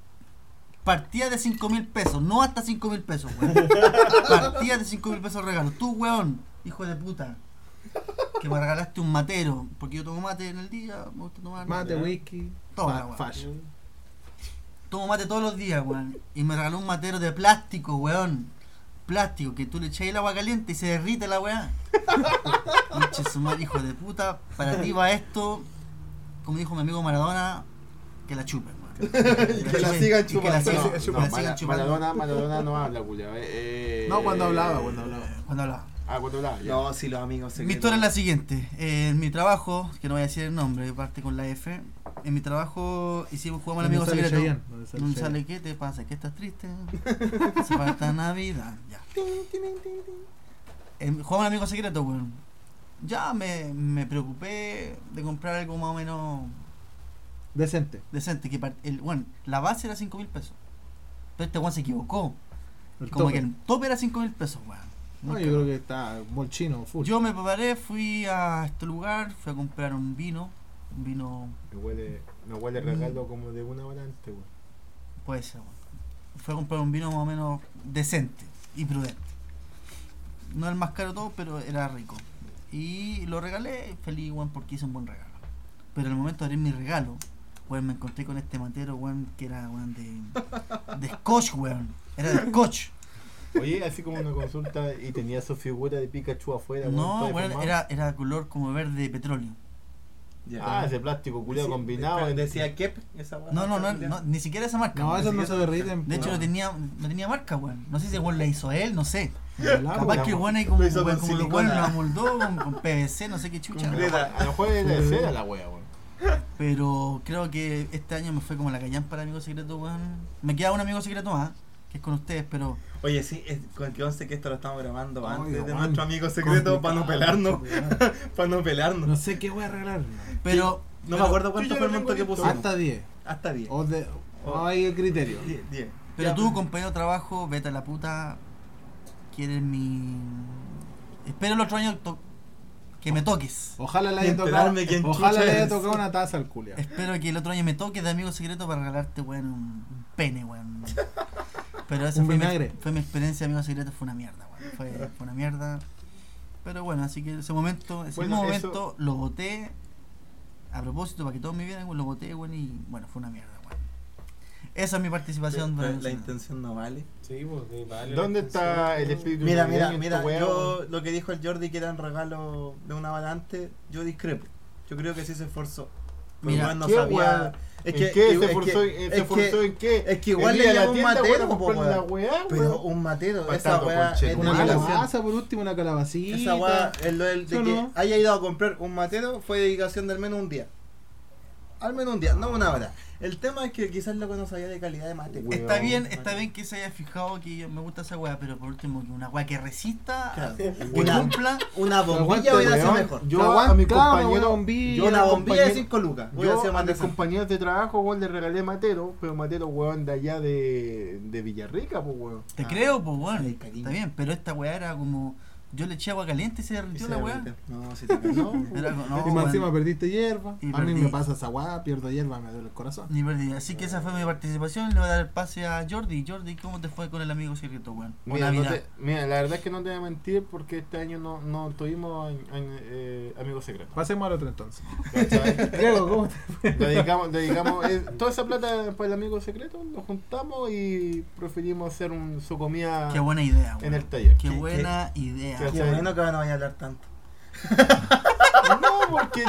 E: partida de 5 mil pesos, no hasta 5 mil pesos, weón. Partida de 5 mil pesos el regalo. Tú, weón, hijo de puta. Que me regalaste un matero, porque yo tomo mate en el día, me gusta tomar
D: Mate, whisky,
E: Toma,
D: fa-
E: weón.
D: fallo.
E: Tomo mate todos los días, weón. Y me regaló un matero de plástico, weón. Plástico, que tú le echáis el agua caliente y se derrite la weá.
D: [LAUGHS]
E: Pinche su madre, hijo de puta. Para ti va esto, como dijo mi amigo Maradona, que la chupen,
A: [LAUGHS]
E: weón.
A: que la sigan
E: y que la
A: chupando. No,
E: sigan- que la
B: No,
E: sigan
B: Mara-
E: chupando.
B: Maradona, Maradona no habla, culiao. eh, eh.
D: No, cuando hablaba, cuando hablaba.
E: Cuando hablaba.
B: Ah, cuando hablaba. ya.
A: No, si los amigos
E: Mi
A: secretos.
E: historia es la siguiente. Eh, en mi trabajo, que no voy a decir el nombre, parte con la F. En mi trabajo hicimos jugamos al amigo
D: ¿Dónde sale
E: secreto.
D: Chayanne? ¿Dónde sale
E: ¿Dónde sale
D: Chayanne?
E: qué te pasa? ¿Qué estás
D: [LAUGHS]
E: triste? Hace falta Navidad. Ya. Eh, jugamos al amigo secreto, weón. Ya me, me preocupé de comprar algo más o menos
D: Decente.
E: decente. Que par- el, bueno, la base era 5 mil pesos. Pero este weón se equivocó.
D: El
E: Como
D: tope.
E: que el tope era 5 mil pesos, weón.
D: No,
E: Nunca
D: yo creo que está molchino, full.
E: Yo me preparé, fui a este lugar, fui a comprar un vino. Un vino,
B: Me huele, me huele regalo como de una hora antes, weón.
E: puede ser, bueno. Fui a comprar un vino más o menos decente y prudente. No el más caro todo, pero era rico. Y lo regalé, feliz, weón, porque hice un buen regalo. Pero en el momento de abrir mi regalo, weón, me encontré con este matero, weón, que era, weón, de, de scotch, weón. Era de scotch.
B: Oye, así como una consulta y tenía su figura de Pikachu afuera, weón,
E: No,
B: toda
E: weón,
B: deformada.
E: era, era color como verde petróleo.
B: Ah, ese plástico culiao combinado. este.
A: Pero Decía Kep, esa weá.
E: No, no, no, no, ni siquiera esa marca.
D: No,
E: weón.
D: eso no se derriten.
E: De hecho, no tenía, no tenía marca, weón. No sé si el weón la hizo él, no sé. Capaz
B: la
E: que el
B: mo-
E: weón ahí como,
A: Ah, pues, lo hizo
E: weón,
A: con
E: como los
A: silicona.
E: weones la moldó con, con PVC, no sé qué chucha.
B: A lo mejor- a lo mejor era de cera la wea, weón.
E: Pero creo que este año me fue como la callan para amigo secreto, weón. Me queda un amigo secreto más, que es con ustedes, pero
A: Oye, sí, es, con que once que esto lo estamos grabando
D: Ay,
A: antes de
D: Juan.
A: nuestro amigo secreto para no pelarnos. para no pelarnos.
D: No
A: No,
D: sé qué voy a regalar.
E: pero
A: me acuerdo cuánto
B: yo
A: fue el
B: lo
A: monto que
B: tengo
A: pusimos.
D: Hasta 10.
A: Hasta 10.
D: O de, o hay el criterio.
A: 10.
E: pero
A: Ya. pues.
E: tú, compañero de trabajo, vete a la puta. Quieres mi Espero el otro año to- que
A: Oh.
E: me toques.
D: Ojalá le
A: Y
D: haya tocado,
A: enterarme quién
D: ojalá
A: chucha
D: le haya
A: es.
D: tocado una taza al culia.
E: Espero que el otro año me toques de amigo secreto para regalarte, weón, un pene, weón. Pero esa
D: Un
E: fue mi,
D: vinagre.
E: fue mi experiencia de amigo secreto, fue una mierda, weón. Fue, fue una mierda. Pero bueno, así que ese momento, ese
B: Bueno,
E: mismo
B: eso-
E: momento lo boté. A propósito, para que todos me vieran, weón, lo boté, weón, y bueno, fue una mierda, weón. Esa es mi participación.
A: La,
E: para
A: la
E: amigo secreto.
A: intención no vale.
C: Sí, pues, de vale.
B: ¿Dónde está el espíritu
A: Mira,
B: navideño
A: mira,
B: en
A: mira,
B: esta wea,
A: yo
B: weón?
A: lo que dijo el Jordi que eran regalos de una hora antes, yo discrepo. Yo creo que sí se esforzó. Pero
E: Mira,
A: igual no
B: ¿qué
A: sabía.
B: weón?
A: Es
B: ¿En
A: que,
B: qué
A: es
B: se
A: que-
B: forzó?
A: es
B: ¿En- ¿Se
A: que-
B: forzó en qué?
A: es que
B: El
A: igual
B: día
A: le
B: de la
A: llevo un
B: tienda,
A: matero,
B: weón, a
A: po,
B: comprarle
A: weón.
B: la weá,
A: Pero
B: weón.
A: un matero, esa
B: Bastardo,
A: weá es de
B: conchetumare.
D: Una
B: Una
D: calabaza por último, una calabacita.
A: Esa weá, el, el de
D: ¿Sí o
A: que
D: no?
A: haya ido a comprar un matero fue dedicación del menos un día. Al menos un día, no una hora. El tema es que quizás loco no sabía de calidad de mate.
B: Weón.
E: Está bien, está bien que se haya fijado que yo- me gusta esa weá, pero por último, que una weá que resista,
A: Claro.
E: que
A: Una-
E: cumpla.
A: Una bombilla
D: Aguante,
A: hubiera sido
B: Weón,
A: mejor.
B: Yo
D: Claro,
B: a mis
D: claro, una
B: compañeros-
D: buena bombilla,
B: yo
A: Yo
B: a
A: una
B: mis
A: bombilla de
B: compañeros-
A: 5 lucas. Hubiera sido
B: Yo a
A: más
B: mis
A: decente.
B: compañeros de trabajo, weón, le regalé matero, pero matero, weón, de allá de, de Villarrica, pues, weón.
E: Te
A: Ah,
E: creo, pues bueno,
A: ay, cariño.
E: está bien, pero esta weá era como Yo le eché agua caliente y se derritió la weá.
A: No, si te [LAUGHS]
B: [LAUGHS] No,
A: no.
E: Era como- no,
D: y más
E: weón,
D: encima perdiste hierba.
E: Y
D: a mí
E: perdí.
D: me pasa esa weá, pierdo hierba, me duele el corazón.
E: ni perdí. Así que esa fue mi participación. Le voy a dar el pase a Jordi. Jordi, ¿cómo te fue con el amigo secreto, weón? O
B: Mira, no
E: Navidad.
B: te- mira, la verdad es que no te voy a mentir porque este año no, no tuvimos eh, amigos secretos.
D: Pasemos al otro entonces.
A: [LAUGHS]
B: ¿cachai?
D: Diego, ¿cómo te
B: dedicamos, dedicamos eh, toda esa plata para el amigo secreto, nos juntamos y preferimos hacer un, su comida
E: Qué buena idea,
B: en el
E: weón.
B: taller.
E: Qué
A: Qué-
E: buena idea.
B: qué-
A: Qué bueno que no vaya a hablar tanto.
B: No, porque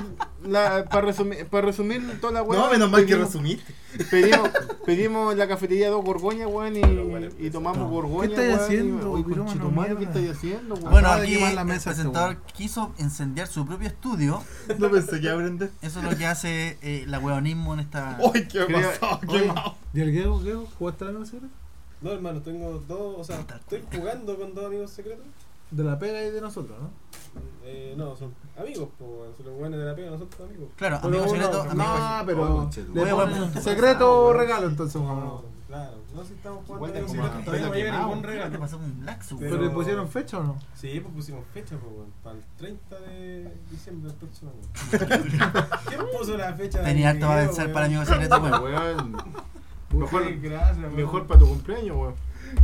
B: la, para, resumir, para resumir toda la weá.
A: no, menos mal que
B: pedimos-
A: resumiste.
B: Pedimos, pedimos en la cafetería dos gorgoñas, weón,
C: Pero bueno,
B: y, y tomamos
D: no.
B: gorgoñas.
D: ¿Qué estáis
B: weón,
D: haciendo,
B: y- Oye,
D: pirómano,
B: conchetumare, ¿Qué
D: mierda?
B: estáis haciendo, weón?
E: Bueno,
D: Acaba de
E: aquí
D: quemar la
E: el
D: mesa este
E: presentador
D: weón.
E: quiso incendiar su propio estudio.
A: [LAUGHS] No pensé que iba a aprender.
E: Eso es lo que hace eh, la weonismo en esta.
A: ¡Uy, qué
B: Creo-
A: pasó! ¡Qué
B: oye,
A: mal!
D: ¿Y el Diego, Diego, jugaste al amigo secreto?
C: No, hermano, tengo dos. O sea, estoy jugando con dos amigos secretos.
D: De la pega y de nosotros, ¿no?
C: Eh, no, son amigos, pues, son los buenos de la pega, nosotros amigos.
E: Claro,
D: Pero
E: amigo
D: uno-
E: secreto. amigo-
D: no,
B: Oh,
D: pero.
B: conchetumare.
D: le
E: Oye,
D: ponen
E: bueno.
D: secreto o regalo, entonces,
C: No,
D: vamos.
C: claro, no si estamos jugando
B: Igual
C: amigos
B: te como-
C: secretos, todavía no
B: te
C: llega
B: quemado.
C: ningún
E: Creo que
C: regalo.
E: pasó un laxo,
C: Pero-
D: ¿Pero le pusieron fecha o no?
C: Sí, pues pusimos fecha, pues, weón, para el 30 de diciembre del próximo año. ¿Quién puso la fecha? de
E: Tenía
C: mi
E: harto para
C: video,
E: pensar
C: weón?
E: para amigo secreto, pues,
D: [LAUGHS]
E: weón.
B: Ah, Weón,
C: Sí,
B: Mejor,
C: gracias, weón.
B: mejor para tu cumpleaños, weón.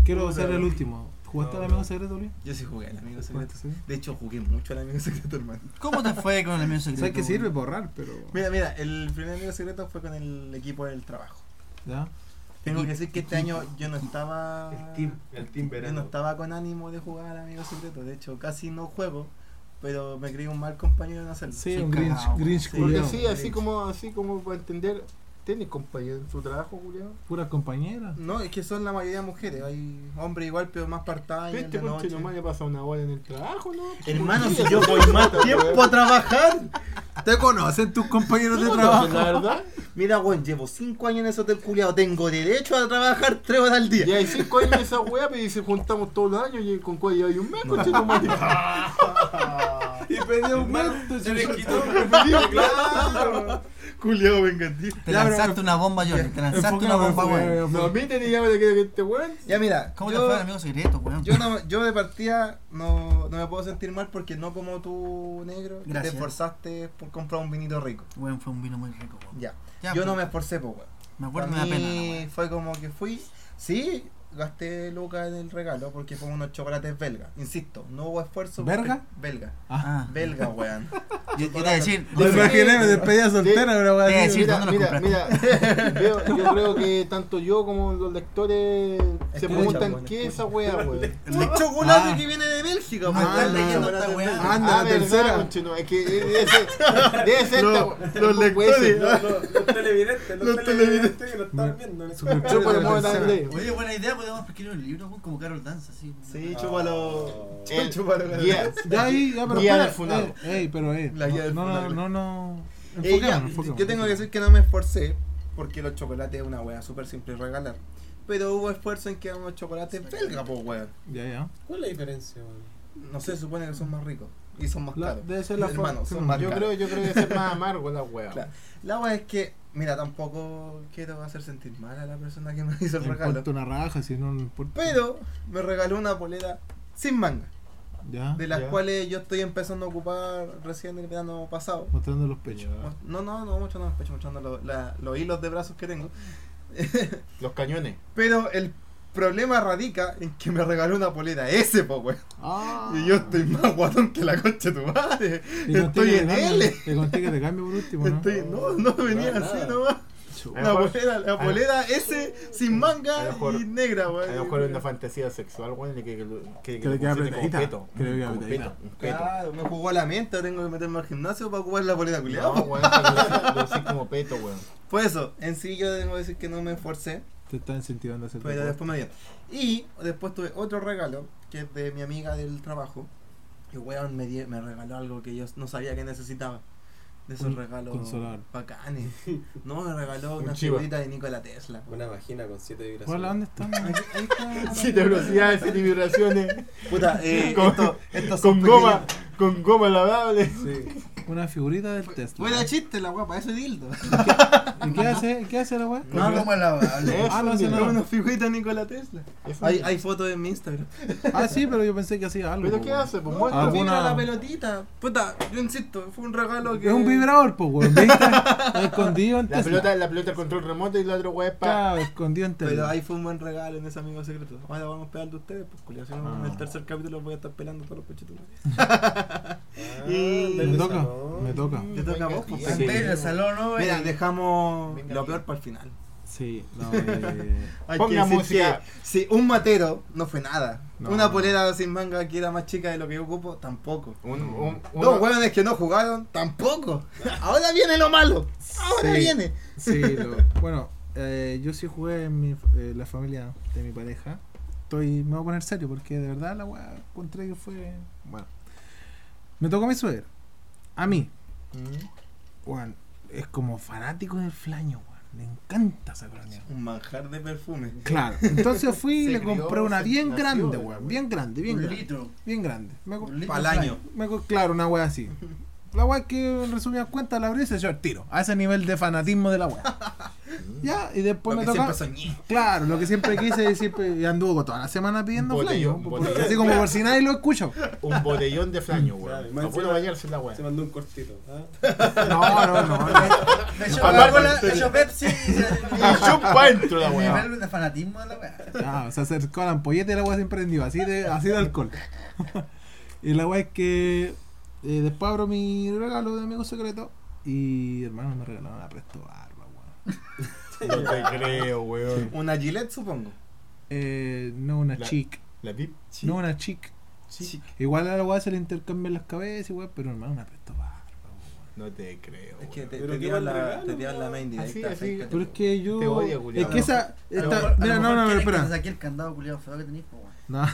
D: Quiero ser el último. ¿Jugaste
C: No,
D: al amigo
C: no.
D: secreto, Luis?
A: Yo sí jugué al amigo secreto.
D: ¿Jugaste, sí?
A: De hecho, jugué mucho al amigo secreto, hermano.
E: ¿Cómo te fue con el amigo secreto?
D: ¿Sabes que
E: weón?
D: sirve para ahorrar? Pero.
A: Mira, mira, el primer amigo secreto fue con el equipo del trabajo.
D: ¿Ya?
A: Tengo que decir que este año yo no estaba.
C: El team, el team
A: Yo no
C: verano.
A: estaba con ánimo de jugar al amigo secreto. De hecho, casi no juego, pero me creí un mal compañero en hacerlo.
D: Sí,
E: Soy
D: un Grinch,
E: cagao,
D: Grinch
A: sí.
B: Porque
D: culiao.
B: así, así como, así como para entender, ¿tienes compañero en su trabajo, Julián?
D: Pura compañera.
A: No, es que son la mayoría mujeres. Hay hombres igual, pero más partadas. y en
B: Este
A: la
B: conche
A: noche.
B: nomás le pasa una hora en el trabajo, ¿no?
A: Hermano, si yo voy más tiempo a trabajar.
D: ¿Te conocen tus compañeros de
B: trabajo. La verdad,
A: Mira, weón, llevo 5 años en eso del culiado. Tengo derecho a trabajar 3 horas al [LAUGHS]
B: ya
A: día.
B: hay cinco años de esa weá, pero si juntamos todos los años y con cuál ya hay un mes, conche
D: Y pedí un manto,
C: Se le quitó,
D: Claro.
A: Culiado vengativo.
E: Te
D: Ya, pero-
E: lanzaste una bomba, Jordi. Te lanzaste una
D: Enfócame,
E: bomba, weón.
D: enfócame,
B: No, a
D: enfócame.
B: mí tenía llave de que que este weón.
A: Ya, mira.
E: ¿Cómo te
A: yo,
E: fue el amigo secreto, weón?
A: yo no- yo de partida no, no me puedo sentir mal porque no como tú, negro, que te
E: Gracias.
A: esforzaste por comprar un vinito rico.
E: Weón, fue un vino muy rico, weón.
A: Ya.
E: Ya,
A: yo
E: pues,
A: no me esforcé, pues, weón.
E: Me acuerdo,
A: Pa'
E: me da pena, la
A: mí [LAUGHS]
E: weón.
A: Fue como que fui. Sí, gasté lucas en el regalo porque fue unos chocolates belgas. Insisto, no hubo esfuerzo. porque-
D: ¿Verga?
A: Belga.
E: Ah,
A: Belga, weón. [LAUGHS]
E: yo, yo te voy a decir,
D: Me imaginé, me despedía soltera, pero voy
E: Te
D: a
E: decir-
D: decir.
B: Mira,
E: ¿dónde los
B: mira, mira, [LAUGHS] veo- yo creo que tanto yo como los lectores se
A: Escucha,
B: preguntan
A: weón,
B: qué es
A: escucha.
B: esa weá, weón.
A: El chocolate
D: Ah.
A: que viene de Bélgica,
E: No,
A: weón.
E: estás
A: Ah,
E: leyendo
A: chocolate
E: esta
A: belga.
E: weá.
D: Anda, la
B: Ah, verdad,
D: tercera.
B: conchino, es que e, debe ser, debe ser
A: Los-
B: esta-
A: los
B: puede
A: lectores,
B: ser,
C: Los, los- los televidentes, los,
A: Los
C: televidentes que lo están viendo. este ¿no?
D: Super-
B: Yo por el
D: La
B: momento
D: tercera.
B: andé.
E: Oye, buena idea, podemos escribir un libro weón, como Carol Danza, así.
A: Sí, chúpalo.
B: Ah. El-
A: Chúpalo.
B: Yeah.
D: Ya ahí, ya, pero.
B: Guía
D: espera.
B: del funeral.
D: Eh, Ey, pero, eh.
A: La guía del
D: No, no,
A: funeral.
D: no, no.
A: Eh, ya,
D: Enfoquémonos, enfoquémonos.
A: yo tengo que decir que no me esforcé porque los chocolates es una weá súper simple de regalar. Pero hubo esfuerzo en que eran unos chocolates belga, pues weón.
D: Ya, ya.
C: ¿Cuál es la diferencia, weón?
A: No sé, supone que son más ricos y son más
D: La-
A: caros.
D: debe ser la
A: Hermano,
D: forma-
A: son más
B: Yo
A: caros.
B: creo, yo creo que debe ser más amargo la weá.
A: Claro. La weá es que, mira, tampoco quiero hacer sentir mal a la persona que me [LAUGHS] hizo el
D: No
A: regalo.
D: importa una raja, si no, no importa.
A: Pero me regaló una polera sin manga,
D: Ya.
A: de las
B: Ya.
A: cuales yo estoy empezando a ocupar recién el verano pasado.
D: Mostrando los pechos.
A: No, no, no, mostrando los pechos, mostrando lo- la- los hilos de brazos que tengo.
B: Los cañones.
A: Pero el problema radica en que me regaló una polera ese, po, weón.
D: Ah.
A: Y yo estoy más guatón que la concha de tu madre.
D: Te conté
A: Estoy
D: que
A: en
D: te cambio-
A: L.
D: Te conté que te cambio por último, ¿no?
A: Estoy, no, no venía
C: nada.
A: así nomás.
D: Chuta.
A: La polera, la polera ese sin
B: a
A: manga
B: lo mejor-
A: y negra,
B: A lo mejor es una
A: weón.
B: fantasía sexual, weón, y que, que,
D: Que le queda apretadita.
B: peto.
D: Que le queda
B: Como
D: apretadita.
B: peto, un peto.
A: Claro, me jugó a la mente, ahora tengo que meterme al gimnasio para ocupar la polera culiada.
B: No, weón, que lo decís como peto, weón.
A: Por eso, en sí yo tengo que decir que no me esforcé,
D: Te está incentivando a hacer
A: pero
D: deporte.
A: después me dio. Y después tuve otro regalo, que es de mi amiga del trabajo, que weón me, die- me regaló algo que yo no sabía que necesitaba. De esos
D: Un
A: regalos
D: consolador.
A: bacanes. No, me regaló
B: Un
A: una
B: chiva.
A: figurita de Nikola Tesla.
C: Una vagina con siete vibraciones.
D: Hola, ¿dónde están?
A: [LAUGHS]
D: Ahí está.
B: Siete velocidades, siete vibraciones.
A: Puta,
B: [LAUGHS]
A: eh,
B: Con-
A: esto, estos son
B: Con goma,
A: pequeños-
B: con goma lavable.
D: Una figurita del Tesla.
A: Buena chiste la guapa, eso es dildo. [LAUGHS]
D: ¿Y qué hace, qué hace la weá?
E: No, no me la hable.
D: Ah, no hace
A: Es
D: nada.
A: una figurita de Nikola Tesla.
B: Es un-
A: Hay, hay fotos en mi Instagram.
D: Ah, sí, pero yo pensé que hacía algo.
B: ¿Pero
D: po,
B: qué
D: weón.
B: hace? Pues
A: Mira
B: muestra.
D: Algún- Alguna-
A: la pelotita. Puta, yo insisto, fue un regalo que.
D: Es un vibrador, pues, weón. ¿Viste? [LAUGHS] Escondido en
B: La
D: Tesla.
B: pelota, la pelota control remoto y la otra weá es para.
D: Claro, escondido en
A: Pero
D: Tesla.
A: ahí fue un buen regalo en ese amigo secreto. Ahora vamos a pegar de ustedes, pues culiao, si no, en el tercer capítulo los voy a estar pelando todos los pechitos.
B: Ah,
A: Y-
D: Me toca, me toca.
A: Te toca a vos, pues.
B: Sí.
E: Antes del salón, ¿no?
A: Mira, dejamos
B: Venga,
A: lo
B: amigo.
A: peor para el final.
D: Sí, [LAUGHS] no, eh,
A: Hay
B: Ponga
A: que decir
B: música.
A: que si un matero no fue nada.
D: No.
A: Una polera sin manga que era más chica de lo que yo ocupo, tampoco.
B: Un, un,
A: Dos
B: uno-
A: hueones que no jugaron, tampoco. Ahora viene lo malo. Ahora
D: Sí.
A: viene.
D: Sí, lo- bueno, eh, yo sí jugué en mi, eh, la familia de mi pareja. Estoy, me voy a poner serio porque de verdad la weá encontré que fue. Bueno, me tocó mi suegra. A mí,
B: Mm.
D: weón, es como fanático del flaño, weón. Le encanta esa colonia.
A: Un manjar de perfume.
D: Claro, entonces fui y
B: Se
D: le
B: crió,
D: compré una
B: se
D: bien
B: nació
D: grande,
B: de la
D: weón.
B: weá.
D: Bien grande, bien
E: Un
D: grande.
E: litro.
D: Bien grande. Me, co-
E: Un litro.
A: Para el año.
D: me co- claro, una weá así. La weá que en resumidas cuentas la abrí y se echó al tiro. A ese nivel de fanatismo de la weá. ya, y después
A: Lo que
D: Pues me tocó.
A: siempre soñé.
D: Claro, lo que siempre quise y siempre y anduvo toda la semana pidiendo
B: Un
D: flaño.
B: botellón,
D: porque
B: botellón.
D: Así como por si nadie lo escucha.
B: un botellón
A: [LAUGHS]
B: de flaño, weón.
C: Claro, más
B: No puedo
C: encima-
B: bañarse en la weá.
C: Se mandó un cortito. ¿ah?
D: No, no, no.
E: Me echó
B: Para
E: Coca-Cola,
B: hablar
E: me
B: de-
E: echó Pepsi. y
C: [LAUGHS]
E: se-
B: Y chupa adentro la
E: El
B: weá.
E: nivel de fanatismo de la weá.
D: Ah, se acercó a la ampolleta y la weá se emprendió, así de, así de alcohol. [LAUGHS] y la weá es que eh, después abro mi regalo de amigo secreto y hermano me regalaron la Presto Barba, weón.
B: No te creo, weón.
A: Una Gillette, supongo.
D: Eh, no una
B: La-
D: chic,
B: La pip.
D: no una chic.
A: Sí.
D: Igual a la weá se le intercambian las cabezas, weón, pero hermano una Presto Barba.
B: No te creo.
A: Es que
B: weón.
A: te,
C: Pero
A: te
C: qué
A: tiran
C: mal
A: la,
C: regalo,
A: te tiran la
C: weón.
A: main
B: Así,
A: directa.
B: así.
A: fíjate.
D: Pero es que yo.
B: Te odia,
D: es
B: culiao.
D: que esa.
E: A lo
D: esta-
E: mejor- a lo
D: mira, no,
E: mejor
D: no, no,
E: quiere que
D: espera.
E: te saque el candado culiado feo que tenés, po, weón.
D: No.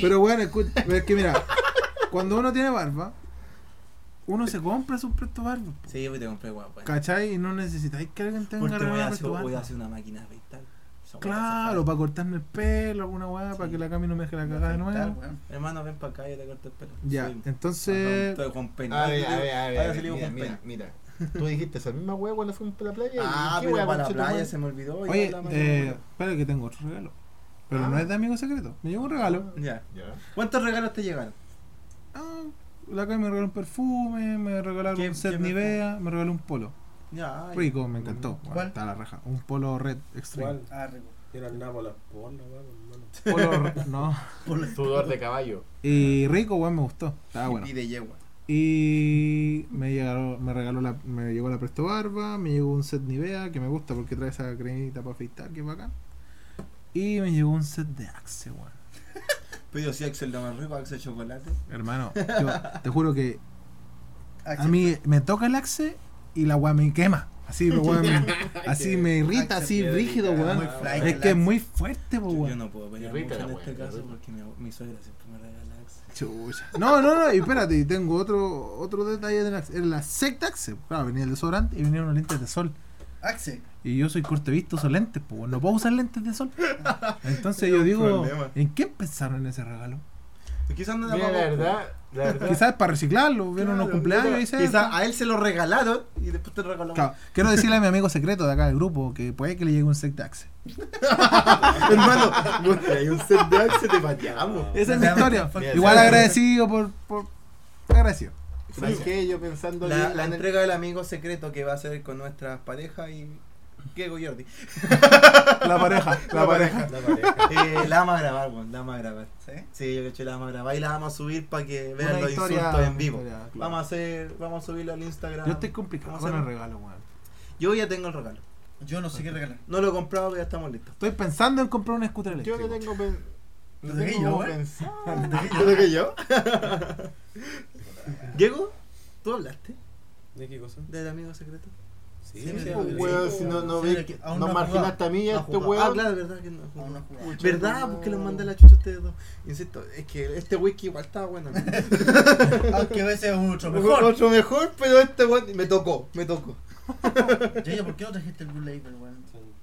D: Pero bueno, escu- pero es que mira, cuando uno tiene barba, uno se compra su presto barba. po,
A: Sí, pues te compré guapo.
D: ¿Cachai? Y no necesitáis que alguien tenga
A: Porque voy
D: regalo
A: a,
D: presto
A: hacer, voy a
D: barba.
A: hacer una máquina de afeitar. Esa weá
D: Claro,
A: se
D: para cortarme el pelo, alguna weá, para
A: Sí.
D: que la Cami no me deje la cagada de
E: Tal,
D: nuevo.
E: weón.
A: fue. Hermano, ven para acá y te corto el pelo.
D: Ya,
A: Sí. Ah,
D: entonces.
A: Estoy con pena.
B: A ver, a ver, a ver.
A: Ahora
B: a
A: sí le digo
B: ver, Mira,
A: con
B: mira,
A: pena.
B: mira. Tú dijiste esa misma weá cuando fuimos para la playa.
A: Ah,
B: ¿Y qué
A: pero
B: weá,
A: para la
B: conchetumare?
A: playa se me olvidó. y
D: Oye,
A: ahora la
D: eh,
A: mañana.
D: espera que tengo otro regalo. Pero
B: Ah.
D: no es de amigo secreto. Me llegó un regalo.
A: Ya.
B: Ya.
A: ¿Cuántos regalos te llegaron?
D: Ah, la Cami me regaló un perfume, me regalaron
A: ¿Qué-
D: un set
A: qué perfume?
D: Nivea, me regaló un polo.
A: Ya. ay.
D: Rico, me encantó.
E: ¿Cuál?
D: Bueno, está la raja. Un polo red extreme.
C: ¿Cuál?
E: Ah, rico.
C: Era el nabo a las porno, weón, hermano.
D: Polo re- no.
B: Sudor de caballo.
D: Y rico, weón, me gustó. Estaba bueno.
A: Y de yegua.
D: Y me llegaron, me regaló la, me llegó la Presto Barba, me llegó un set Nivea, que me gusta porque trae esa cremita para afeitar, que es bacán. Y me llegó un set de Axe, weón.
A: Pero si Axel lo más rico, Axel chocolate.
D: Hermano, yo te juro que a
E: Axel,
D: mí me toca el Axe y la weá me quema.
A: [LAUGHS]
D: Así, weón, me- así me irrita, así
B: Qué
D: rígido,
B: delicado,
D: weón.
E: muy fly
D: Es
E: el
D: que
E: Axe.
D: es muy fuerte, po,
A: Yo, yo
D: weón.
A: no puedo pelear mucho
B: Irrita
A: en
B: la
A: este
B: wea,
A: caso
B: irrita.
A: porque mi, mi suegra siempre me regala Axel.
D: Chucha. No, no, no, y espérate, y tengo otro otro detalle del Axe. Era la secta Axe. Claro, venía el desodorante y venían unos lentes de sol.
E: Axel.
D: Y yo soy cortevisto, uso lentes, pues no puedo usar lentes de sol. Entonces
A: Es
D: yo
A: un
D: digo,
A: problema.
D: ¿en qué pensaron en ese regalo?
A: Quizás no era
B: Mira,
A: para
B: la
A: vos,
B: verdad, la verdad.
D: Quizás para reciclarlo, vieron
A: Claro,
D: unos cumpleaños y
A: quizá-
D: se-
A: quizá a él se lo regalaron y después te lo regaló.
D: Claro, quiero decirle a mi amigo secreto de acá del grupo que puede que le llegue un set de Axe.
A: Hermano, mira, hay un set de Axel, te pateamos.
D: Esa es mi historia.
B: mira,
D: Igual
B: mira.
D: agradecido por, por. Agradecido.
B: ¿Sabes qué? Yo pensando
A: La,
B: que-
A: la entrega del amigo secreto que va a hacer con nuestras parejas y Diego y Jordi.
D: La [LAUGHS] pareja, la, pareja.
C: La pareja.
A: Eh, la vamos a grabar, weón, la vamos a grabar.
E: ¿Sí?
A: Sí, yo caché, la vamos a grabar y la vamos a subir para que vean
D: Una
A: los
D: historia-
A: insultos en vivo.
D: historia, claro.
A: Vamos a hacer, vamos a subirlo al Instagram.
D: Yo estoy complicado
A: Vamos a
D: con el
A: hacer-
D: regalo, weón.
A: Yo ya tengo el regalo.
E: Yo no sé qué regalar.
A: No lo he comprado, pero ya estamos listos.
D: Estoy pensando en comprar un scooter
B: Yo
D: eléctrico.
B: no tengo pen- no
E: Desde que
B: tengo
E: yo,
B: cómo
E: ¿eh?
B: pensar.
A: [LAUGHS] ¿Creo que yo?
D: Ah.
A: Diego, ¿tú hablaste
C: ¿De qué cosa?
A: del amigo secreto?
C: Sí,
E: Sí,
C: sí,
E: pues,
C: sí,
B: Weón,
C: sí,
B: si no, no
E: Sí,
B: ve
E: pero
B: que-
E: aún
B: no
E: no ha
B: marginaste a mí
A: No
B: a
A: ha
B: este
A: jugado.
B: weón.
A: Ah, claro, verdad que no. ha jugado.
E: Aún no he jugado.
B: Pucha,
A: ¿Verdad?
B: no.
A: Porque los mandé a la chucha ustedes dos. Insisto, es que este whisky igual estaba
D: [LAUGHS]
A: bueno.
E: Aunque a veces es mucho
A: mejor.
E: mejor.
A: Otro mejor, pero este weón me tocó, me tocó.
E: Yaya, ¿por qué no trajiste el Blue Label, weón?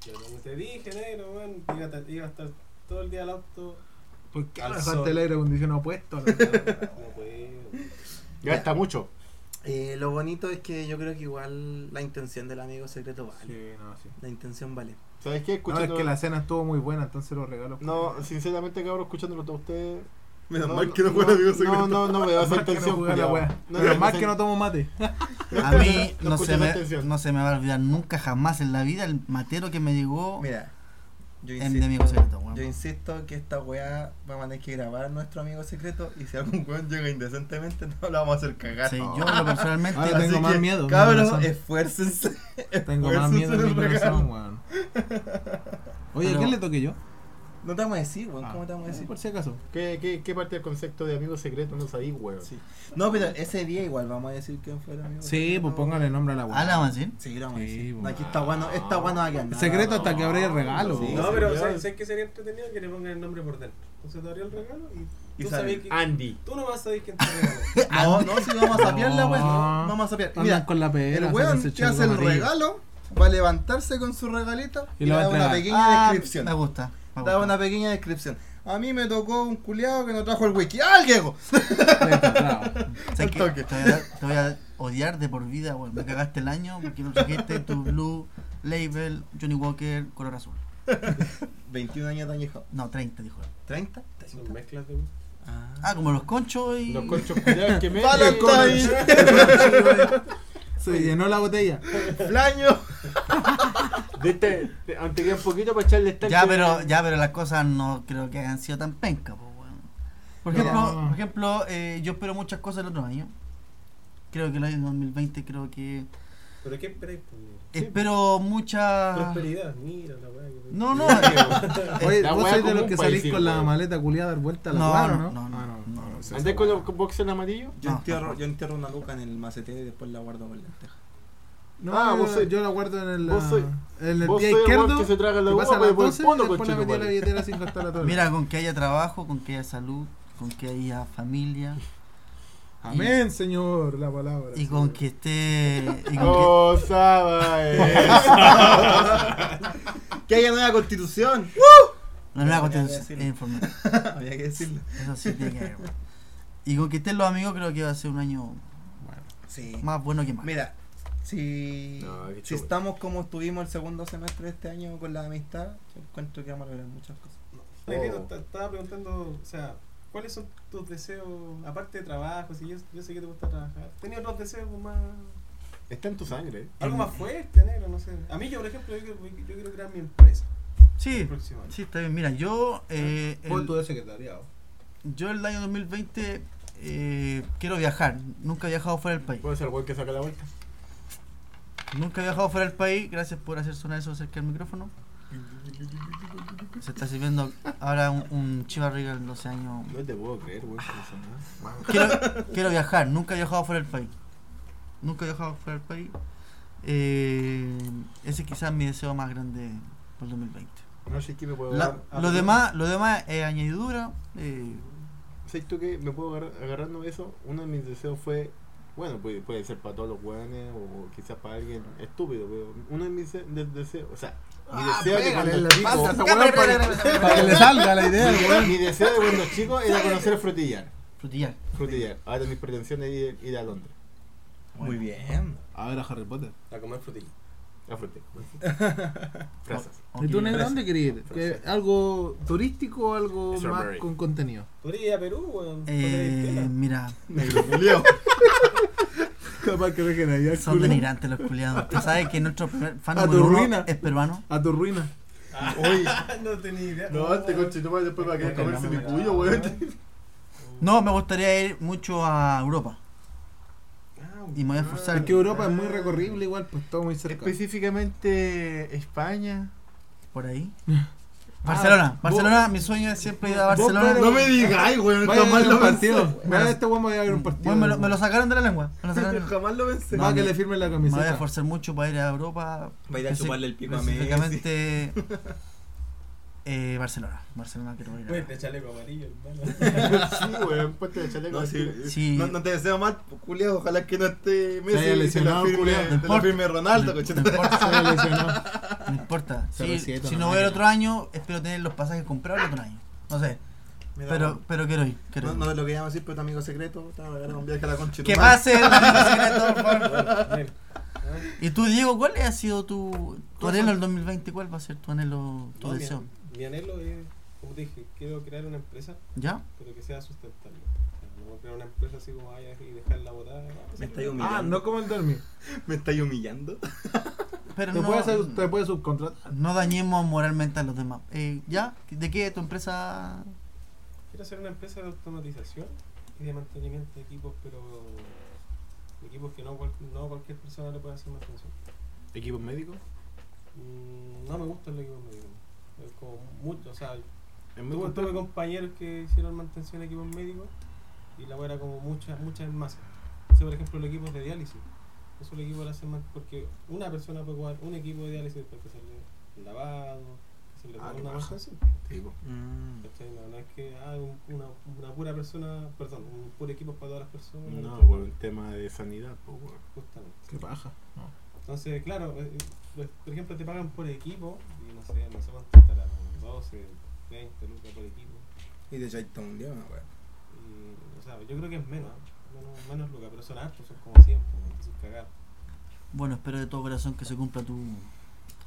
C: Pero como te dije, negro, weón, iba a ta- iba a estar todo el día al auto.
D: ¿Por qué
C: Al
D: no dejaste
C: sol.
D: [LAUGHS] el aire acondicionado puesto?
C: No puedo.
B: Gasta mucho.
H: Eh, lo bonito es que yo creo que igual la intención del amigo secreto vale.
D: Sí, no, sí.
H: La intención vale.
B: ¿Sabes qué?
D: No, es
B: Escuchando...
D: que la cena estuvo muy buena, entonces los regalos.
B: No, sinceramente, cabrón, escuchándolo todo usted.
A: Menos mal que no juega amigo secreto.
B: No, no, no veo esa
D: Más que no
B: intención,
D: jugar la
B: culiao.
D: wea.
B: No,
D: Pero
B: no,
D: más
B: no,
D: que
B: no.
D: no tomo mate.
E: A mí
B: No
E: no,
B: escucho
E: se
B: esa
E: me,
B: intención.
E: no se me va a olvidar nunca jamás en la vida el matero que me llegó.
A: [LAUGHS] Mira, yo
E: Es mi amigo secreto, weón.
A: Yo insisto que esta weá vamos a tener que grabar a nuestro amigo secreto y si algún weón llega indecentemente [LAUGHS] no lo vamos a hacer cagar.
E: Sí, yo en lo
A: Ah,
E: personalmente.
D: Ahora tengo más miedo, mi
A: Cabros,
D: corazón.
A: esfuércense. [LAUGHS]
D: Tengo más
A: esfuércense
D: miedo
A: en
D: que
A: el
D: mi
A: regalo.
D: corazón, weón. Oye, ¿a
E: Pero-
D: quién le toqué yo?
A: No te vamos a decir, weón,
D: Ah,
A: ¿cómo te vamos a decir?
D: Por si acaso.
B: ¿Qué, qué, ¿Qué parte del concepto de amigo secreto no sabí, weón?
A: Sí. No, pero ese día igual vamos a decir quién fue el amigo
D: Sí,
A: secreto.
D: pues póngale nombre a la weá.
E: Ah, la mansión.
A: Sí, lo vamos a
D: Sí,
A: decir.
D: pues.
A: No, aquí está bueno, esta weá no va a quedar nada.
D: Secreto hasta que abrí el regalo.
A: Sí,
D: weón.
C: No,
A: sí,
C: pero
B: ya.
C: ¿sabes sabes que sería entretenido que le pongan el nombre por dentro? Entonces te abría el regalo y
A: Y
C: tú
A: sale.
C: sabías que...
B: Andy.
C: Tú nomás sabías quién te regaló.
A: No, no, si vamos a sapear la weá,
D: No.
A: no, vamos a sapear.
D: Andan
A: Mira,
D: con la pera,
A: el
D: sacan
A: weón
D: ese
A: que hace el
D: chaleco amarillo.
A: regalo va a levantarse con su regalito
D: Y
A: y, le
D: lo va a
A: da una
D: entregar.
A: pequeña
E: Ah,
A: descripción.
E: Me gusta. me
A: Daba
E: gusta.
A: una pequeña descripción. A mí me tocó un culiado que no trajo el wiki. ¡Ah, el Diego!
D: Claro.
E: ¿Sabes
A: al
E: qué?
A: toque.
E: Te voy, a, te voy a odiar de por vida, weón. Me cagaste el año porque no trajiste tu Blue Label Johnny Walker color azul.
A: 21 años de añejo.
E: No, 30, dijo. él.
A: ¿30?
C: Son mezclas de... weón.
E: Ah, como los conchos y.
B: Los conchos culiados que me.
A: ¡Valentine!
D: Se llenó la botella.
A: [LAUGHS] ¡Flaño!
B: De este, de- antes que un poquito para echarle esta.
E: Ya, pero, ya, pero las cosas no creo que hayan sido tan pencas, po, weón. Por
D: No.
E: ejemplo, por ejemplo eh, yo espero muchas cosas el otro año. Creo que el año 2020 creo que...
C: ¿Pero qué esperáis? pues, mira?
E: Espero muchas...
C: Prosperidad, mira la weá que...
E: No, no,
D: Oye,
B: La
D: vos
B: weá
D: sois de
B: común,
D: los que
B: pa'
D: salís
B: decir,
D: con la
B: weón.
D: maleta culiada a dar vuelta a la
E: No,
D: weá,
E: no,
D: ¿no?
E: no, no,
D: Ah,
E: no, no,
D: sé.
B: Andé con los boxers amarillos.
A: Yo,
E: No,
A: entierro,
E: tampoco.
A: yo entierro una luca en el macetero y después la guardo [LAUGHS] con lenteja.
D: No,
B: Ah,
D: yo,
B: vos sois-
D: yo la guardo en el,
B: vos
D: ah,
B: sois-
D: en el
B: vos
D: pie
B: sois el weón
D: izquierdo.
B: que se traga la
D: y
B: uva
D: pasa
B: para
D: las
B: poner
D: 12
B: fondo, pues,
D: y después la metí en la
B: conchetumare.
D: billetera sin gastar la torre.
E: Mira, con que haya trabajo, con que haya salud, con que haya familia
D: Amén, Señor, la palabra.
E: y con que esté... Y con
B: Oh.
E: que...
B: Gozaba, eh.
A: [LAUGHS] ¡Que haya nueva constitución!
E: No, no, la
A: Había que
E: constitución
A: decirlo.
E: es informal.
A: Había que decirlo.
E: Eso sí tiene que haber, weón. Y con que estén los amigos creo que va a ser un año
A: Sí.
E: más bueno que más.
A: Mira, si,
B: No, qué
A: si
B: chulo.
A: estamos como estuvimos el segundo semestre de este año con la amistad, yo encuentro que vamos a lograr muchas cosas.
C: [LAUGHS] Negrito,
B: Oh.
C: te- estaba preguntando, o sea, ¿cuáles son tus deseos, aparte de trabajo? Si yo, yo sé que te gusta trabajar. ¿Tenías otros deseos como más...
B: Está en tu sangre. eh.
C: Algo más fuerte, negro, no sé. A mí yo, por ejemplo, yo, quiero- yo quiero crear mi empresa el
E: Sí,
C: próximo año.
E: sí, está bien. Mira, yo... eh, el-
D: de secretariado.
E: Yo el año 2020 eh, quiero viajar. Nunca he viajado fuera del país.
B: Puede ser el weón que saca la vuelta.
E: Nunca he viajado fuera del país. Gracias por hacer sonar eso cerca del micrófono. Se está sirviendo ahora un, un Chiva Regal 12 años.
B: No te puedo creer, weón. que no son nada.
E: Quiero, quiero viajar. Nunca he viajado fuera del país. Nunca he viajado fuera del país. Eh, ese quizás es mi deseo más grande por el 2020.
B: Ah, No sé qué me puedo
E: La-
B: agarrar.
E: lo, demás, lo demás es añadidura. eh,
B: ¿Sabes tú que me puedo agarrar, agarrando eso? Uno de mis deseos fue, bueno, puede, puede ser para todos los weones o quizás para alguien estúpido, pero uno de mis de- de- deseos, o sea, mi deseo de
D: Ah, Pégale en
B: cuando
D: la
B: chico,
D: panza a esa weá para- para que le salga la
B: [LAUGHS]
D: idea,
B: mi-
D: weón.
B: mi deseo de cuando chico era conocer frutillar,
E: frutillar.
B: frutillar. Ahora mis pretensiones es ir, ir a Londres,
A: Muy bien.
D: A ver a Harry Potter.
C: A comer frutilla.
B: a frutillar.
D: [LAUGHS]
B: Frases.
D: ¿Y tú,
E: Ok.
D: Ned, dónde querías ir? ¿Que ¿Algo turístico o algo más
B: Strawberry.
D: con contenido?
C: Podría ir a Perú, weón.
E: Eh, [LAUGHS] mira,
A: Negro culiao.
D: Capaz que dejen allá.
E: Son delirantes los culiados. Usted sabe que nuestro primer fan
D: A tu
E: número uno
D: ruina.
E: es peruano.
D: A tu ruina.
B: Oye,
C: Ah, no tenía idea.
B: no, este conchetumare después va a querer comerse mi cuyo, weón.
E: No, me gustaría ir mucho a Europa.
C: Ah,
E: Y me voy a esforzar.
D: Porque Europa es muy recorrible igual, pues todo muy cerca.
B: Específicamente España.
E: Por ahí.
D: Ah,
E: Barcelona. Barcelona, mi sueño es siempre ir a Barcelona.
D: pero- No me
A: digáis, weón.
D: Vaya a
A: Jamás
D: ver un
A: lo pensé.
D: partido. Vaya a este weón vaya a ver un partido.
E: Bueno, me, lo, me lo sacaron de la lengua. Me lo sacaron de la lengua.
A: Jamás lo pensé.
D: Va a
E: No,
D: que
E: me-
D: le firmen la
E: Me voy a
D: camiseta.
E: esforzar mucho para ir a Europa.
A: Va a ir a
E: Especi-
A: chuparle el pico a Messi.
E: Específicamente. eh, Barcelona. Barcelona quiero ir.
C: Pues
E: a-
C: de chaleco amarillo,
E: [LAUGHS]
C: hermano.
D: [LAUGHS]
B: Sí, weón,
D: pues
B: ponte de chaleco.
A: No, sí,
E: Sí.
A: No, no te deseo mal, culiado. Ojalá que no esté
D: Se
A: Messi
D: haya
A: y te la
D: lesionado,
A: firme,
D: culiao.
A: te la
E: Deporte.
A: firme Ronaldo,
E: No
A: cochino.
E: importa.
D: Se
B: [LAUGHS]
D: lesionó.
E: No importa.
D: Se
E: Si,
D: resieta
E: si
D: la
E: no voy el
D: máquina.
E: otro año, espero tener los pasajes comprados el otro año. No sé.
A: Me da
E: Pero,
A: un-
E: pero quiero ir. Quiero
A: no,
E: ir.
A: no te lo queríamos decir, pero tu amigo secreto. Te va a regalar un viaje a la concha. de tu
E: que
A: madre.
E: pase el secreto, por
C: [LAUGHS]
E: favor.
C: Bien.
E: Y tú, Diego, ¿cuál ha sido tu, tu anhelo del 2020? ¿Cuál va a ser tu anhelo, tu
C: No, mi-
E: deseo?
C: Mi anhelo es, como te dije, quiero crear una empresa,
E: ¿Ya?
C: pero que sea sustentable. O sea, No voy a crear una empresa así como vaya y dejarla botada. pues,
A: Me
C: está
A: estáis humillando.
D: Ah, no como el dormir.
A: Me estáis humillando. [LAUGHS]
E: Pero
D: Te
E: no,
D: puedes hacer- te puedes subcontratar.
E: no dañemos moralmente a los demás. Eh, ¿Ya? ¿De qué tu empresa?
C: Quiero hacer una empresa de automatización y de mantenimiento de equipos, pero equipos que no, cual- no cualquier persona le puede hacer mantención.
B: ¿Equipos médicos?
C: Mm, No me gustan los equipos médicos. Es como mucho, o sea,
B: Es muy
C: tuve, tuve
B: complejo.
C: compañeros que hicieron mantención de equipos médicos y la wea era como muchas, muchas masas. O sea, por ejemplo, los equipos de diálisis. Eso el equipo lo hacen más porque una persona puede jugar un equipo de diálisis después que hacerle el lavado, hacerle
B: Ah,
C: toda
B: qué
C: una
B: paja.
C: mantención.
B: Sí, po.
C: ¿Cachai? No, no es que ah, un- una, una pura persona, perdón, un puro equipo para todas las personas.
B: No, pues,
C: ¿cachai?
B: por el tema de sanidad, po, weón.
C: Justamente.
D: Qué paja. No.
C: Entonces, claro, eh, eh, pues, por ejemplo, te pagan por equipo y no sé, no sé cuánto estará, como 12, 20 lucas por equipo.
A: Y te echáis todo un día, weón.
C: Y, o sea, yo creo que es menos, ¿eh? menos, menos lucas, pero son hartos, son como siempre, entonces cagar.
E: Bueno, espero de todo corazón que se cumpla tu...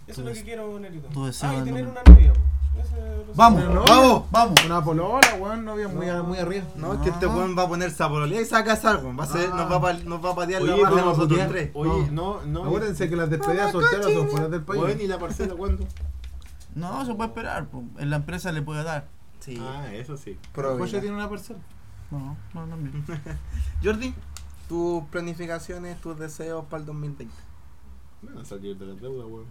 C: Eso es lo que quiero, Nerito.
E: tu deseo
C: Ah, y
E: del
C: tener una
E: número.
C: novia. pues. Eso es lo-
E: ¡Vamos!
D: Pero no.
E: ¡Vamos! ¡Vamos!
D: Una polola, weón, novia muy, a- muy arriba.
A: No, es que este
E: No.
A: weón va a ponerse a pololear y se va a casar, weón. Va a ser,
D: Ah.
A: nos, va a, pal- nos va a patear la
B: Oye,
A: baja a
B: vamos a
A: nosotros
B: putear.
A: tres.
B: Oye, no, no.
D: Acuérdense que las despedidas solteras son fuera del país.
B: Weón, ¿y la parcela cuándo?
E: No, se puede esperar. po. En la empresa le puede dar.
A: Sí,
B: Ah, eso [LAUGHS] sí.
D: Pues ya
A: probable.
D: tiene una parcela.
E: No, no, no. mira.
A: Jordi, tus planificaciones, tus deseos para el 2020.
B: Me van a salir de las deudas, weón.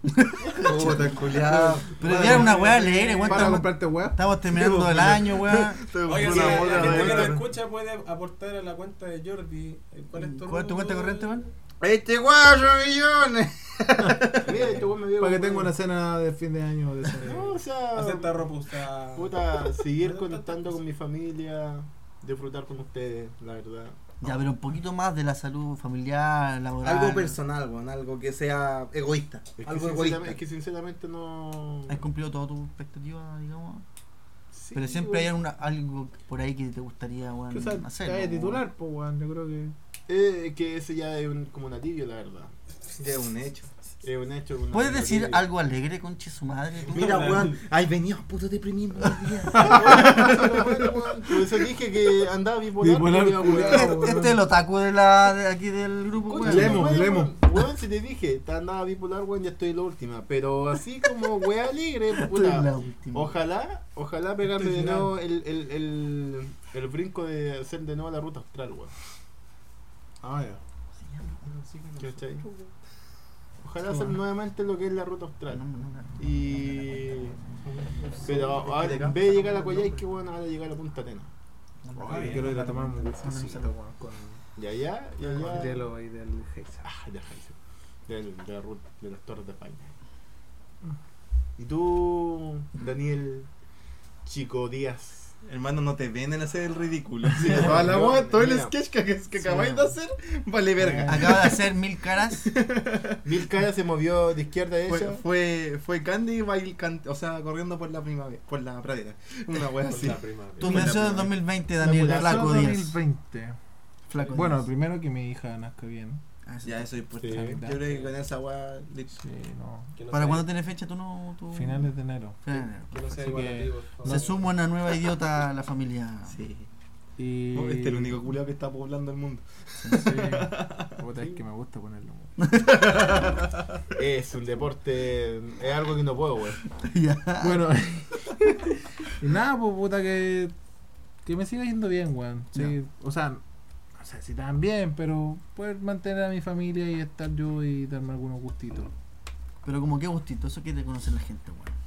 A: Puta, [LAUGHS] culiado.
E: Pero ya era una weá alegre, weón.
D: Para
E: Estamos,
D: comprarte weá.
E: estamos terminando el año, weón.
C: Oiga,
A: Oye,
C: si
A: una
C: la, la
A: bola
C: gente que nos
A: de
C: escucha puede aportar a la cuenta de Jordi. eh, ¿Cuál es tu,
E: ¿Cuál es tu cuenta corriente, weón?
A: Este cuatro millones.
B: [LAUGHS] Mira, este weón me vio.
D: Para que tenga
B: weón.
D: una cena de fin de
E: [LAUGHS]
D: año de
B: No,
D: cena.
B: o
A: Ah,
B: sea.
C: Acepta ropa usada.
B: Puta, seguir [LAUGHS]
C: No,
B: conectando con mi familia, disfrutar con ustedes, la verdad.
E: Ya, pero un poquito más de la salud familiar, laboral.
A: Algo personal, weón. Algo que sea egoísta.
B: Es que,
A: algo
B: sinceramente,
A: egoísta.
B: es que sinceramente no.
E: ¿Has cumplido toda tu expectativa, digamos?
B: Sí,
E: Pero siempre hay
B: weón.
E: una, algo por ahí que te gustaría, weón,
D: Que sea, te
E: hacer.
D: vaya
E: ¿no?
D: titular, pues weón, yo creo que.
B: Eh, es que ese ya es un, como un alivio, la verdad.
A: Ya es un hecho.
B: Es un hecho. un-
E: ¿Puedes
B: un
E: decir
B: alivio. [LAUGHS]
E: algo alegre, conche su madre? tú?
A: Mira,
C: Una-
A: weón. Ay, venía puto deprimido.
B: Por eso dije que andaba bipolar.
D: Bipolar,
B: mira, weón.
D: culiao.
B: [LAUGHS]
E: Este este es el otaku de la, de aquí del grupo,
B: Concha,
E: weón.
D: Lemo,
B: weón,
D: Lemo.
B: weón, Weón, si te dije, te andaba bipolar, weón, ya estoy en la última. Pero así como weón alegre,
E: Tú eres
B: puta.
E: la última.
B: Ojalá, ojalá pegarme
D: Estoy
B: de nuevo el, el, el, el brinco de hacer de nuevo la ruta austral, weón.
D: Ah, ya.
B: ¿Cachai? Ojalá hacer nuevamente lo que es la ruta austral.
E: No, no, no.
B: Y. Pero ahora, en vez de llegar a Coyhaique, weón, ahora llegar a Punta Arena.
D: Ay, yo quiero ir a tomar un cafecito, este weón, con
B: Y allá, y
D: el
B: allá.
D: hielo y del Heisa.
B: Ah, ya Jaiza. Del- de la ruta, de las Torres de España. Y tú, Daniel Chico Díaz.
A: [LAUGHS] Hermano, no te venden a hacer el ridículo.
B: Toda la weá,
A: todo el sketch que, que, que acabáis de hacer, vale verga.
E: Acaba de hacer mil caras.
B: Milka se movió de izquierda a
A: Fue,
B: derecha.
A: fue, fue Candy bail, can- o sea, corriendo por la primavera, por la pradera. Una wea
C: Con
A: así.
C: la primavera.
E: Tu
A: Buena
E: deseo del
A: primera.
E: 2020, Daniel.
B: Buena
E: Flaco 10.
D: 2020.
E: Flaco
D: Bueno,
E: 10.
D: primero que mi hija nazca bien.
E: Ah,
A: [LAUGHS]
E: sí.
A: Ya, eso es importante.
B: Sí.
A: Yo creo que con esa wea. listo.
D: Sí, no.
C: Que no
E: ¿Para
C: sea-
E: cuándo tiene fecha tú no? Tú...
D: Finales de enero.
E: Finales de enero.
C: Que no sea
D: Así
C: igual
D: que
C: a ti, por favor.
E: Se suma una nueva idiota a la familia.
A: Sí.
D: Y.
A: No, este es el único culiao que está poblando el mundo.
D: Sí.
A: [LAUGHS]
D: Puta, es que me gusta ponerlo.
B: Es un deporte, es algo que no puedo, weón.
E: [LAUGHS] Ya.
D: Bueno, [LAUGHS] y nada, pues puta que, que me siga yendo bien, weón. Sí, O sea, no sé si tan bien, pero poder mantener a mi familia y estar yo y darme algunos gustitos.
E: Pero como qué gustito, eso quiere conocer la gente, weón.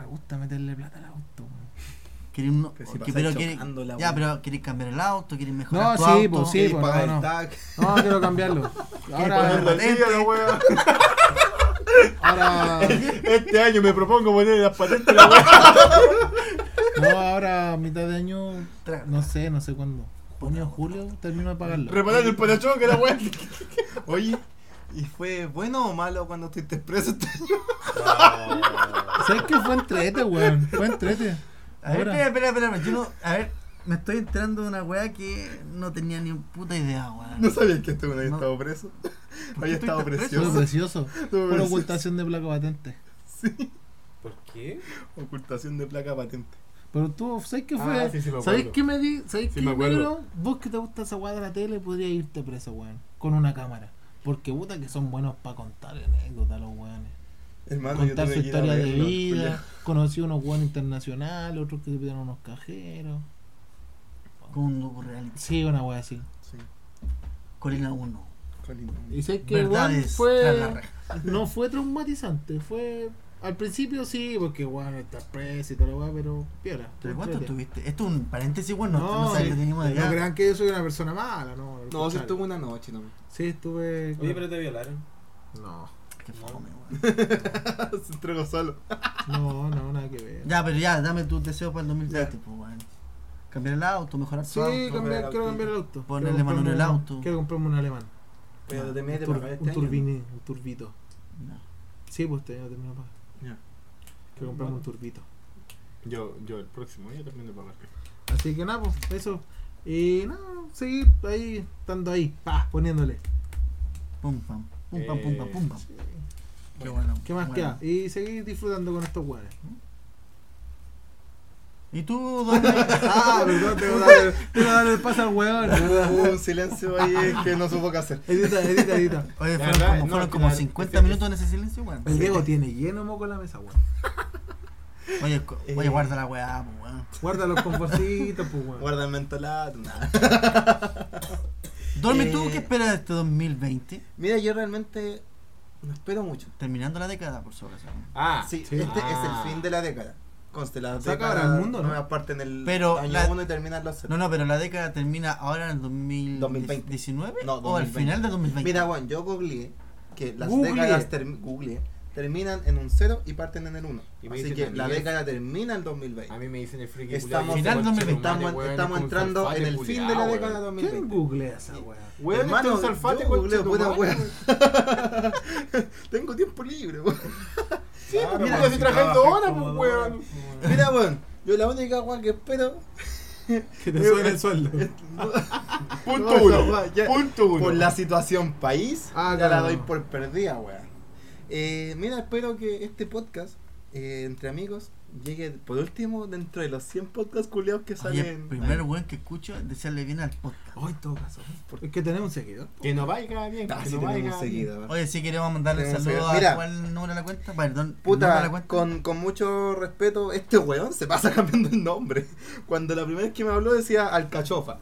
D: Me gusta meterle plata al auto, weón.
E: Queréis un-
A: Que si
E: que-
A: pasáis
E: pero queréis-
A: chocando la
E: ya,
A: weá.
E: pero queréis cambiar el auto, queréis mejorar
D: No,
E: tu
D: sí,
E: auto.
D: pues sí,
A: Queréis
D: pues
A: pagar
D: no,
A: el
D: no.
A: TAC.
D: No,
E: [LAUGHS]
D: quiero cambiarlo.
E: ponerlo
D: Ahora,
E: al- patente.
B: Mira, weón.
A: [LAUGHS]
D: ahora,
B: Este año me propongo poner las patentes a la weón.
D: no, ahora a mitad de año,
E: Tra-
D: no sé, no sé cuándo. Junio, julio, termino de pagarlo.
B: Reparar el patachón que la
D: [LAUGHS]
B: weón.
A: Oye, ¿y fue bueno o malo cuando estuviste preso? [LAUGHS]
D: ¿Sabes qué? Fue entrete, weón. Fue entrete.
E: A ver,
D: Ahora.
E: espera, espera, espera, espera, yo no- a ver, me estoy enterando de una weá que no tenía ni puta idea, weón.
A: No sabía que este weón había
E: No.
A: estado preso.
E: ¿Por
A: Había
E: qué estoy
A: estado
E: tan preso?
D: Todo
A: precioso.
D: precioso.
A: Todo
B: [LAUGHS]
D: Por
A: precioso.
D: ocultación de placa patente.
C: ¿Por qué?
A: [LAUGHS] Ocultación de placa patente.
D: Pero tú, ¿sabes qué fue?
B: Ah, sí, sí, me acuerdo.
D: ¿Sabéis qué me di? ¿Sabéis
B: Sí,
D: qué
B: me acuerdo.
D: negro? Vos que te gusta esa weá de la tele, podrías irte preso, weón. Con una cámara. Porque puta que son buenos para contar anécdotas los weones.
A: Hermano,
D: Contar
A: yo
D: su
A: tuve que ir a
D: historia de
A: verlo,
D: vida.
A: culiao.
D: Conocí unos weones internacionales, otros que se pidieron unos cajeros.
E: Con un docu reality.
D: Sí, una weá así.
A: Sí,
E: Colina 1.
A: Colin.
D: Y sé que igual
E: Verdades tras la
D: fue.
E: reja.
D: No fue traumatizante, fue. Al principio sí, porque weón está preso y todo lo weá, pero. Piola.
E: ¿Pero
D: fue
E: cuánto
D: entrete.
E: estuviste? Esto es un paréntesis, weón. No, no,
D: No,
E: sabes
D: sí.
E: que teníamos de
D: No
E: acá.
D: crean que yo soy una persona mala, no. al
B: No, si
D: contrario.
B: estuvo una noche nomás.
D: Sí, estuve.
C: Oye, pero te violaron.
D: No.
E: Qué fome, weón.
A: [LAUGHS] Se entregó solo.
D: Ah, No, no, nada que ver.
E: Ya, pero ya, dame tus deseos para el 2020, pues, weón. Cambiar el auto, mejorar
D: Sí,
E: su auto.
D: cambiar,
A: el autito.
D: quiero cambiar el auto.
E: Ponerle
D: Quiero
E: mano en el
D: comprarme-
E: auto.
D: Quiero comprarme un alemán.
A: Pero te
D: Un,
A: metes
D: tur-
A: para
D: un
A: este año.
D: turbine, un turbito.
E: No.
D: Sí, pues este año termino de pagar.
A: Ya.
D: Quiero comprarme un turbito.
B: Yo, yo el próximo año termino de pagar.
D: Así que nada, pues, eso. Y nada, seguir ahí, estando ahí, pa, poniéndole.
E: Pum, pam. Pum, pam, pum, pam, pum, pam. Qué bueno.
D: Eh, ¿Qué más
E: bueno.
D: queda? Y seguir disfrutando con estos weones.
E: ¿Y tú, dónde?
D: ah, perdón, tengo que darle, tengo que darle el paso al [LAUGHS] weón.
A: Hubo un silencio ahí que no supo qué hacer.
D: Edita, edita, edita.
E: Oye, fueron
B: verdad,
E: como,
B: no,
E: fueron
B: la-
E: como
B: la-
E: 50 minutos en ese silencio, weón.
D: El Diego tiene lleno moco en la mesa, weón.
E: Oye, co- oye, guarda la weá, pues, weón.
D: Guarda los confortitos, pues weón.
A: Guarda el mentolato. nada.
E: Dormi,
A: Eh,
E: ¿tú qué esperas de este 2020?
A: Mira, yo realmente no espero mucho.
E: Terminando la década, por sobre eso.
B: Ah,
A: Sí,
D: sí.
A: este
B: Ah.
A: es el fin de la década. Conste, la
D: Se acaba
A: década
D: el mundo, ¿no?
A: nueva parte en el
E: Pero
A: año
E: la-
A: 1 y termina en los cero.
E: No, no, pero la década termina ahora en el 2000
A: 2020.
E: 2019
A: No,
E: o al
A: 2020.
E: final del 2020.
A: Mira, Juan, yo googleé que las
D: Googleé.
A: décadas term- googleé, terminan en un 0 y parten en el 1.
B: Y me
A: Así
B: dicen
A: que
B: a mí
A: la
B: es-
A: década termina en 2020.
B: a mí me dicen el friki.
A: Estamos-
B: culiao,
E: Final
B: este
E: 2020.
B: conchetumare,
A: Estamos,
B: weón, es
A: estamos
B: como un
A: entrando en
B: sulfate,
A: el fin de la
B: culiao,
A: década
B: weón.
D: ¿Quién
A: 2020.
D: googlea esa weón?
B: Weón, este es un sulfate,
A: yo googleo pura
B: conchetumare,
A: wea. Tengo tiempo libre, weón.
B: Sí, pues
A: mira,
B: mira,
A: yo
B: estoy trabajando ahora, pues, weón.
A: Mira, weón, yo la única weón que espero
D: Que te suene el sueldo.
A: No,
B: Punto
A: esa
B: uno.
A: weá, ya-
B: Punto uno.
A: por la situación país,
D: Ah,
A: ya
D: claro.
A: la doy por perdida, weón. Eh, mira, espero que este podcast, eh, entre amigos, llegue por último dentro de los 100 podcasts culiados que
E: Oye,
A: salen.
E: primer weón que escucho desearle bien al podcast.
D: Hoy todo caso. Es que tenemos un seguidor.
B: Que no vaya bien.
A: Ah,
B: que
A: sí
B: no
A: tenemos
B: vaya
A: un
B: bien.
A: seguidor.
E: Oye, sí queremos mandarle
A: Tenemos
E: saludos
A: que-
E: a
A: mira.
E: cuál número de la cuenta. Perdón, ¿el número de
A: Puta,
E: la cuenta?
A: con, con mucho respeto, este weón se pasa [LAUGHS] cambiando el nombre. Cuando la primera vez que me habló decía Alcachofa.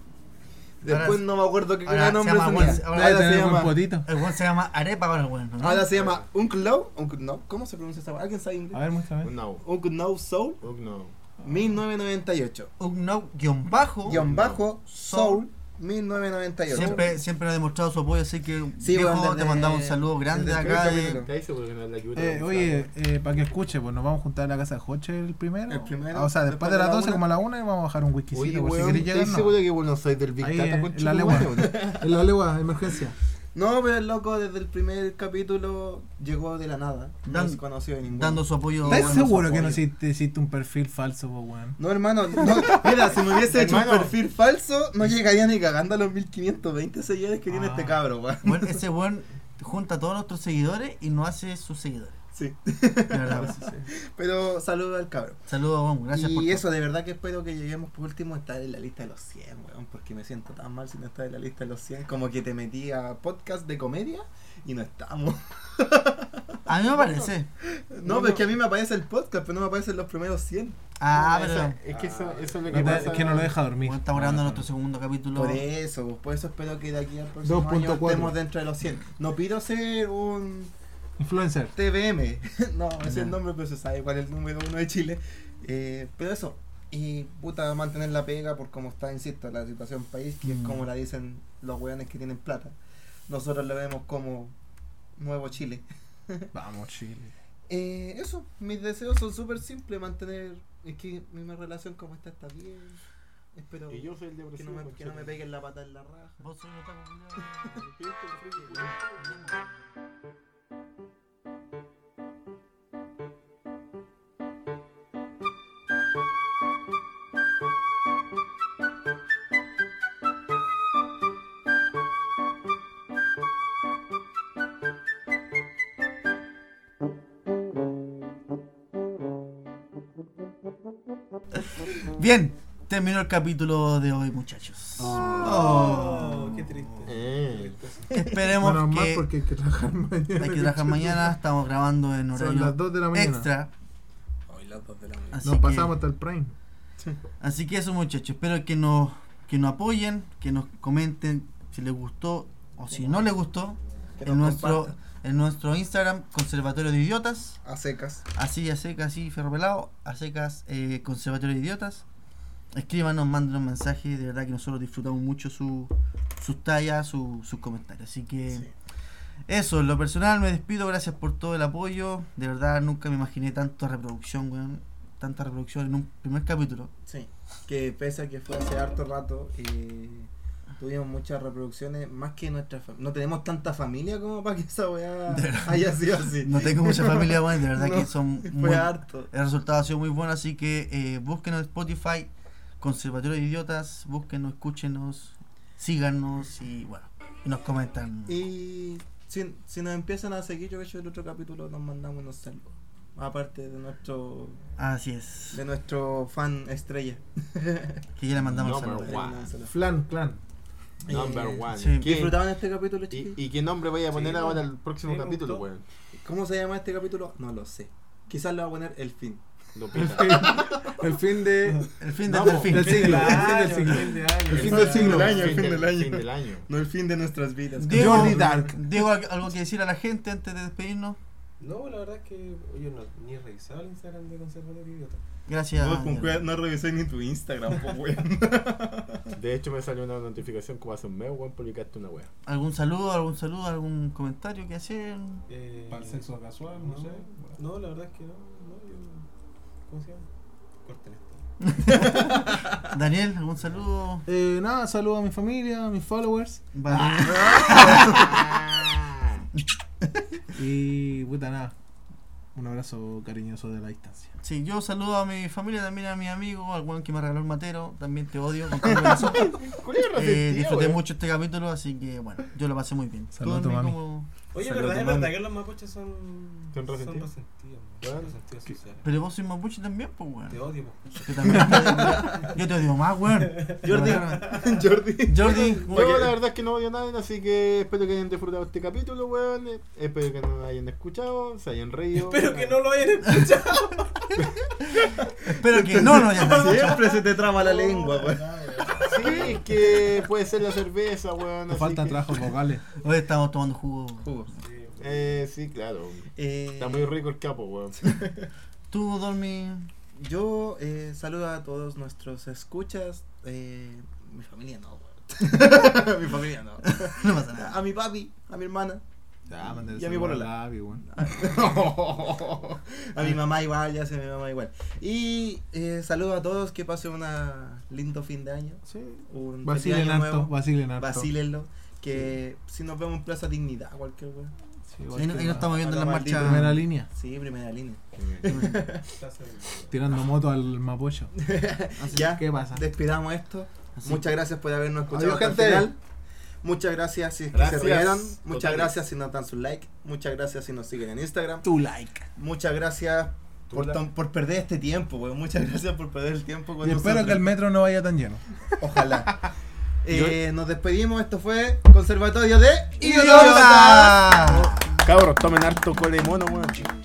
A: Después
E: Ahora-
A: no me acuerdo qué
E: ahora
A: cada
E: se
A: nombre
E: llama
A: tenía.
E: Juan- ahora
A: Ahora se
D: tenemos
A: llama-
D: un potito.
E: El weón se llama Arepa ahora el weón, ¿no?
A: ahora se llama Unclow. Unc- no, ¿Cómo se pronuncia esa weá? ¿Alguien sabe
D: A
A: inglés?
D: ver, muéstrame.
B: No.
A: Unclow Soul
B: Oh, No.
A: 1998.
E: Ugno, guión bajo.
A: Guión bajo Soul
E: Siempre,
A: 1998.
E: siempre ha demostrado su apoyo, así que
A: Sí,
E: viejo,
A: weón, desde-
E: te mandamos un saludo grande
A: desde el
E: acá. eh,
A: primer
E: de-
A: capítulo.
B: Está ahí seguro que no es la que
D: Eh, oye, eh, para que escuche, pues nos vamos a juntar a la casa de Joche el primero.
A: El primero,
D: Ah, o sea, después, de las 12 como a la 1 y vamos a bajar un
B: Oye,
D: whiskycito por si
B: weón,
D: queréis llegar.
B: ¿estáis
D: no.
B: seguro que vos no sois del Big
D: Ahí,
B: Data,
D: eh, en la
B: conchetumare,
D: legua.
B: weón?
D: En la legua, emergencia.
A: No, pero el loco desde el primer capítulo llegó de la nada. No
E: Dan-
A: es conocido de ninguno.
E: dando su apoyo.
D: ¿Estás
E: weón,
D: seguro
E: su
D: que no
E: apoyo.
D: hiciste, hiciste un perfil falso, pues, weón?
A: No, hermano, no, mira, si me hubiese hecho un
B: Hermano.
A: perfil falso, no llegaría ni cagando a los 1520 seguidores que tiene
D: Ah.
A: este cabro, weón.
E: Bueno, ese weón junta a todos nuestros seguidores y no hace sus seguidores.
A: Sí, [LAUGHS]
E: De verdad.
A: pero saludo al cabro.
E: Saludos, weón. Gracias por
A: y
E: todo.
A: eso, de verdad que espero que lleguemos por último a estar en la lista de los 100, weón, porque me siento tan mal si no estar en la lista de los 100, como que te metí a podcast de comedia y no estamos. [LAUGHS]
E: A mí me parece.
A: No, pero es que a mí me aparece el podcast, pero no me aparecen los primeros 100.
E: Ah,
B: No,
E: pero.
B: eso- Es que eso, eso es lo
D: No
B: que
D: te-
B: pasa.
D: es que no lo deja dormir.
E: Bueno, estamos grabando nuestro segundo capítulo.
A: Por eso, pues, por eso espero que de aquí al próximo año
D: 2.4.
A: estemos dentro de los 100. No pido ser un
D: Influencer.
A: TVM. [LAUGHS] no, ese es
E: Ya.
A: el nombre, pero se sabe cuál es el número uno de Chile. Eh, pero eso, y puta, mantener la pega por como está, insisto, la situación país, que es
E: Mm.
A: como la dicen los weones que tienen plata. Nosotros lo vemos como nuevo Chile. [LAUGHS]
D: Vamos, chile.
A: Eh, eso, mis deseos son súper simples, mantener, es que mi mi relación como está está bien. Espero
B: Y yo pues, soy el
A: que
B: depresivo.
A: no, me, que no me
B: conchetumare.
A: peguen la pata en la raja.
E: Vos sois un otaku, culiao. Bien, terminó el capítulo de hoy, muchachos.
C: Oh, qué triste.
B: Eh.
E: Esperemos
D: Menos mal
E: que
D: porque [LAUGHS] hay que trabajar mañana.
E: hay que trabajar
D: [LAUGHS]
E: mañana. Estamos grabando en
D: Son
E: horario
D: las 2 de la mañana.
E: extra.
A: Hoy las 2 de la mañana.
E: Así
D: Nos
E: que-
D: pasamos hasta el Prime.
E: Así que eso muchachos, espero que nos, que nos apoyen, que nos comenten si les gustó o si no les gustó.
A: Que
E: En
A: nos
E: nuestro,
A: compartan.
E: en nuestro Instagram, Conservatorio de Idiotas.
A: A secas.
E: Así, a secas, así, ferro pelado, a secas, eh, Conservatorio de Idiotas. Escríbanos, mándenos mensajes, de verdad que nosotros disfrutamos mucho su, sus tallas, su- sus comentarios. Así que
A: Sí.
E: eso, en lo personal me despido, gracias por todo el apoyo. De verdad nunca me imaginé tanta reproducción, weón. Tanta reproducción en un primer capítulo.
A: Sí, que pese a que fue hace harto rato, eh, tuvimos muchas reproducciones, más que nuestra familia. No tenemos tanta familia como para que esa weá
E: [LAUGHS] De verdad.
A: haya sido así.
E: No tengo mucha familia, bueno, de verdad
A: No,
E: que son
A: [LAUGHS] Fue
E: muy,
A: harto.
E: el resultado ha sido muy bueno, así que eh, búsquenos en Spotify, Conservatorio de Idiotas, búsquenos, escúchenos, síganos y bueno, y nos comentan.
A: Y si, si nos empiezan a seguir, yo creo que en el otro capítulo nos mandamos unos saludos. Aparte de nuestro
E: Así es.
A: de nuestro fan estrella.
E: Que ya le mandamos
B: Number
E: saludos.
B: Guau.
A: Eh,
D: Flan, [LAUGHS] clan.
B: Number one.
E: sí.
B: ¿Qué-
A: ¿Disfrutaban este capítulo,
B: y,
A: chicos?
B: y qué nombre voy a poner
C: Sí,
B: ahora
C: no.
B: al próximo
C: Sí, me
B: capítulo,
C: gustó.
B: weón?
A: ¿Cómo se llama este capítulo? No lo sé. Quizás lo va a poner el fin.
B: Lupita.
D: El fin [LAUGHS] de.
E: El fin del
B: Vamos.
E: delfín.
D: Del siglo.
C: Claro,
D: El fin del siglo.
C: fin de año.
D: El fin del siglo.
A: El año, el
B: Fin
A: fin
B: del-
A: del año.
B: Fin del año.
A: No el fin de nuestras vidas.
E: Diego,
D: Jordi Dark.
E: Diego, ¿al- algo que decir a la gente antes de despedirnos.
C: No, la verdad es que yo no, ni he revisado el Instagram de Conservatorio Idiota.
E: Gracias.
A: Vos, con
E: Diego.
A: cuidado, no revisé ni tu Instagram, po, weón.
B: De hecho, me salió una notificación como hace un mes, weón, publicaste una weá.
E: ¿Algún saludo, algún saludo, algún comentario que hacer?
C: Eh,
D: Para el sexo casual, no sé.
C: No, la verdad es que no. no yo, ¿Cómo se llama? Corten esto.
E: Daniel, algún saludo.
D: Eh, nada, saludo a mi familia, a mis followers.
E: Vale. Ah.
D: Y puta nada. Un abrazo cariñoso de la distancia.
E: Sí, yo saludo a mi familia, también a mi amigo, al weón que me regaló el matero. También te
D: [LAUGHS]
E: odio. con todo el corazón. Eh, disfruté mucho este capítulo, así que bueno, yo lo pasé muy bien.
D: Saludos
E: Tú,
D: a tu
E: Dani,
D: mami.
E: ¿cómo-
C: Oye,
A: Saludos,
C: verdad, es
A: mami.
C: verdad que los mapuches son.
B: ¿Son resentidos?
C: Son resentidos, man.
B: Bueno,
C: resentidos sociales.
E: Pero vos sois mapuche también, pues weón.
C: Te odio, po.
E: Yo también te [LAUGHS] odio. Yo te odio más, weón.
A: Jordi. Jordi.
E: [LAUGHS] Jordi,
B: Yo la verdad es que no odio a nadie, así que espero que hayan disfrutado este capítulo, weón. Eh, Espero que nos hayan escuchado, se hayan reído.
C: [LAUGHS] Espero que no lo hayan escuchado.
E: espero que no nos
A: [LAUGHS]
E: hayas [LAUGHS]
A: Siempre se te traba la lengua, weón.
B: [LAUGHS] Sí, es que puede ser la cerveza, weón.
D: Nos
B: así
D: faltan
B: que-
D: trabajos vocales.
E: Hoy estamos tomando jugo.
A: Jugos.
B: Eh, sí, claro.
A: Eh,
B: Está muy rico el capo, weón.
E: Tú, Dormi.
A: Yo eh, saludo a todos nuestros escuchas. eh, mi familia no,
E: [LAUGHS]
A: weón. mi familia no.
E: No pasa nada.
A: A mi papi, a mi
E: [LAUGHS]
A: hermana.
B: [LAUGHS]
D: Ya, mandé
A: Y a mi
D: saludo
A: polola.
D: Gaby, weón.
A: a mi mamá igual, ya sé, mi mamá igual. Y eh, saludo a todos, que pasen un lindo fin de año.
D: Sí.
A: Un
D: Vacilen
A: feliz año
D: harto, vacilen harto.
A: Vacílenlo. Que si nos vemos en Plaza Dignidad, cualquier weón.
D: Sí,
E: Ahí, no- ahí nos estamos viendo en la
A: Hola,
E: marcha.
A: maldito.
D: Primera línea.
A: Sí, primera línea.
D: Tirando moto al
E: [LAUGHS]
D: mapocho.
E: Así
A: Ya.
D: ¿Qué pasa?
A: Despidamos esto.
E: Así.
A: Muchas gracias por habernos escuchado
D: Adiós,
A: hasta el
D: gente.
A: final. Muchas gracias si es que
B: Gracias.
A: se rieron. Muchas
B: Totales.
A: gracias si nos dan su like. Muchas gracias si nos siguen en Instagram.
E: Tu like.
A: Muchas gracias
B: Tu
A: por,
B: like.
A: tan- por perder este tiempo, weón. Muchas gracias por perder el tiempo con
D: Y espero
A: nosotros.
D: que el metro no vaya tan lleno. [LAUGHS]
A: Ojalá. Eh, nos despedimos. Esto fue Conservatorio de
E: ¡Idiota!
B: Cabros, tomen harto cola y mono, weón.